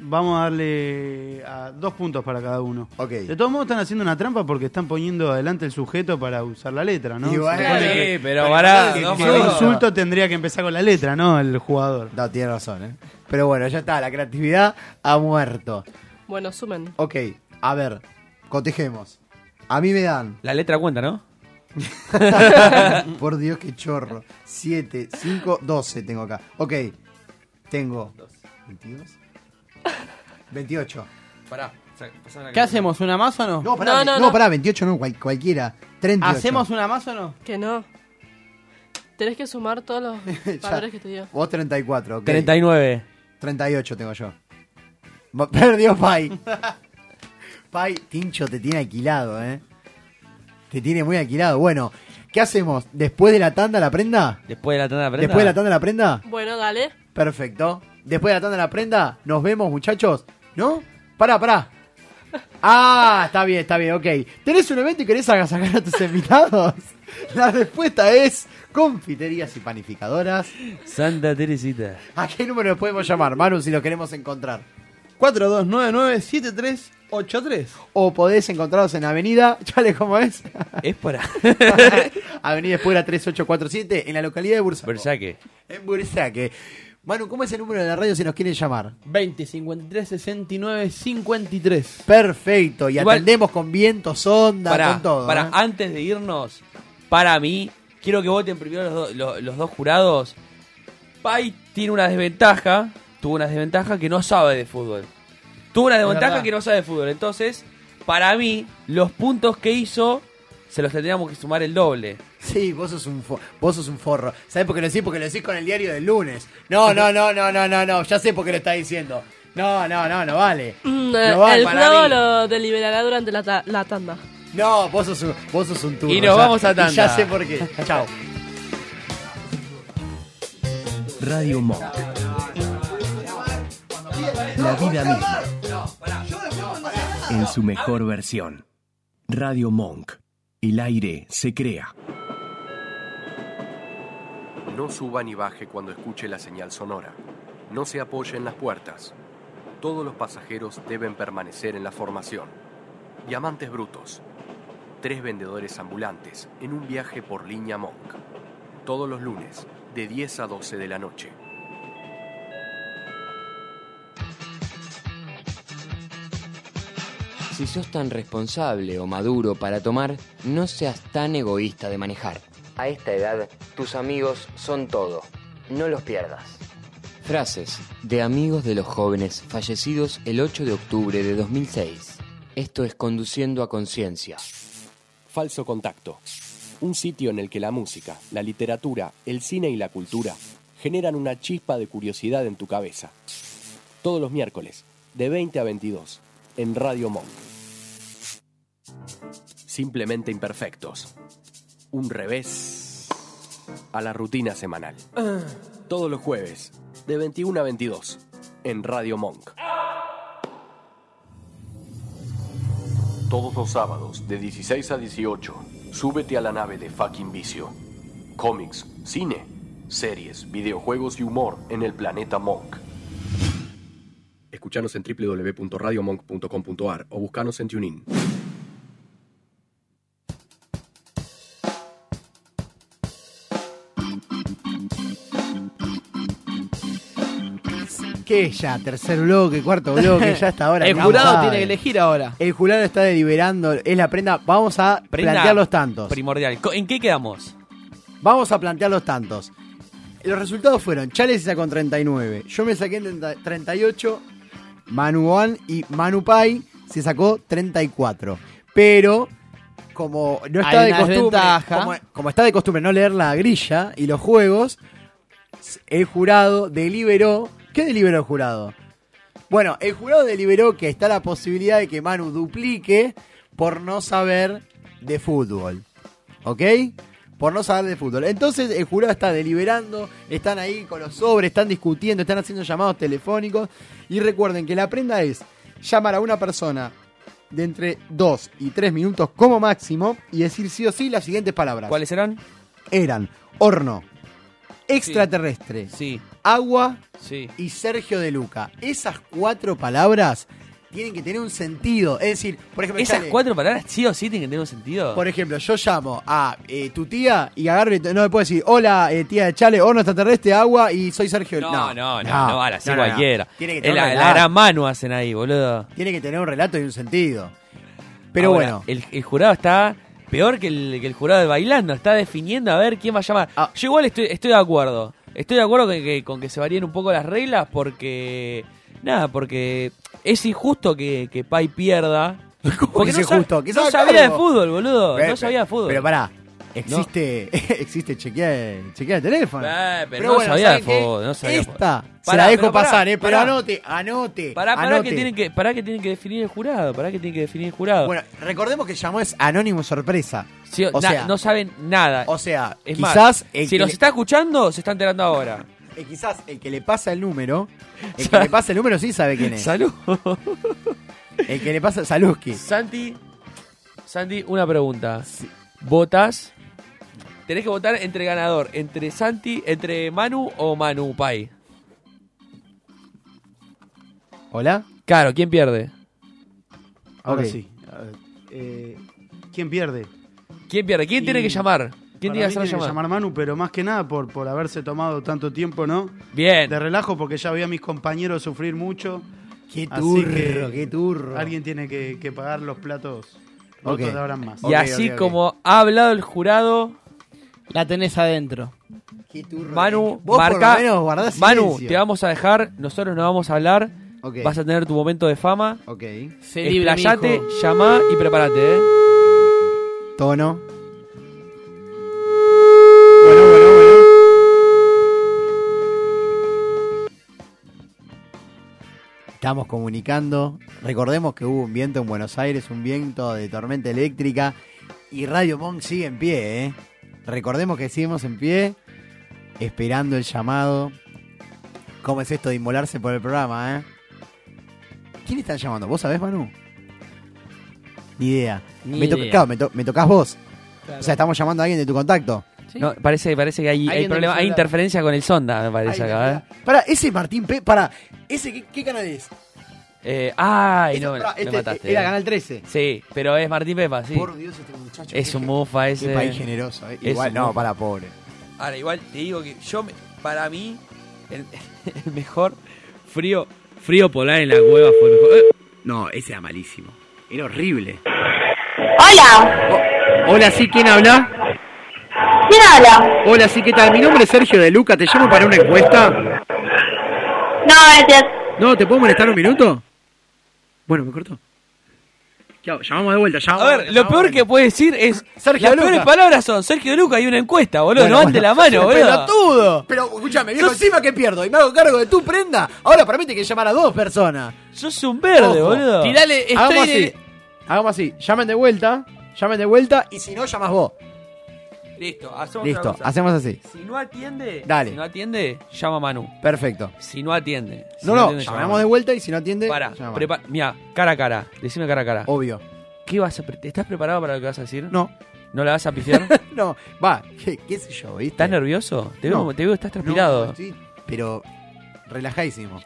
Speaker 11: vamos a darle a dos puntos para cada uno.
Speaker 6: Ok.
Speaker 11: De todos modos están haciendo una trampa porque están poniendo adelante el sujeto para usar la letra, ¿no?
Speaker 6: Y
Speaker 11: Se
Speaker 6: bueno,
Speaker 11: supone
Speaker 6: sí,
Speaker 11: que-
Speaker 5: pero pará,
Speaker 11: que-
Speaker 5: no
Speaker 11: que
Speaker 5: jodas.
Speaker 11: el insulto tendría que empezar con la letra, ¿no? El jugador.
Speaker 6: No, tiene razón, ¿eh? Pero bueno, ya está. La creatividad ha muerto.
Speaker 9: Bueno, sumen.
Speaker 6: Ok, a ver. Cotejemos. A mí me dan
Speaker 5: La letra cuenta, ¿no?
Speaker 6: Por Dios, qué chorro. 7, 5, 12 tengo acá. Ok, tengo. ¿22? 28.
Speaker 5: Pará.
Speaker 4: ¿Qué hacemos? ¿Una más o no?
Speaker 6: No, pará, no, pará, 28 no, cual- cualquiera. 38.
Speaker 4: ¿Hacemos una más o no?
Speaker 9: Que no. Tenés que sumar todos los
Speaker 6: Ya.
Speaker 9: valores que te dio.
Speaker 6: Vos 34, ok.
Speaker 5: 39.
Speaker 6: 38 tengo yo. Mo- Perdió Pai. Pai, Tincho te tiene alquilado, ¿eh? Te tiene muy alquilado. Bueno, ¿qué hacemos? ¿Después de la tanda la prenda?
Speaker 5: Después de la tanda de prenda.
Speaker 6: ¿Después de la tanda la prenda?
Speaker 9: Bueno, dale.
Speaker 6: Perfecto. Después de la tanda de la prenda, nos vemos, muchachos. ¿No? Pará, pará. Ah, está bien, está bien, ok. ¿Tenés un evento y querés agasajar a tus invitados? La respuesta es confiterías y panificadoras.
Speaker 5: Santa Teresita.
Speaker 6: ¿A qué número nos podemos llamar, Manu, si los queremos encontrar?
Speaker 4: 42997383.
Speaker 6: O podés encontrarlos en Avenida, chale, ¿cómo es?
Speaker 5: Es para.
Speaker 6: Avenida Espuela 3847, en la localidad de Bursaco.
Speaker 5: Versaque.
Speaker 6: En Bursaque. Manu, ¿cómo es el número de la radio si nos quieren llamar?
Speaker 4: 20 53 69 53.
Speaker 6: Perfecto, y
Speaker 5: Igual-
Speaker 6: atendemos con vientos, onda,
Speaker 5: Para,
Speaker 6: con todo.
Speaker 5: para
Speaker 6: ¿eh?
Speaker 5: antes de irnos, para mí, quiero que voten primero los, do- lo- los dos jurados. Pai tiene una desventaja, tuvo una desventaja que no sabe de fútbol. Tuvo una desventaja
Speaker 4: verdad.
Speaker 5: que no sabe de fútbol. Entonces, para mí, los puntos que hizo se los tendríamos que sumar el doble.
Speaker 6: ¿eh? Sí, vos sos un, fo- vos sos un forro. ¿Sabés por qué lo decís? Porque lo decís con el diario del lunes. No, no, no, no, no, no, no. Ya sé por qué lo estás diciendo. No, no, no, no vale.
Speaker 9: Mm,
Speaker 6: No
Speaker 9: eh,
Speaker 6: vale
Speaker 9: el
Speaker 6: para
Speaker 9: juego
Speaker 6: mí.
Speaker 9: lo deliberará durante la, ta- la tanda.
Speaker 6: No, vos sos un, vos sos un turro.
Speaker 5: Y
Speaker 6: ya-
Speaker 5: nos vamos a tanda.
Speaker 6: y Ya sé por qué. Chao.
Speaker 1: Radio Monk. La vida misma. En su mejor versión. Radio Monk. El aire se crea.
Speaker 12: No suba ni baje cuando escuche la señal sonora. No se apoye en las puertas. Todos los pasajeros deben permanecer en la formación. Diamantes brutos. Tres vendedores ambulantes en un viaje por línea Monk. Todos los lunes, de 10 a 12 de la noche.
Speaker 14: Si sos tan responsable o maduro para tomar, no seas tan egoísta de manejar. A esta edad, tus amigos son todo. No los pierdas. Frases de amigos de los jóvenes fallecidos el 8 de octubre de 2006. Esto es conduciendo a conciencia.
Speaker 12: Falso Contacto. Un sitio en el que la música, la literatura, el cine y la cultura generan una chispa de curiosidad en tu cabeza. Todos los miércoles, de 20 a 22, en Radio Monk. Simplemente imperfectos. Un revés a la rutina semanal. Todos los jueves, de 21 a 22, en Radio Monk. Todos los sábados, de 16 a 18, súbete a la nave de fucking vicio. Cómics, cine, series, videojuegos y humor en el planeta Monk. Escuchanos en www.radiomonk.com.ar o buscanos en TuneIn.
Speaker 6: ¿Qué es ya? Tercer bloque, cuarto bloque, ya hasta ahora.
Speaker 4: El jurado tiene que elegir ahora.
Speaker 6: El jurado está deliberando, es la prenda. Vamos a
Speaker 5: Prenda
Speaker 6: plantear los tantos.
Speaker 5: Primordial. Co- ¿En qué quedamos?
Speaker 6: Vamos a plantear los tantos. Los resultados fueron: Chales se sacó 39, yo me saqué 30 38, Manu Juan y Manu Pai se sacó 34. Pero, como no está
Speaker 4: Hay
Speaker 6: de
Speaker 4: una
Speaker 6: costumbre,
Speaker 4: desventaja.
Speaker 6: como, como está de costumbre no leer la grilla y los juegos, el jurado deliberó. ¿Qué deliberó el jurado? Bueno, el jurado deliberó que está la posibilidad de que Manu duplique por no saber de fútbol. ¿Ok? Por no saber de fútbol. Entonces el jurado está deliberando, están ahí con los sobres, están discutiendo, están haciendo llamados telefónicos. Y recuerden que la prenda es llamar a una persona de entre 2 y 3 minutos como máximo y decir sí o sí las siguientes palabras.
Speaker 5: ¿Cuáles eran?
Speaker 6: Eran horno, extraterrestre, agua
Speaker 5: Sí.
Speaker 6: y Sergio de Luca. Esas cuatro palabras tienen que tener un sentido. Es decir, por ejemplo,
Speaker 5: Esas
Speaker 6: Chale,
Speaker 5: cuatro palabras sí o sí tienen que tener un sentido.
Speaker 6: por ejemplo, yo llamo a eh, tu tía y agarro y no me puedo decir, hola eh, tía de Chale, horno extraterrestre, agua y soy Sergio.
Speaker 5: no,
Speaker 6: No,
Speaker 5: no, no, no, van a ser
Speaker 6: no, no.
Speaker 5: cualquiera.
Speaker 6: Tiene que
Speaker 5: Es
Speaker 6: tener
Speaker 5: la,
Speaker 6: un
Speaker 5: la
Speaker 6: relato.
Speaker 5: gran mano hacen ahí, boludo.
Speaker 6: Tiene que tener un relato y un sentido. Pero
Speaker 5: Ahora,
Speaker 6: bueno.
Speaker 5: El, el jurado está peor que el, que el jurado de bailando. Está definiendo a ver quién va a llamar.
Speaker 6: Ah.
Speaker 5: Yo igual estoy, estoy de acuerdo. Estoy de acuerdo con que, con que se varíen un poco las reglas porque. Nada, porque es injusto que, que Pai pierda. Porque
Speaker 6: es
Speaker 5: no, sa-
Speaker 6: injusto? Que
Speaker 5: no
Speaker 6: se haga
Speaker 5: sabía de
Speaker 6: cargo.
Speaker 5: fútbol, boludo.
Speaker 6: Pero-
Speaker 5: no sabía de fútbol.
Speaker 6: Pero pará,
Speaker 5: No.
Speaker 6: existe, existe chequear, chequear el teléfono.
Speaker 5: Eh, pero no sabía de fútbol, no sabía de fútbol.
Speaker 6: Esta se
Speaker 5: Pará,
Speaker 6: la dejo
Speaker 5: pero pará,
Speaker 6: pasar, eh, pero
Speaker 5: pará.
Speaker 6: anote, anote.
Speaker 5: Pará, pará
Speaker 6: anote.
Speaker 5: que tienen que, pará que tienen que definir el jurado. Pará que tienen que definir el jurado.
Speaker 6: Bueno, recordemos que llamó es anónimo sorpresa.
Speaker 5: Sí,
Speaker 6: o
Speaker 5: na-
Speaker 6: sea,
Speaker 5: no saben nada.
Speaker 6: O sea,
Speaker 5: es
Speaker 6: quizás
Speaker 5: más,
Speaker 6: el
Speaker 5: si
Speaker 6: que
Speaker 5: nos
Speaker 6: le-
Speaker 5: está escuchando, se está enterando ahora.
Speaker 6: eh, quizás el que le pasa el número, el que le pasa el número sí sabe quién es.
Speaker 5: Salud.
Speaker 6: El que le pasa Saluski.
Speaker 5: Santi, Santi, una pregunta. ¿Votas? Tenés que votar entre ganador, entre Santi, entre Manu o Manu
Speaker 6: Eh,
Speaker 5: Pai.
Speaker 6: Hola.
Speaker 5: Claro, ¿quién pierde?
Speaker 11: Ahora
Speaker 5: Ok.
Speaker 11: sí. A ver, eh, ¿Quién pierde?
Speaker 5: ¿Quién pierde? ¿Quién
Speaker 11: Y
Speaker 5: tiene que llamar? ¿Quién
Speaker 11: para
Speaker 5: tiene que
Speaker 11: mí
Speaker 5: hacer la
Speaker 11: que
Speaker 5: llamada?
Speaker 11: llamar Manu, pero más que nada por, por haberse tomado tanto tiempo, ¿no?
Speaker 5: Bien.
Speaker 11: De relajo, porque ya vi a mis compañeros sufrir mucho.
Speaker 6: Qué
Speaker 11: Así
Speaker 6: turro,
Speaker 11: que
Speaker 6: qué turro.
Speaker 11: Alguien tiene que, que pagar los platos rotos
Speaker 6: Ok.
Speaker 11: de ahora en más.
Speaker 5: Y así como ha hablado el jurado,
Speaker 4: La tenés adentro.
Speaker 5: Manu,
Speaker 4: Vos por
Speaker 5: marca.
Speaker 4: lo menos guardá
Speaker 5: Manu,
Speaker 4: silencio.
Speaker 5: te vamos a dejar, nosotros no vamos a hablar.
Speaker 6: Ok.
Speaker 5: Vas a tener tu momento de fama.
Speaker 6: Ok.
Speaker 4: Sé libre,
Speaker 5: Explayate,
Speaker 4: mijo.
Speaker 5: llamá y prepárate, ¿eh?
Speaker 6: Tono. Estamos comunicando. Recordemos que hubo un viento en Buenos Aires, un viento de tormenta eléctrica. Y Radio Monk sigue en pie, ¿eh? Recordemos que seguimos en pie, esperando el llamado. ¿Cómo es esto de inmolarse por el programa, eh? ¿Quién están llamando? ¿Vos sabés, Manu? Ni idea.
Speaker 5: Ni
Speaker 6: me toca-
Speaker 5: idea.
Speaker 6: Claro, me, to- me tocás vos.
Speaker 5: Claro.
Speaker 6: O sea, estamos llamando a alguien de tu contacto.
Speaker 5: No, parece, parece que hay,
Speaker 6: Alguien
Speaker 5: hay
Speaker 6: de
Speaker 5: problema,
Speaker 6: mi
Speaker 5: hay
Speaker 6: celular.
Speaker 5: interferencia con el sonda, me parece
Speaker 6: Ay,
Speaker 5: acá, ¿eh?
Speaker 6: Para, ese es Martín P. Para, ese, ¿qué, qué canal es?
Speaker 5: Eh, ay, no, me-
Speaker 6: pará,
Speaker 5: me
Speaker 6: este
Speaker 5: mataste.
Speaker 6: era
Speaker 5: eh.
Speaker 6: Canal 13.
Speaker 5: Sí, pero es Martín Pepa, sí.
Speaker 6: Por Dios, este muchacho.
Speaker 5: Es
Speaker 6: qué
Speaker 5: un
Speaker 6: gen-
Speaker 5: mufa
Speaker 6: qué
Speaker 5: ese.
Speaker 6: país generoso, eh.
Speaker 5: Es
Speaker 6: Igual,
Speaker 5: un
Speaker 6: no,
Speaker 5: mufa.
Speaker 6: para, pobre.
Speaker 5: Ahora, igual te digo que yo, me- para mí, el, el mejor frío, frío polar en la cueva fue el mejor. Eh,
Speaker 6: No, ese era malísimo. Era horrible. Oh,
Speaker 7: Hola,
Speaker 6: Hola, sí, ¿quién habla?
Speaker 7: ¿quién habla?
Speaker 6: Hola, sí, ¿qué tal? Mi nombre es Sergio de Luca, te llamo para una encuesta.
Speaker 7: No, gracias.
Speaker 6: No, ¿te puedo molestar un minuto? Bueno, me cortó. ¿Qué hago? Llamamos de vuelta,
Speaker 5: A ver, lo peor que puede decir es.
Speaker 6: Sergio
Speaker 5: las
Speaker 6: Luca.
Speaker 5: peores palabras son Sergio Luca y una encuesta, boludo.
Speaker 6: Bueno,
Speaker 5: levante
Speaker 6: bueno,
Speaker 5: la mano,
Speaker 6: sos un
Speaker 5: boludo.
Speaker 6: pelotudo. Pero escúchame, viejo, encima que pierdo y me hago cargo de tu prenda, ahora permite que llamar a dos personas.
Speaker 5: Sos un verde, boludo.
Speaker 6: Tirale,
Speaker 5: estoy
Speaker 6: Hagamos
Speaker 5: en
Speaker 6: así.
Speaker 5: el-
Speaker 6: Hagamos así. Llamen de vuelta, llamen de vuelta y si no, llamas vos.
Speaker 5: Listo, hacemos
Speaker 6: Listo,
Speaker 5: una cosa.
Speaker 6: hacemos así.
Speaker 5: Si no atiende,
Speaker 6: Dale.
Speaker 5: si no atiende, llama a Manu.
Speaker 6: Perfecto.
Speaker 5: Si no atiende. Si
Speaker 6: No, no,
Speaker 5: atiende, llama a
Speaker 6: llamamos de
Speaker 5: Manu.
Speaker 6: vuelta y si no atiende.
Speaker 5: Pará,
Speaker 6: llama.
Speaker 5: prepa- mira, cara a cara. Decime cara a cara.
Speaker 6: Obvio.
Speaker 5: ¿Qué vas a pre- ¿Estás preparado para lo que vas a decir?
Speaker 6: No.
Speaker 5: ¿No la vas a pifiar?
Speaker 6: no, va, qué, qué sé yo, ¿viste?
Speaker 5: ¿Estás nervioso? Te
Speaker 6: No.
Speaker 5: veo, te veo que estás
Speaker 6: No,
Speaker 5: transpirado.
Speaker 6: no, estoy- pero relajadísimo.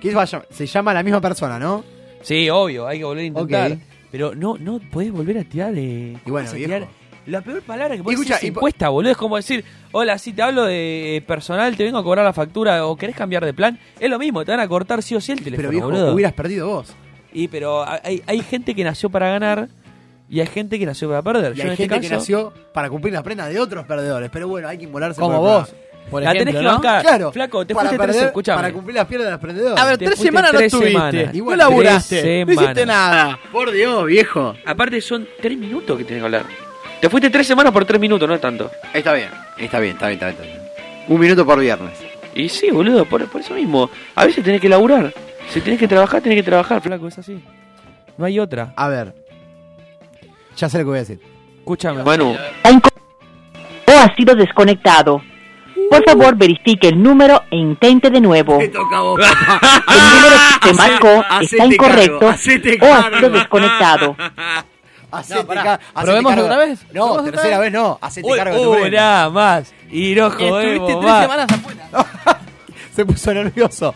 Speaker 6: ¿Qué va a llam- Se llama la misma persona, ¿no?
Speaker 5: Sí, obvio, hay que volver a intentar.
Speaker 6: Ok.
Speaker 5: Pero no, no podés volver a tirar. Eh, y
Speaker 6: bueno, viejo.
Speaker 5: La peor palabra que podés
Speaker 6: escucha,
Speaker 5: decir
Speaker 6: y
Speaker 5: es
Speaker 6: po-
Speaker 5: encuesta, boludo. Es como decir, hola, si te hablo de eh, personal, te vengo a cobrar la factura o querés cambiar de plan. Es lo mismo, te van a cortar sí o sí el teléfono,
Speaker 6: Pero viejo,
Speaker 5: boludo.
Speaker 6: hubieras perdido vos.
Speaker 5: Y pero hay, hay gente que nació para ganar y hay gente que nació para perder.
Speaker 6: Y
Speaker 5: Yo
Speaker 6: hay
Speaker 5: en
Speaker 6: gente
Speaker 5: este
Speaker 6: que
Speaker 5: caso,
Speaker 6: nació para cumplir la prenda de otros perdedores. Pero bueno, hay que inmolarse.
Speaker 5: Como
Speaker 6: por el
Speaker 5: vos,
Speaker 6: programa.
Speaker 5: por La ejemplo, tenés que ¿no? bancar.
Speaker 6: Claro.
Speaker 5: Flaco, te
Speaker 6: para
Speaker 5: fuiste tres-
Speaker 6: perder-
Speaker 5: escuchame.
Speaker 6: Para cumplir las piernas de los perdedores.
Speaker 5: A ver, Te tres fuiste semanas no tres estuviste. semanas. No laburaste.
Speaker 6: tres
Speaker 5: No hiciste
Speaker 6: semanas.
Speaker 5: nada.
Speaker 6: Por Dios, viejo.
Speaker 5: Aparte son tres minutos que tenés que hablar. Te fuiste tres semanas por tres minutos, no es tanto.
Speaker 6: Está bien, está bien, está bien, está bien. Un minuto por viernes.
Speaker 5: Y sí, boludo, por, por eso mismo. A veces tenés que laburar. Si tenés que trabajar, tenés que trabajar, flaco, es así. No hay otra.
Speaker 6: A ver. Ya sé lo que voy a decir.
Speaker 5: Escúchame. Manu.
Speaker 15: O ha sido desconectado. Por favor, verifique el número e intente de nuevo. El
Speaker 14: Ah,
Speaker 15: número
Speaker 6: Ah,
Speaker 15: que marcó está
Speaker 2: hacete cargo,
Speaker 15: incorrecto
Speaker 2: hacete
Speaker 15: o ha sido
Speaker 2: cargo.
Speaker 15: desconectado.
Speaker 6: Hacete ca- hacete
Speaker 5: ¿Probemos
Speaker 6: cargo.
Speaker 5: otra vez?
Speaker 6: No,
Speaker 5: ¿Probemos
Speaker 6: tercera
Speaker 5: otra
Speaker 6: vez no. Hacete
Speaker 5: Uy,
Speaker 6: cargo de
Speaker 5: uy,
Speaker 6: tu prenda.
Speaker 5: nada más. Y no jodemos
Speaker 6: tres
Speaker 5: más.
Speaker 6: semanas Se puso nervioso.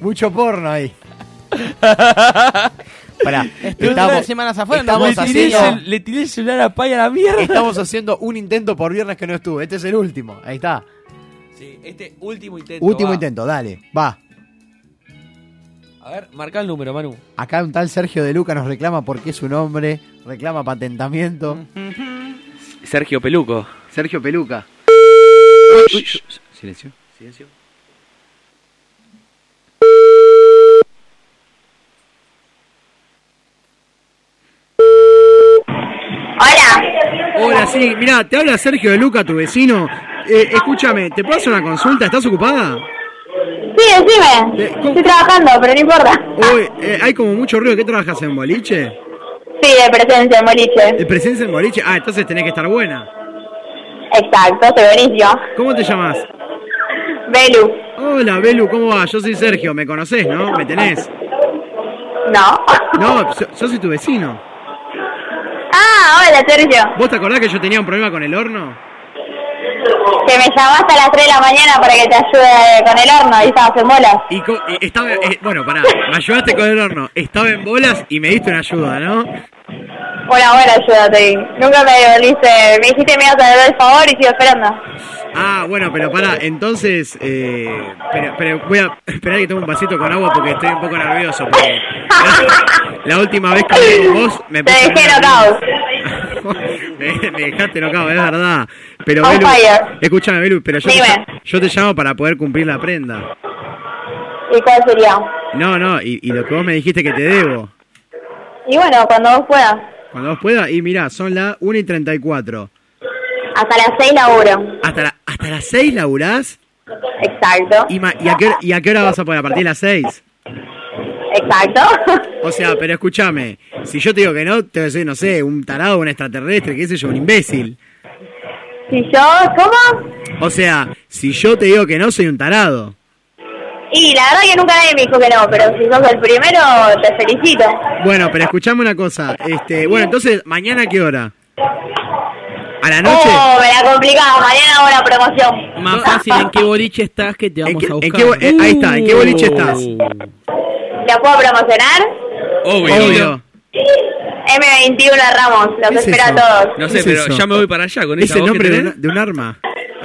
Speaker 6: Mucho porno ahí. Pará,
Speaker 4: Estuve tres semanas afuera, no
Speaker 6: estamos
Speaker 4: puedo decir
Speaker 6: haciendo-
Speaker 4: eso.
Speaker 5: Le tiré el celular a Pay a la mierda.
Speaker 6: Estamos haciendo un intento por viernes que no estuve. Este es el último. Ahí está.
Speaker 5: Sí, este último intento.
Speaker 6: Último
Speaker 5: va.
Speaker 6: intento, dale. Va.
Speaker 5: A ver, marca el número, Manu.
Speaker 6: Acá un tal Sergio de Luca nos reclama porque es su nombre, reclama patentamiento.
Speaker 5: Sergio Peluco.
Speaker 6: Sergio Peluca. Silencio.
Speaker 5: Silencio.
Speaker 6: Hola, sí, mira, te habla Sergio de Luca, tu vecino. Eh, escúchame, ¿te puedo hacer una consulta? ¿Estás ocupada? Eh,
Speaker 7: Sí, decime. Estoy trabajando, pero no importa.
Speaker 6: Uy, eh, hay como mucho ruido. ¿Qué trabajas en boliche?
Speaker 7: Sí, de presencia en boliche.
Speaker 6: ¿En presencia en boliche? Ah, entonces tenés que estar buena.
Speaker 7: Exacto, soy buenísimo.
Speaker 6: ¿Cómo te llamas?
Speaker 7: Belu.
Speaker 6: Hola, Belu, ¿cómo va? Yo soy Sergio, me conocés, ¿no? ¿Me tenés?
Speaker 7: No.
Speaker 6: No, yo, yo soy tu vecino.
Speaker 7: Ah, hola, Sergio.
Speaker 6: ¿Vos te acordás que yo tenía un problema con el horno?
Speaker 7: Que me llamaste a las 3 de la mañana para que te ayude con el horno y estabas en bolas.
Speaker 6: Y, co- y estaba, eh, bueno, pará, me ayudaste con el horno. Estaba en bolas y me diste una ayuda, ¿no?
Speaker 7: Una buena ayuda, te di. Nunca me devolviste. Me dijiste que me ibas a devolver el favor y sigo esperando.
Speaker 6: Ah, bueno, pero pará, entonces, eh, pero, pero voy a esperar que tome un vasito con agua porque estoy un poco nervioso. porque la, la última vez que hablé con vos me
Speaker 7: Te
Speaker 6: puse
Speaker 7: dejé
Speaker 6: muy
Speaker 7: knockout.
Speaker 6: me, me dejaste locado, es verdad. Pero
Speaker 7: On
Speaker 6: Belu,
Speaker 7: fire.
Speaker 6: escúchame Belu, pero yo te,
Speaker 7: Dime.
Speaker 6: llamo- yo te llamo para poder cumplir la prenda.
Speaker 7: ¿Y cuál sería?
Speaker 6: No, no, y, y lo que vos me dijiste que te debo.
Speaker 7: Y bueno, cuando vos puedas.
Speaker 6: Cuando vos puedas, y mirá, son las 1 y 34.
Speaker 7: Hasta las 6 laburo.
Speaker 6: ¿Hasta, la- hasta las 6 laburás?
Speaker 7: Exacto.
Speaker 6: Y, ma- y a qué, hora- ¿Y a qué hora vas a poder? ¿A partir de las 6?
Speaker 7: Exacto.
Speaker 6: O sea, pero escúchame, si yo te digo que no, te voy a decir, no sé, un tarado, un extraterrestre, qué sé yo, un imbécil.
Speaker 7: Si yo, ¿cómo?
Speaker 6: O sea, si yo te digo que no, soy un tarado.
Speaker 7: Y la verdad que nunca nadie me dijo que no, pero si sos el primero, te felicito.
Speaker 6: Bueno, pero escuchame una cosa. Este, bueno, entonces, ¿mañana a qué hora? ¿A la noche?
Speaker 7: Oh, me la complicás, mañana hago una promoción.
Speaker 4: Más fácil en qué boliche estás que te vamos
Speaker 6: qué-
Speaker 4: a
Speaker 6: en
Speaker 4: buscar. Uh.
Speaker 6: qué bo- eh, ahí está, ¿en qué boliche estás?
Speaker 7: ¿La puedo promocionar?
Speaker 5: Obvio.
Speaker 7: M21 Ramos, los
Speaker 6: ¿Qué es
Speaker 7: espero a
Speaker 6: eso?
Speaker 7: todos.
Speaker 5: No sé,
Speaker 6: ¿Qué es
Speaker 5: pero
Speaker 6: eso?
Speaker 5: ya me voy para allá con
Speaker 6: ¿Es
Speaker 5: esa
Speaker 6: el
Speaker 5: voz que
Speaker 6: nombre de
Speaker 5: tenés.
Speaker 6: un, de un arma?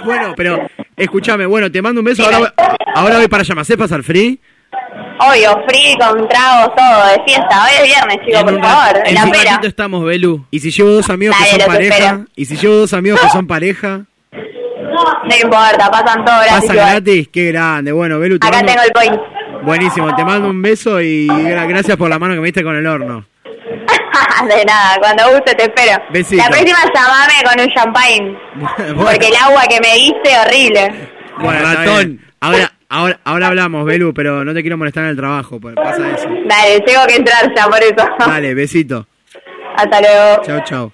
Speaker 6: Bueno, pero escúchame, bueno, te mando un beso. Ahora, voy- ahora voy para allá. ¿Me hacés pasar free?
Speaker 7: Obvio, free, con tragos, todo, de fiesta. Hoy es viernes, chicos, por favor, en la pera.
Speaker 6: estamos, Belu. ¿Y si llevo dos amigos
Speaker 7: Dale,
Speaker 6: que son
Speaker 7: los
Speaker 6: pareja?
Speaker 7: espero.
Speaker 6: ¿Y si llevo dos amigos que son pareja?
Speaker 7: No importa, pasan todo gratis.
Speaker 6: Pasa
Speaker 7: igual.
Speaker 6: gratis, qué grande. Bueno, Belu, te
Speaker 7: Acá
Speaker 6: mando-
Speaker 7: tengo el coin.
Speaker 6: Buenísimo, te mando un beso y gra- gracias por la mano que me diste con el horno.
Speaker 7: De nada, cuando guste te espero.
Speaker 6: Besito.
Speaker 7: La próxima llamame con un champagne. Porque el agua que me diste horrible.
Speaker 6: Bueno, está bien. Ahora, ahora, ahora hablamos, Belu, pero no te quiero molestar en el trabajo. pa- Pasa eso.
Speaker 7: Dale, tengo que entrar ya por eso.
Speaker 6: Dale, besito.
Speaker 7: Hasta luego.
Speaker 6: Chau, chau.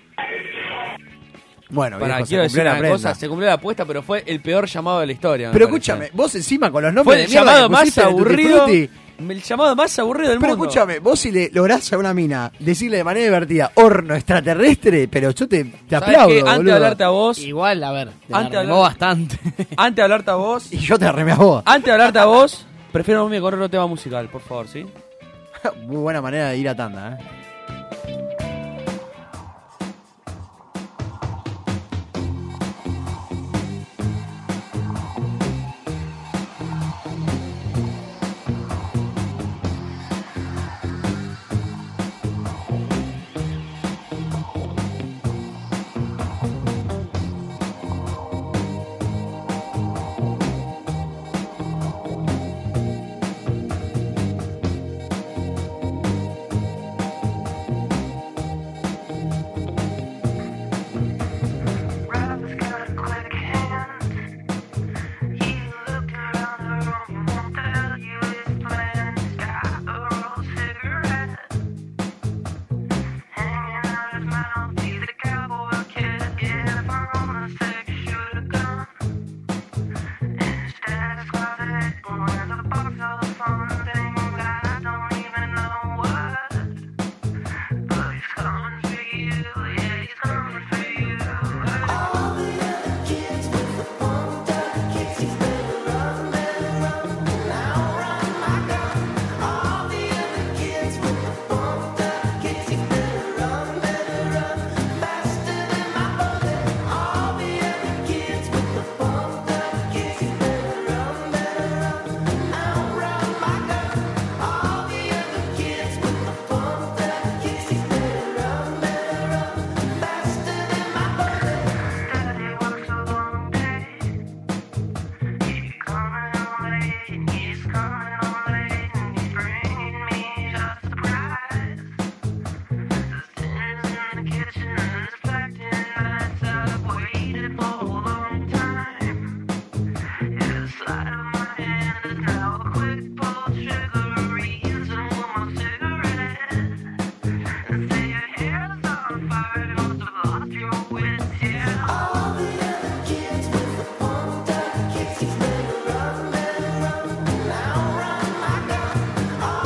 Speaker 6: Bueno,
Speaker 5: Pará,
Speaker 6: viejo, se
Speaker 5: quiero decir
Speaker 6: cumplió la
Speaker 5: una
Speaker 6: prenda.
Speaker 5: cosa, se cumplió la apuesta, pero fue el peor llamado de la historia. me
Speaker 6: Pero
Speaker 5: parece.
Speaker 6: escúchame, vos encima con los nombres
Speaker 5: Ah, Fue
Speaker 6: de
Speaker 5: el
Speaker 6: mierda
Speaker 5: llamado
Speaker 6: que
Speaker 5: más
Speaker 6: pusiste de Tutti
Speaker 5: aburrido.
Speaker 6: Frutti.
Speaker 5: El llamado más aburrido del
Speaker 6: Pero
Speaker 5: mundo.
Speaker 6: escúchame, vos si le lográs a una mina decirle de manera divertida horno extraterrestre, pero yo te, te
Speaker 5: ¿Sabés
Speaker 6: aplaudo.
Speaker 5: qué? Antes
Speaker 6: boludo.
Speaker 5: de hablarte a vos.
Speaker 4: Igual, a ver.
Speaker 5: Antes de
Speaker 4: arregló
Speaker 5: bastante. Antes de hablarte a vos.
Speaker 6: Y yo te arremé a vos.
Speaker 5: Antes de hablarte a vos, prefiero no irme con otro tema musical, por favor, ¿sí?
Speaker 6: Muy buena manera de ir a tanda, ¿eh?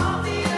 Speaker 2: All the other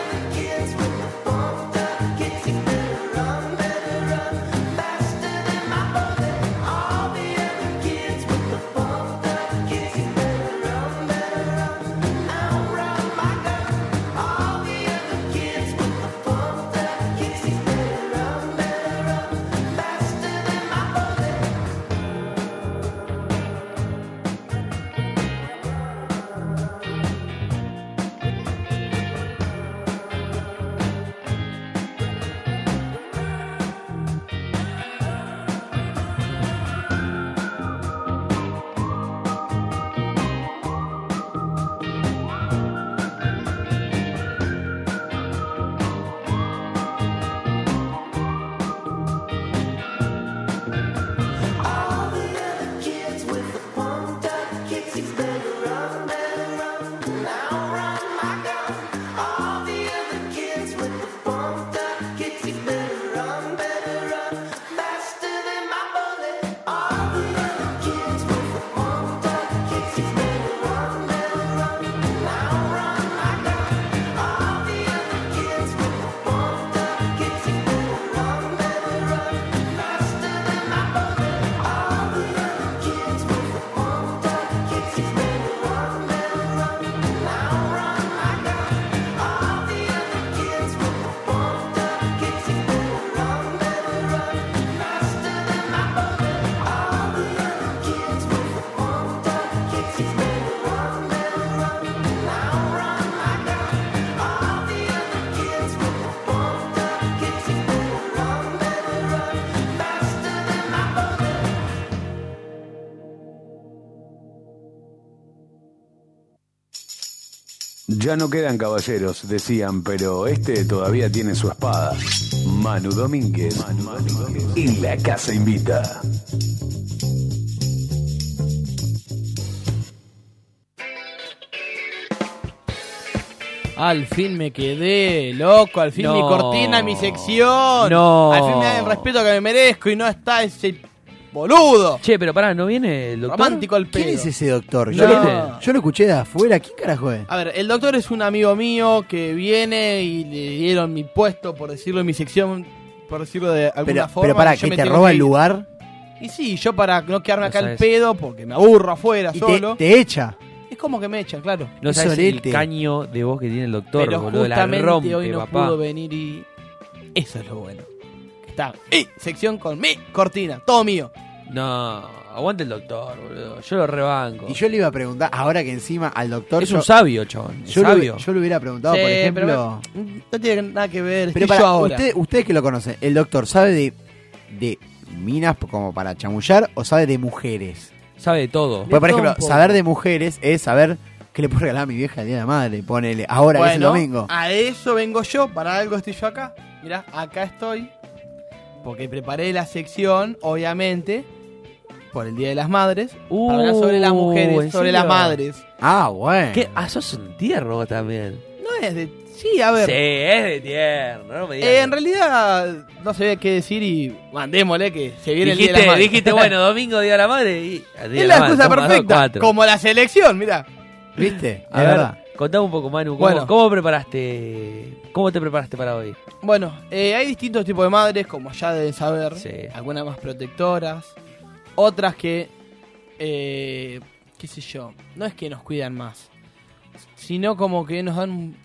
Speaker 8: Ya no quedan caballeros, decían, pero este todavía tiene su espada. Manu Domínguez. Y la casa invita.
Speaker 4: Al fin me quedé, loco. Al fin
Speaker 3: No.
Speaker 4: mi cortina, mi sección.
Speaker 3: No.
Speaker 4: Al fin me dan el respeto que me merezco y no está ese boludo.
Speaker 5: Che, pero pará, ¿no viene el
Speaker 4: doctor? Romántico al pedo.
Speaker 6: ¿Quién es ese doctor?
Speaker 4: No.
Speaker 6: Yo, lo, yo lo escuché de afuera. ¿Quién carajo es?
Speaker 4: A ver, el doctor es un amigo mío que viene y le dieron mi puesto, por decirlo, en mi sección, por decirlo de alguna
Speaker 6: Pero,
Speaker 4: forma.
Speaker 6: pero para,
Speaker 4: y yo
Speaker 6: que
Speaker 4: me
Speaker 6: te
Speaker 4: tengo
Speaker 6: roba
Speaker 4: que
Speaker 6: el
Speaker 4: ir.
Speaker 6: lugar
Speaker 4: Y sí, yo para no quedarme
Speaker 6: No
Speaker 4: acá al
Speaker 6: sabes.
Speaker 4: pedo, porque me aburro afuera
Speaker 6: y te,
Speaker 4: solo.
Speaker 6: te echa.
Speaker 4: Es como que me echan, claro.
Speaker 5: No
Speaker 6: Es
Speaker 5: sabes el
Speaker 6: sorete.
Speaker 5: caño de voz que tiene el doctor,
Speaker 4: Pero
Speaker 5: boludo. La
Speaker 4: justamente
Speaker 5: rompe,
Speaker 4: hoy no
Speaker 5: papá.
Speaker 4: pudo venir y. Eso es lo bueno. Está mi sección con mi cortina, todo mío.
Speaker 5: No, aguante el doctor, boludo. Yo lo rebanco.
Speaker 6: Y yo le iba a preguntar, ahora que encima al doctor.
Speaker 5: Es
Speaker 6: yo-
Speaker 5: un sabio, chabón,
Speaker 6: Yo,
Speaker 5: sabio.
Speaker 6: Lo, yo le hubiera preguntado, por
Speaker 4: Sí,
Speaker 6: ejemplo.
Speaker 4: pero me- no tiene nada que ver.
Speaker 6: Pero
Speaker 4: estoy
Speaker 6: para
Speaker 4: yo ahora.
Speaker 6: usted- ustedes que lo conocen, ¿el doctor sabe de, de minas como para chamullar o sabe de mujeres?
Speaker 5: Sabe de todo.
Speaker 6: Pues, por ejemplo, saber de mujeres es saber qué le puedo regalar a mi vieja el día de la madre. Ponele, ahora que es el
Speaker 4: Bueno,
Speaker 6: domingo.
Speaker 4: A eso vengo yo, para algo estoy yo acá. Mirá, acá estoy. Porque preparé la sección, obviamente, por el Día de las Madres. para hablar sobre las mujeres,
Speaker 5: Oh, Uh, ¿en
Speaker 4: sobre
Speaker 5: serio?
Speaker 4: las madres.
Speaker 6: Ah, bueno.
Speaker 5: ¿Qué? Ah, sos un tierno también.
Speaker 4: No es de. Sí, a ver.
Speaker 5: Sí, es de tierno, no me digas.
Speaker 4: Eh, en realidad no sabía qué decir y mandémosle que se viene el Día de
Speaker 5: dijiste,
Speaker 4: las Madres.
Speaker 5: dijiste, bueno, domingo, día de la madre. Y, día de
Speaker 4: es la
Speaker 5: madre,
Speaker 4: excusa
Speaker 5: toma, dos,
Speaker 4: perfecta.
Speaker 5: cuatro.
Speaker 4: Como la selección, mirá.
Speaker 6: ¿Viste?
Speaker 5: A ver, contame un poco, Manu. ¿cómo,
Speaker 4: Bueno.
Speaker 5: cómo preparaste? ¿Cómo te preparaste para hoy?
Speaker 4: Bueno, eh, hay distintos tipos de madres, como ya deben saber. Algunas más protectoras, otras que, eh, qué sé yo, no es que nos cuidan más, sino como que nos dan un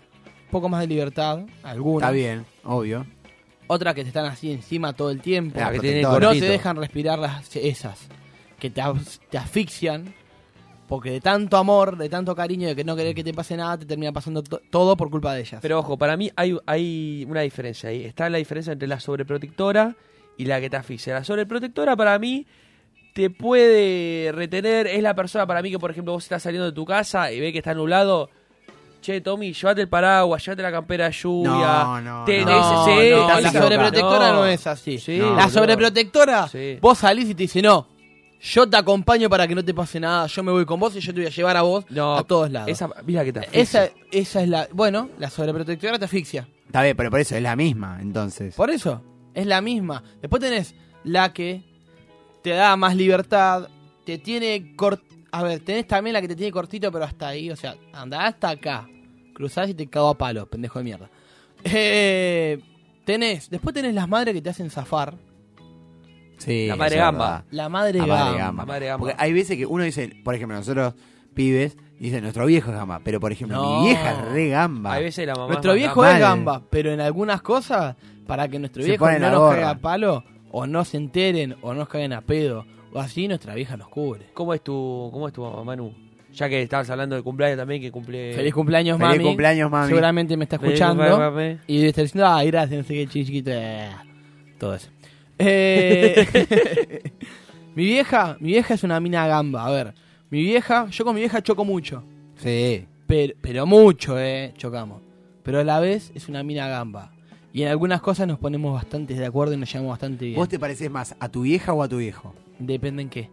Speaker 4: poco más de libertad, algunas.
Speaker 6: Está bien, obvio.
Speaker 4: Otras que te están así encima todo el tiempo.
Speaker 6: Ah, que tienen
Speaker 4: no te
Speaker 6: cortito.
Speaker 4: dejan respirar las, esas, que te, as- te asfixian. Porque de tanto amor, de tanto cariño, de que no querer que te pase nada, te termina pasando to- todo por culpa de ellas.
Speaker 5: Pero ojo, para mí hay, hay una diferencia ahí. Está la diferencia entre la sobreprotectora y la que te asfixia. La sobreprotectora para mí te puede retener. Es la persona para mí que, por ejemplo, vos estás saliendo de tu casa y ve que está nublado. Che, Tommy, llévate el paraguas, llévate la campera de lluvia.
Speaker 4: No, no,
Speaker 5: ah, Te-
Speaker 4: no.
Speaker 5: te-
Speaker 4: No,
Speaker 5: sí,
Speaker 4: no,
Speaker 5: estás
Speaker 4: la
Speaker 5: equivocado.
Speaker 4: sobreprotectora no es así.
Speaker 5: Sí,
Speaker 4: La
Speaker 5: boludo.
Speaker 4: sobreprotectora,
Speaker 5: Sí.
Speaker 4: vos salís y te dice, no, yo te acompaño para que no te pase nada, yo me voy con vos y yo te voy a llevar a vos a todos lados.
Speaker 5: Esa, mira que te asfixia.
Speaker 4: Esa, esa es la... Bueno, la sobreprotectora te asfixia.
Speaker 6: Está bien, pero por eso es la misma, entonces.
Speaker 4: Por eso, es la misma. Después tenés la que te da más libertad, te tiene cort... A ver, tenés también la que te tiene cortito, pero hasta ahí, o sea, andá hasta acá. Cruzás y te cago a palos, pendejo de mierda. Eh, tenés, después tenés las madres que te hacen zafar.
Speaker 6: Sí,
Speaker 5: La madre
Speaker 6: eso es
Speaker 5: gamba.
Speaker 6: verdad.
Speaker 4: La madre gamba. La madre gamba.
Speaker 6: Porque hay veces que uno dice, por ejemplo, nosotros pibes, dicen nuestro viejo es gamba, pero por ejemplo,
Speaker 4: No.
Speaker 6: mi vieja es re gamba.
Speaker 5: Hay veces la mamá
Speaker 4: Nuestro
Speaker 5: es más
Speaker 4: viejo
Speaker 5: gamba.
Speaker 4: es gamba, pero en algunas cosas, para que nuestro
Speaker 6: Se
Speaker 4: viejo
Speaker 6: pone
Speaker 4: no
Speaker 6: la
Speaker 4: nos
Speaker 6: gorra.
Speaker 4: caiga a palo, o no se enteren, o nos caigan a pedo, o así nuestra vieja nos cubre.
Speaker 5: ¿Cómo es tu, Uh, cómo es tu mamá, Manu? Ya que estabas hablando de cumpleaños también, que cumple...
Speaker 4: Feliz cumpleaños, mami. Seguramente me está
Speaker 5: Feliz
Speaker 4: escuchando.
Speaker 5: cumpleaños, mami.
Speaker 4: Y debe estar diciendo, ay, gracias, no sé qué chiquito. eh, Todo eso. Eh, mi vieja, mi vieja es una mina gamba. A ver, mi vieja, yo con mi vieja choco mucho.
Speaker 6: Sí.
Speaker 4: Pero, pero mucho, eh, chocamos. Pero a la vez es una mina gamba. Y en algunas cosas nos ponemos bastante de acuerdo y nos llevamos bastante bien.
Speaker 6: ¿Vos te pareces más a tu vieja o a tu viejo?
Speaker 4: Depende en qué.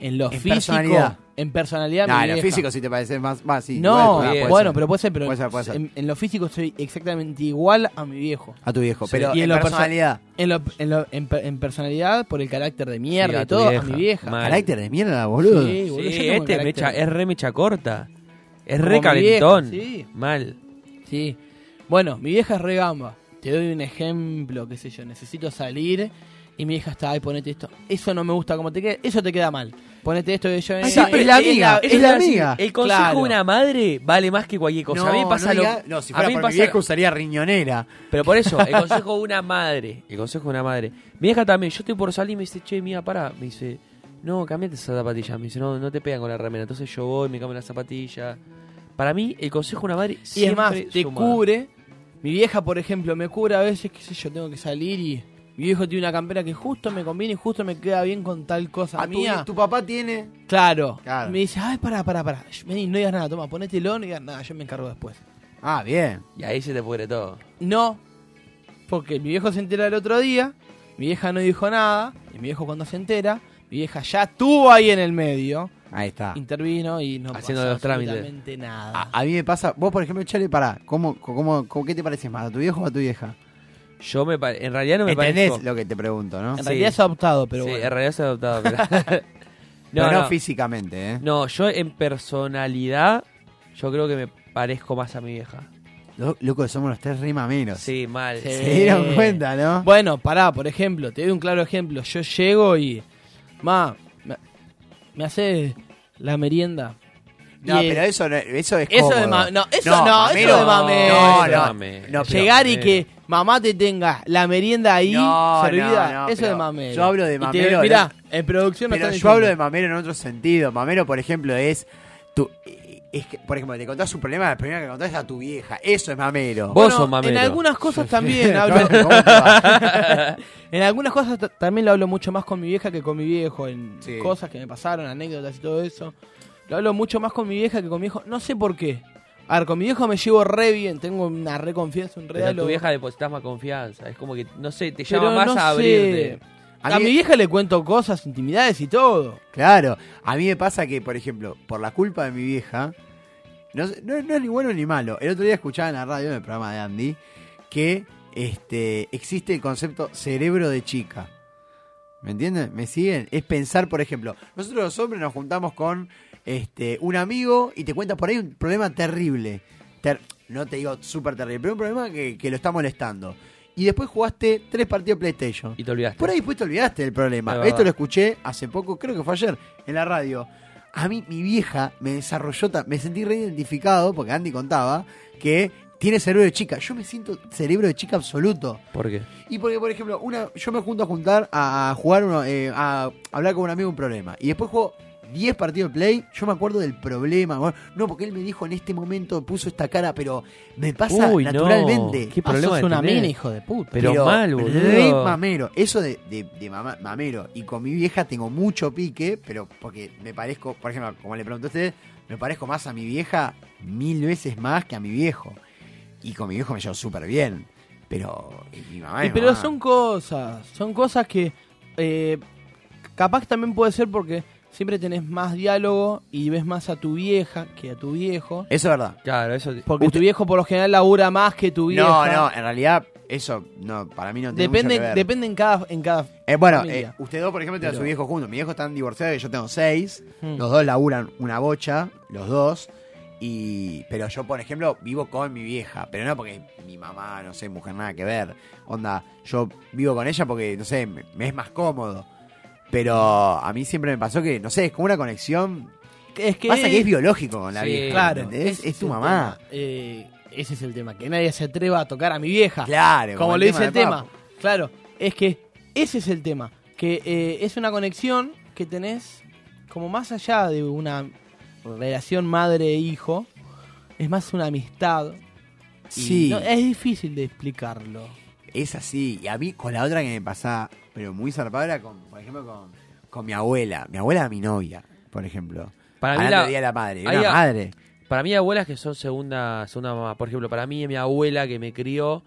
Speaker 4: En lo
Speaker 6: En
Speaker 4: físico.
Speaker 6: personalidad.
Speaker 4: En personalidad,
Speaker 6: No,
Speaker 4: mi
Speaker 6: en lo
Speaker 4: vieja.
Speaker 6: físico sí te pareces más. más Ah, sí,
Speaker 4: No,
Speaker 6: igual, puede- puede
Speaker 4: bueno,
Speaker 6: ser.
Speaker 4: pero puede ser, pero
Speaker 6: Puede ser, puede ser.
Speaker 4: En, en lo físico soy exactamente igual a mi viejo.
Speaker 6: A tu viejo, pero en
Speaker 4: lo perso-
Speaker 6: personalidad.
Speaker 4: En, lo- en lo- en per- en personalidad, por el carácter de
Speaker 5: Sí,
Speaker 4: mierda
Speaker 5: a
Speaker 4: y
Speaker 5: tu
Speaker 4: todo, a
Speaker 5: vieja,
Speaker 4: mi vieja.
Speaker 5: mal.
Speaker 6: Carácter de mierda, boludo.
Speaker 4: Sí, boludo, yo
Speaker 5: Sí,
Speaker 4: tengo
Speaker 5: este es
Speaker 4: carácter.
Speaker 5: mecha- es re mecha corta. Es
Speaker 4: Como
Speaker 5: re
Speaker 4: mi
Speaker 5: calentón.
Speaker 4: vieja, sí.
Speaker 5: Mal.
Speaker 4: Sí. Bueno, mi vieja es re gamba. Te doy un ejemplo, qué sé yo, necesito salir y mi vieja está, ay, ponete esto. Eso no me gusta como te queda, eso te queda mal. Ponete esto que yo...
Speaker 5: Ah,
Speaker 6: Ay, Ah, sí, pero es la amiga, es la amiga.
Speaker 5: El consejo
Speaker 4: Claro.
Speaker 5: de una madre vale más que cualquier cosa. a mí me
Speaker 6: no
Speaker 5: pasa lo-
Speaker 6: diga- no, si
Speaker 5: a
Speaker 6: fuera
Speaker 5: mí me
Speaker 6: por mi
Speaker 5: pasa-
Speaker 6: viejo usaría riñonera.
Speaker 5: Pero por eso, el consejo de una madre. El consejo de una madre. Mi hija también, yo estoy por salir y me dice, che, mira, pará. Me dice, no, cambiate esa zapatilla. Me dice, no, no te pegan con la remera. Entonces yo voy, me cambio la zapatilla. Para mí, el consejo de una madre
Speaker 4: Y
Speaker 5: siempre
Speaker 4: es más, te
Speaker 5: suma.
Speaker 4: cubre. Mi vieja, por ejemplo, me cubre a veces, qué sé yo, tengo que salir y mi viejo tiene una campera que justo me conviene y justo me queda bien con tal cosa
Speaker 6: A Ah, tu,
Speaker 4: mía.
Speaker 6: tu papá tiene.
Speaker 4: Claro.
Speaker 6: Claro.
Speaker 4: Me dice, ay, pará, pará, pará. Vení, no digas nada, toma, ponete el on y digas nada, yo me encargo después.
Speaker 6: Ah, bien.
Speaker 5: Y ahí se te pudre todo.
Speaker 4: No, porque mi viejo se entera el otro día, mi vieja no dijo nada, y mi viejo cuando se entera, mi vieja ya estuvo ahí en el medio,
Speaker 6: Ahí está.
Speaker 4: intervino y no
Speaker 6: Haciendo
Speaker 4: pasó
Speaker 6: los trámites.
Speaker 4: absolutamente nada.
Speaker 6: A, a mí me pasa, vos por ejemplo, Chale, pará, ¿cómo, cómo, cómo- qué te pareces más, a tu viejo o a tu vieja?
Speaker 5: Yo me pare- en realidad no me
Speaker 6: ¿Entendés
Speaker 5: parezco.
Speaker 6: lo que te pregunto, no?
Speaker 5: En realidad es
Speaker 4: adoptado,
Speaker 5: pero Sí, bueno. en realidad es adoptado, pero- Pero
Speaker 6: Pero no
Speaker 5: no.
Speaker 6: físicamente, ¿eh?
Speaker 5: No, yo en personalidad, yo creo que me parezco más a mi vieja.
Speaker 6: Lo- Loco, somos los tres rima menos.
Speaker 5: Sí, mal. Eh,
Speaker 6: Se dieron cuenta, ¿no?
Speaker 4: Bueno, pará, por ejemplo, te doy un claro ejemplo. Yo llego y. Ma, me, me hace la merienda.
Speaker 6: No,
Speaker 4: Y,
Speaker 6: pero
Speaker 4: eh,
Speaker 6: eso, no- eso es
Speaker 4: Eso de
Speaker 6: cómodo.
Speaker 4: ma- no, eso no,
Speaker 6: mamero,
Speaker 4: eso de mamero.
Speaker 6: No, no,
Speaker 4: No,
Speaker 6: no, pero-
Speaker 4: Llegar y que mamá te tenga la merienda ahí
Speaker 6: No,
Speaker 4: servida,
Speaker 6: no, no,
Speaker 4: eso
Speaker 6: pero
Speaker 4: de mamero.
Speaker 6: Yo hablo
Speaker 4: Y
Speaker 6: de
Speaker 4: te-
Speaker 6: mamero. de-
Speaker 4: mirá, en producción me
Speaker 6: Pero yo
Speaker 4: están
Speaker 6: hablo de
Speaker 4: diciendo.
Speaker 6: mamero en otro sentido. Mamero, por ejemplo, es. Tu, es que, por ejemplo, te contás un problema, la primera que contás es a tu vieja. Eso es mamero.
Speaker 4: Bueno, En algunas cosas también hablo.
Speaker 6: ¿Cómo te va?
Speaker 4: en algunas cosas ta- también lo hablo mucho más con mi vieja que con mi viejo. En cosas que me pasaron, anécdotas y todo eso. Lo hablo mucho más con mi vieja que con mi viejo. No sé por qué. A ver, con mi viejo me llevo re bien. Tengo una re confianza, un re
Speaker 5: Pero a tu
Speaker 4: diálogo.
Speaker 5: vieja depositas más confianza. Es como que, no sé, te
Speaker 4: Pero
Speaker 5: llama más
Speaker 4: no
Speaker 5: a
Speaker 4: sé.
Speaker 5: abrirte.
Speaker 4: A, mi vieja le cuento cosas, intimidades y todo.
Speaker 6: Claro, a mí me pasa que, por ejemplo, por la culpa de mi vieja, no, sé- no- no es ni bueno ni malo. El otro día escuchaba en la radio, en el programa de Andy, que este, existe el concepto cerebro de chica. ¿Me entienden? ¿Me siguen? Es pensar, por ejemplo, nosotros los hombres nos juntamos con este, un amigo y te cuenta por ahí un problema terrible. Ter- no te digo súper terrible, pero un problema que, que lo está molestando. Y después jugaste tres partidos de PlayStation.
Speaker 5: Y te olvidaste.
Speaker 6: Por ahí después te olvidaste del problema.
Speaker 5: Es verdad.
Speaker 6: Esto lo escuché hace poco, creo que fue ayer, en la radio. A mí, mi vieja me desarrolló, ta- me sentí reidentificado, porque Andy contaba, que tiene cerebro de chica. Yo me siento cerebro de chica absoluto.
Speaker 5: ¿Por qué?
Speaker 6: Y porque, por ejemplo, una, yo me junto a juntar a, a jugar, uno, eh, a hablar con un amigo un problema. Y después juego 10 partidos de play, yo me acuerdo del problema. bueno, No, porque él me dijo en este momento, puso esta cara, pero me pasa
Speaker 5: Uy, no.
Speaker 6: naturalmente.
Speaker 5: Qué Ah, problema sos de una tener. mina, hijo de puta. Pero mal, boludo.
Speaker 6: re mamero. Eso de, de- de mamá- mamero. Y con mi vieja tengo mucho pique, pero porque me parezco, por ejemplo, como le preguntó a usted, me parezco más a mi vieja mil veces más que a mi viejo. Y con mi viejo me llevo súper bien. Pero eh, mi mamá
Speaker 4: Y
Speaker 6: es
Speaker 4: pero
Speaker 6: mamá.
Speaker 4: son cosas, son cosas que eh, capaz también puede ser porque siempre tenés más diálogo y ves más a tu vieja que a tu viejo.
Speaker 6: Eso es verdad.
Speaker 5: Claro, eso.
Speaker 4: Porque tu viejo por lo general labura más que tu vieja.
Speaker 6: No, no, en realidad eso no, para mí no tiene
Speaker 4: Depende,
Speaker 6: mucho que ver.
Speaker 4: depende en cada, en cada
Speaker 6: Eh, bueno,
Speaker 4: familia.
Speaker 6: eh, ustedes dos, por ejemplo, tienen a su
Speaker 4: Pero-
Speaker 6: viejo juntos. Mi viejo están divorciados y yo tengo seis.
Speaker 4: Hmm.
Speaker 6: Los dos laburan una bocha, los dos. Y, pero yo, por ejemplo, vivo con mi vieja. Pero no porque mi mamá, no sé, mujer, nada que ver. Onda, yo vivo con ella porque, no sé, me, me es más cómodo. Pero a mí siempre me pasó que, no sé, es como una conexión.
Speaker 4: Es que-
Speaker 6: Pasa que es biológico con la
Speaker 4: Sí,
Speaker 6: vieja.
Speaker 4: claro,
Speaker 6: ¿entendés?
Speaker 4: ese
Speaker 6: Es tu
Speaker 4: el
Speaker 6: mamá.
Speaker 4: tema. Eh, ese es el tema, que nadie se atreva a tocar a mi vieja.
Speaker 6: Claro, como
Speaker 4: Como
Speaker 6: el
Speaker 4: le
Speaker 6: tema
Speaker 4: dice el
Speaker 6: de
Speaker 4: tema.
Speaker 6: Papo.
Speaker 4: Claro, es que ese es el tema. Que eh, es una conexión que tenés como más allá de una relación madre-hijo. Es más una amistad. Y
Speaker 6: Sí.
Speaker 4: no- es difícil de explicarlo.
Speaker 6: Es así. Y a mí, con la otra que me pasaba, pero muy zarpada, era con, por ejemplo, con, con mi abuela. Mi abuela era mi novia, por ejemplo.
Speaker 5: Para mí
Speaker 6: Hablando
Speaker 5: la,
Speaker 6: de Día de la madre.
Speaker 5: hay
Speaker 6: una
Speaker 5: a-
Speaker 6: madre.
Speaker 5: Para mí hay abuelas que son segunda, segunda mamá. Por ejemplo, para mí mi abuela que me crió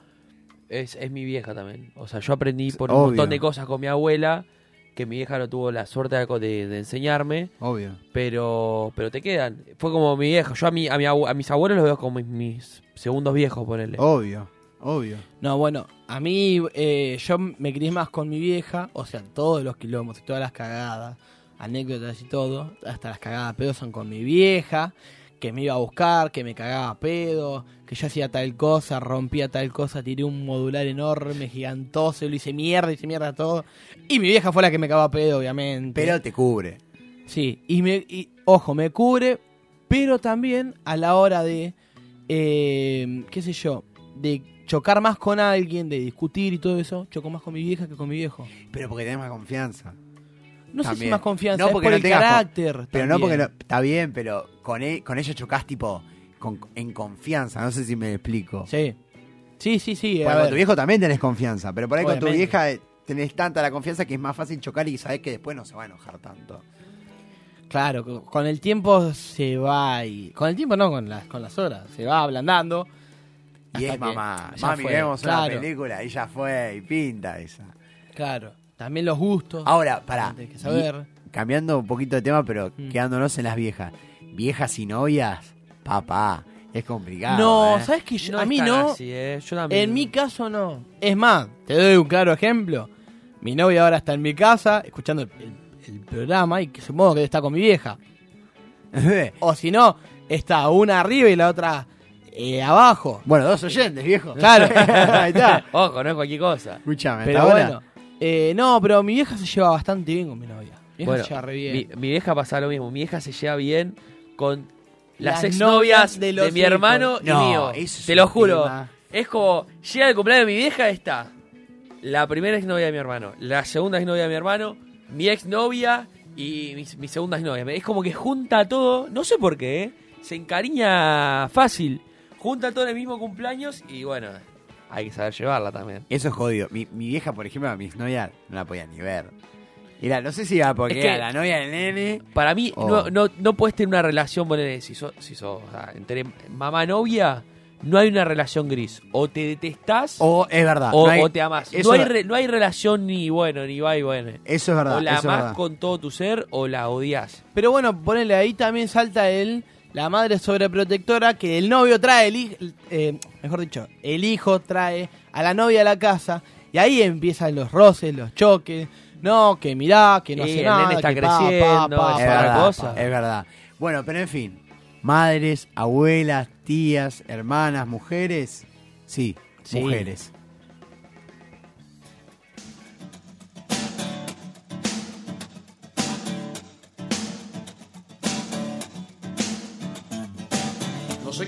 Speaker 5: es, es mi vieja también. O sea, yo aprendí por un
Speaker 6: Obvio.
Speaker 5: montón de cosas con mi abuela que mi vieja no tuvo la suerte de, de- de enseñarme.
Speaker 6: Obvio.
Speaker 5: Pero pero te quedan. Fue como mi viejo. Yo a, mi, a, mi abue- a mis abuelos los veo como mis, mis segundos viejos, ponele.
Speaker 6: Obvio, obvio.
Speaker 4: No, bueno, a mí eh, yo me crié más con mi vieja, o sea, todos los quilombos y todas las cagadas, anécdotas y todo, hasta las cagadas a pedo son con mi vieja, que me iba a buscar, que me cagaba a pedo, que yo hacía tal cosa, rompía tal cosa, tiré un modular enorme, gigantoso, y lo hice mierda, hice mierda todo. Y mi vieja fue la que me cagaba a pedo, obviamente.
Speaker 6: Pero te cubre.
Speaker 4: Sí, y, me, y, ojo, me cubre, pero también a la hora de, eh, qué sé yo, de chocar más con alguien, de discutir y todo eso, choco más con mi vieja que con mi viejo.
Speaker 6: Pero porque tenés más confianza.
Speaker 4: No sé si
Speaker 6: También.
Speaker 4: más confianza,
Speaker 6: No,
Speaker 4: es
Speaker 6: porque
Speaker 4: por
Speaker 6: no
Speaker 4: el
Speaker 6: tengas con-
Speaker 4: carácter.
Speaker 6: Pero no
Speaker 4: también.
Speaker 6: porque no, está bien, pero con, e- con ella chocás tipo con- en confianza. No sé si me explico.
Speaker 4: Sí. Sí, sí, sí. a
Speaker 6: Porque con
Speaker 4: ver.
Speaker 6: tu viejo también tenés confianza. Pero por ahí con tu
Speaker 4: Obviamente.
Speaker 6: vieja eh, tenés tanta la confianza que es más fácil chocar y sabés que después no se va a enojar tanto.
Speaker 4: Claro, co- con el tiempo se va y... Con el tiempo no, con las, con las horas. Se va ablandando,
Speaker 6: Y es
Speaker 4: que
Speaker 6: mamá.
Speaker 4: ya
Speaker 6: Mami,
Speaker 4: fue,
Speaker 6: vemos una
Speaker 4: claro.
Speaker 6: película y ya fue, y pinta esa.
Speaker 4: Claro. También los gustos.
Speaker 6: Ahora, pará.
Speaker 4: Tenés que saber. Mm.
Speaker 6: Y cambiando un poquito de tema, pero quedándonos en las viejas. Viejas y novias, papá, es complicado.
Speaker 4: no,
Speaker 6: ¿eh?
Speaker 4: ¿sabes que yo,
Speaker 5: No
Speaker 4: a
Speaker 5: es
Speaker 4: mí
Speaker 5: tan
Speaker 4: no?
Speaker 5: así, eh, yo también.
Speaker 4: En mi caso no. Es más, te doy un claro ejemplo. Mi novia ahora está en mi casa escuchando el, el- el programa y que supongo que está con mi vieja. o si no, está una arriba y la otra eh, abajo.
Speaker 6: Bueno, dos oyentes, viejo.
Speaker 4: Claro.
Speaker 6: Ahí está.
Speaker 5: Ojo, no es cualquier cosa.
Speaker 6: Escuchame,
Speaker 4: Pero
Speaker 6: hasta ahora-
Speaker 4: bueno. eh, no, pero mi vieja se lleva bastante bien con mi novia. Mi vieja
Speaker 5: Bueno,
Speaker 4: se lleva re bien.
Speaker 5: mi, mi vieja pasa lo mismo. Mi vieja se lleva bien con las,
Speaker 4: Las
Speaker 5: exnovias
Speaker 4: novias
Speaker 5: de,
Speaker 4: de los
Speaker 5: mi
Speaker 4: hijos.
Speaker 5: hermano y
Speaker 4: No,
Speaker 5: mío.
Speaker 4: eso es
Speaker 5: Te lo
Speaker 4: un
Speaker 5: juro.
Speaker 4: tema.
Speaker 5: Es como, llega el cumpleaños de mi vieja, está. La primera exnovia de mi hermano, la segunda exnovia de mi hermano, mi exnovia y mi, mi segunda exnovia. Es como que junta todo, no sé por qué, ¿eh? se encariña fácil. Junta todo en el mismo cumpleaños y bueno, hay que saber llevarla también.
Speaker 6: Eso es jodido. Mi, mi vieja, por ejemplo, a mis novias no la podía ni ver. Era, no sé si iba porque
Speaker 5: Es que-
Speaker 6: era la novia del nene.
Speaker 5: Para mí,
Speaker 6: Oh.
Speaker 5: no, no, no puedes tener una relación, ponele, si sos, si sos, o sea, entre mamá novia, no hay una relación gris. O te detestás.
Speaker 6: O es verdad.
Speaker 5: O,
Speaker 6: no hay-
Speaker 5: o te amás.
Speaker 6: eso-
Speaker 5: No hay, re- no hay relación ni bueno, ni va y bueno.
Speaker 6: Eso es verdad,
Speaker 5: O la
Speaker 6: eso es
Speaker 5: amás
Speaker 6: verdad.
Speaker 5: con todo tu ser o la odias.
Speaker 4: Pero bueno, ponele ahí también salta el la madre sobreprotectora que el novio trae el hijo, mejor dicho, el hijo trae a la novia a la casa y ahí empiezan los roces, los choques. No, que mirá, que no
Speaker 5: Y
Speaker 4: sé
Speaker 5: el
Speaker 4: nada,
Speaker 5: nene está
Speaker 4: que pa, pa,
Speaker 5: creciendo,
Speaker 4: pa,
Speaker 6: es
Speaker 4: pa,
Speaker 6: verdad,
Speaker 4: pa,
Speaker 6: pa,
Speaker 4: pa.
Speaker 6: es verdad. Bueno, pero en fin. Madres, abuelas, tías, hermanas, mujeres. Sí,
Speaker 4: Sí.
Speaker 6: mujeres.
Speaker 16: No sé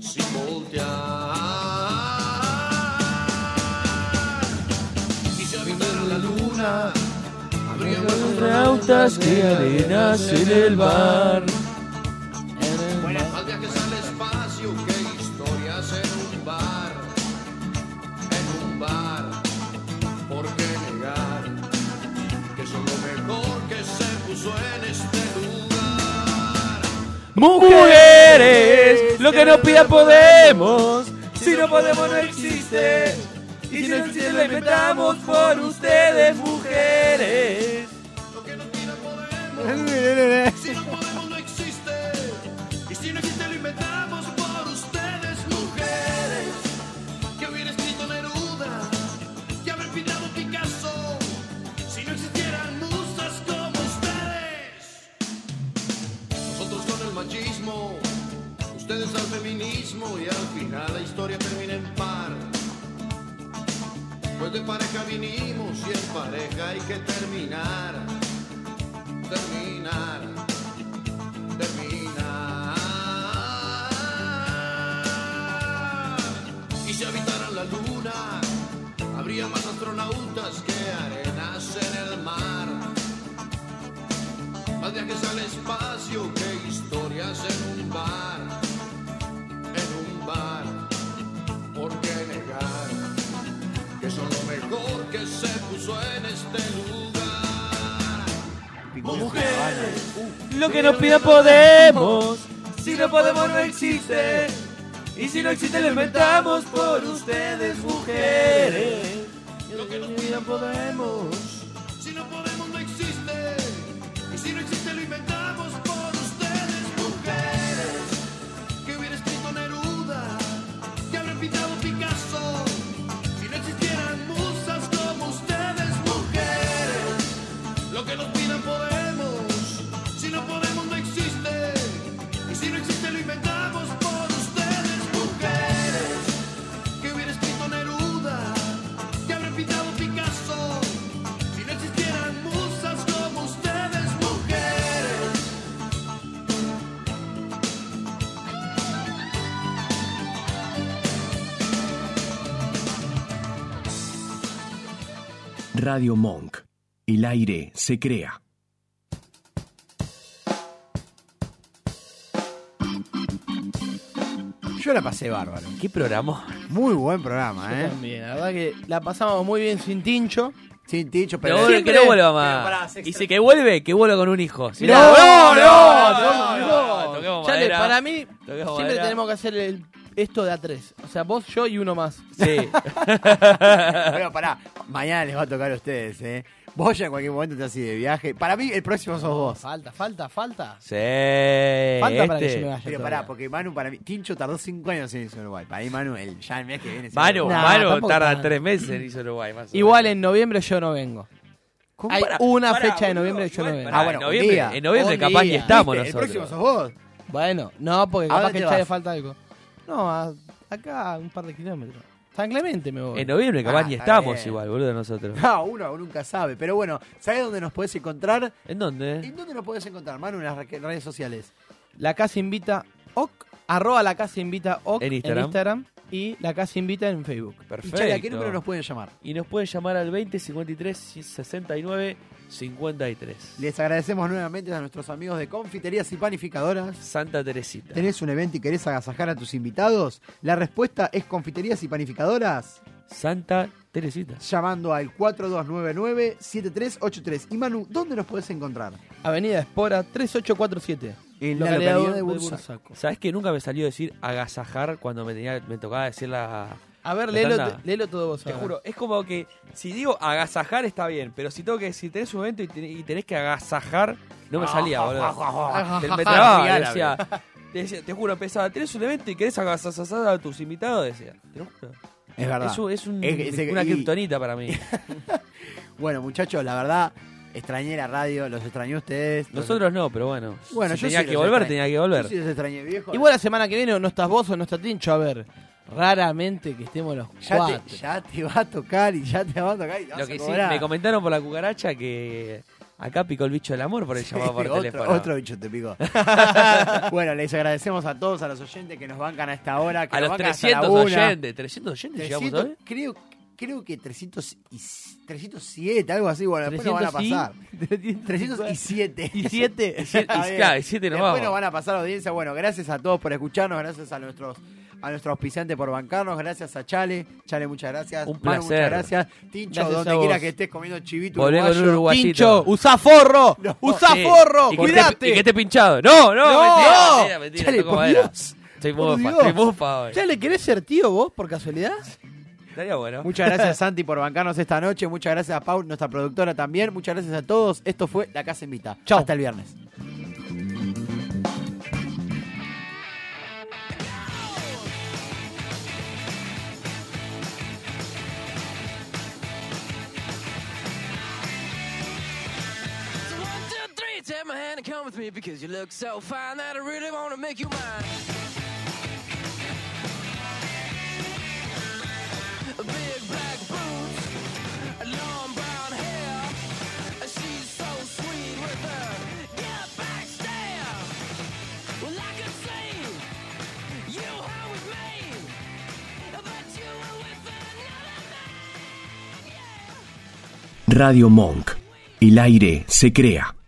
Speaker 16: sin voltear. Y si habitara la luna, habría más astronautas que arenas en el bar. Más viajes al espacio que historias en un bar, en un bar. ¿Por qué negar que son lo mejor que se puso en este lugar?
Speaker 5: Mujeres, lo que nos pida podemos. Si no podemos, no existe. Y si no existe, lo inventamos por ustedes, mujeres.
Speaker 16: Si no podemos, no existe. Y si no existe, lo inventamos por ustedes, mujeres. Que hubiera escrito Neruda, que haber pintado Picasso. Si no existieran musas como ustedes. Nosotros con el machismo, ustedes al feminismo. Y al final la historia termina en par. Pues de pareja vinimos y en pareja hay que terminar. Terminar terminar. Y si habitaran la luna, habría más astronautas que arenas en el mar. Más viajes al espacio que historias en un bar. En un bar, ¿por qué negar? Que son lo mejor que se puso en este lugar. Mujeres,
Speaker 5: Lo que nos pida podemos. Si no podemos, no existe. Y si no existe, lo inventamos por ustedes, mujeres.
Speaker 16: Lo que nos pida podemos. Si no podemos, no existe. Y si no existe, lo inventamos por ustedes, mujeres. Que hubiera escrito Neruda, que habría pintado Picasso. Si no existieran musas como ustedes, mujeres. Lo que nos pidan podemos. Si no podemos, no existe. Y si no existe, lo inventamos por ustedes, mujeres. Que hubiera escrito Neruda que habrá pintado Picasso si no existieran musas como ustedes, mujeres.
Speaker 1: Radio Monk. El aire se crea.
Speaker 6: Yo la pasé bárbaro.
Speaker 5: ¿Qué programa?
Speaker 6: Muy buen programa, ¿eh?
Speaker 4: También, la verdad que la pasamos muy bien sin Tincho.
Speaker 6: Sin Tincho,
Speaker 5: Pero bueno, que no vuelva más. Y si que vuelve, que vuelva con un hijo. Si
Speaker 4: No, no, no, no,
Speaker 5: toquemos
Speaker 4: Ya le-
Speaker 5: madera.
Speaker 4: para mí, siempre
Speaker 5: Toquemos madera.
Speaker 4: tenemos que hacer el- esto de a tres. O sea, vos, yo y uno más.
Speaker 5: Sí.
Speaker 6: Bueno, pará, mañana les va a tocar a ustedes, ¿eh? Vos ya en cualquier momento estás así de viaje. Para mí, el próximo sos vos.
Speaker 4: Falta, falta, falta.
Speaker 5: Sí.
Speaker 6: Falta para que
Speaker 5: este.
Speaker 6: yo me vaya. Pero pará, porque Manu, para mí, Tincho tardó 5 años en irse a Uruguay. Para mí, Manu, el, ya el mes que viene. se va a
Speaker 5: Manu,
Speaker 6: Uruguay.
Speaker 5: Manu
Speaker 4: tampoco
Speaker 5: tarda
Speaker 4: tanto.
Speaker 5: tres meses en irse a Uruguay. Más o
Speaker 4: Igual en noviembre yo no vengo. Hay
Speaker 5: pará,
Speaker 4: una
Speaker 5: pará,
Speaker 4: fecha de noviembre que yo no vengo.
Speaker 5: pará, Ah, bueno, en noviembre- un día, en noviembre un capaz ni día. estamos
Speaker 4: ¿Viste?
Speaker 5: nosotros.
Speaker 6: vos.
Speaker 4: Bueno, no, porque
Speaker 6: ¿A
Speaker 4: capaz
Speaker 6: dónde
Speaker 4: que
Speaker 6: te
Speaker 4: ya le
Speaker 6: vas?
Speaker 4: falta algo. No, a- acá un par de kilómetros. San Clemente me voy.
Speaker 5: menos. En noviembre capaz
Speaker 6: Ah,
Speaker 5: ni
Speaker 6: está
Speaker 5: estamos
Speaker 6: bien.
Speaker 5: igual, boludo, nosotros.
Speaker 6: No, uno nunca sabe. Pero bueno, ¿sabés dónde nos podés encontrar?
Speaker 5: ¿En dónde?
Speaker 6: ¿En dónde nos podés encontrar, Manu, en las re- redes sociales?
Speaker 4: La casa invita ok, arroba la casa invita ok
Speaker 5: En
Speaker 4: en Instagram,
Speaker 5: Instagram.
Speaker 4: y la casa invita en Facebook.
Speaker 5: Perfecto.
Speaker 6: Che, ¿a qué número nos pueden llamar?
Speaker 5: Y nos pueden llamar al 20 53 69 53.
Speaker 6: Les agradecemos nuevamente a nuestros amigos de Confiterías y Panificadoras.
Speaker 5: Santa Teresita.
Speaker 6: ¿Tenés un evento y querés agasajar a tus invitados? La respuesta es Confiterías y Panificadoras.
Speaker 5: Santa Teresita.
Speaker 6: Llamando al 4299-7383. Y Manu, ¿dónde nos podés encontrar?
Speaker 4: Avenida Espora 3847.
Speaker 6: En la localidad de Bursaco.
Speaker 5: ¿Sabés que nunca me salió decir agasajar cuando me tenía me tocaba decir la.
Speaker 4: A ver,
Speaker 5: la
Speaker 4: léelo,
Speaker 5: tanda?
Speaker 4: léelo todo vos.
Speaker 5: Te
Speaker 4: ahora.
Speaker 5: juro, es como que si digo agasajar está bien, pero si tengo que si tenés un evento y tenés, y tenés que agasajar, no
Speaker 6: Ah,
Speaker 5: me salía, boludo. Te- me trababa,
Speaker 6: Mirá la
Speaker 5: decía, te decía, te juro, empezaba, tenés un evento y querés agasajar a tus invitados, decía. Te lo juro.
Speaker 6: Es verdad.
Speaker 5: Es, un- es un-
Speaker 6: Es- es-
Speaker 5: una
Speaker 6: y-
Speaker 5: kriptonita para mí.
Speaker 6: Bueno, muchachos, la verdad, extrañé la radio, los extrañé a ustedes. Los-
Speaker 5: Nosotros no, pero bueno.
Speaker 6: Bueno,
Speaker 5: si
Speaker 6: yo
Speaker 5: tenía
Speaker 6: sí
Speaker 5: que
Speaker 6: los
Speaker 5: volver,
Speaker 6: extrañé.
Speaker 5: tenía que volver.
Speaker 6: Yo sí los extrañé, viejo.
Speaker 4: Igual la semana que viene no estás vos o no está Tincho. A ver, raramente que estemos los
Speaker 6: Ya
Speaker 4: cuatro.
Speaker 6: te, ya te va a tocar y ya te va a tocar y te
Speaker 5: Lo
Speaker 6: vas a
Speaker 5: que sí,
Speaker 6: cobrar.
Speaker 5: me comentaron por la cucaracha que acá picó el bicho del amor por el llamado por
Speaker 6: otro,
Speaker 5: teléfono.
Speaker 6: otro bicho te picó. bueno, les agradecemos a todos, a los oyentes que nos bancan a esta hora. Que
Speaker 5: A
Speaker 6: nos
Speaker 5: los
Speaker 6: bancan hasta la
Speaker 5: 300
Speaker 6: una.
Speaker 5: oyentes. 300 oyentes llegamos
Speaker 6: 300,
Speaker 5: hoy.
Speaker 6: creo, creo que 300 y, 307, algo así. Bueno, después nos van a
Speaker 5: 300 y-
Speaker 6: pasar. 307.
Speaker 4: ¿Y 7?
Speaker 5: Y siete,
Speaker 6: Está bien.
Speaker 5: claro, y siete nos
Speaker 6: Después
Speaker 5: vamos.
Speaker 6: nos van a pasar audiencia. Bueno, gracias a todos por escucharnos, gracias a nuestros a nuestro auspiciante por bancarnos, gracias a Chale. Chale, muchas gracias.
Speaker 5: Un
Speaker 6: Manu,
Speaker 5: placer.
Speaker 6: muchas gracias. Tincho,
Speaker 5: Gracias a
Speaker 6: donde
Speaker 5: vos.
Speaker 6: quiera que estés comiendo chivito
Speaker 5: Volvé con un
Speaker 6: uruguayo.
Speaker 5: uruguayito.
Speaker 4: Tincho, usá forro. Usá
Speaker 5: Sí.
Speaker 4: forro.
Speaker 5: Y que esté-
Speaker 4: Cuidate.
Speaker 5: Y que esté pinchado. No, no,
Speaker 4: No.
Speaker 5: mentira, mentira, mentira,
Speaker 4: Chale,
Speaker 5: toco
Speaker 4: por
Speaker 5: madera.
Speaker 4: Dios.
Speaker 5: Estoy
Speaker 4: Por
Speaker 5: mufa,
Speaker 4: Dios.
Speaker 5: estoy mufa hoy.
Speaker 4: ¿Ya le querés ser tío vos, por casualidad?
Speaker 5: Estaría bueno.
Speaker 6: Muchas gracias Santi por bancarnos esta noche. Muchas gracias a Paul, nuestra productora también. Muchas gracias a todos. Esto fue La Casa Invita. Chao. Hasta el viernes.
Speaker 2: So one, two, three, take my hand and come with me because you look so fine that I really want to make you mine. Big black boots, long brown hair, she's so sweet with her get back stare. Well, I could see you were with me, but you were with another man.
Speaker 1: Radio Monk. El aire se crea.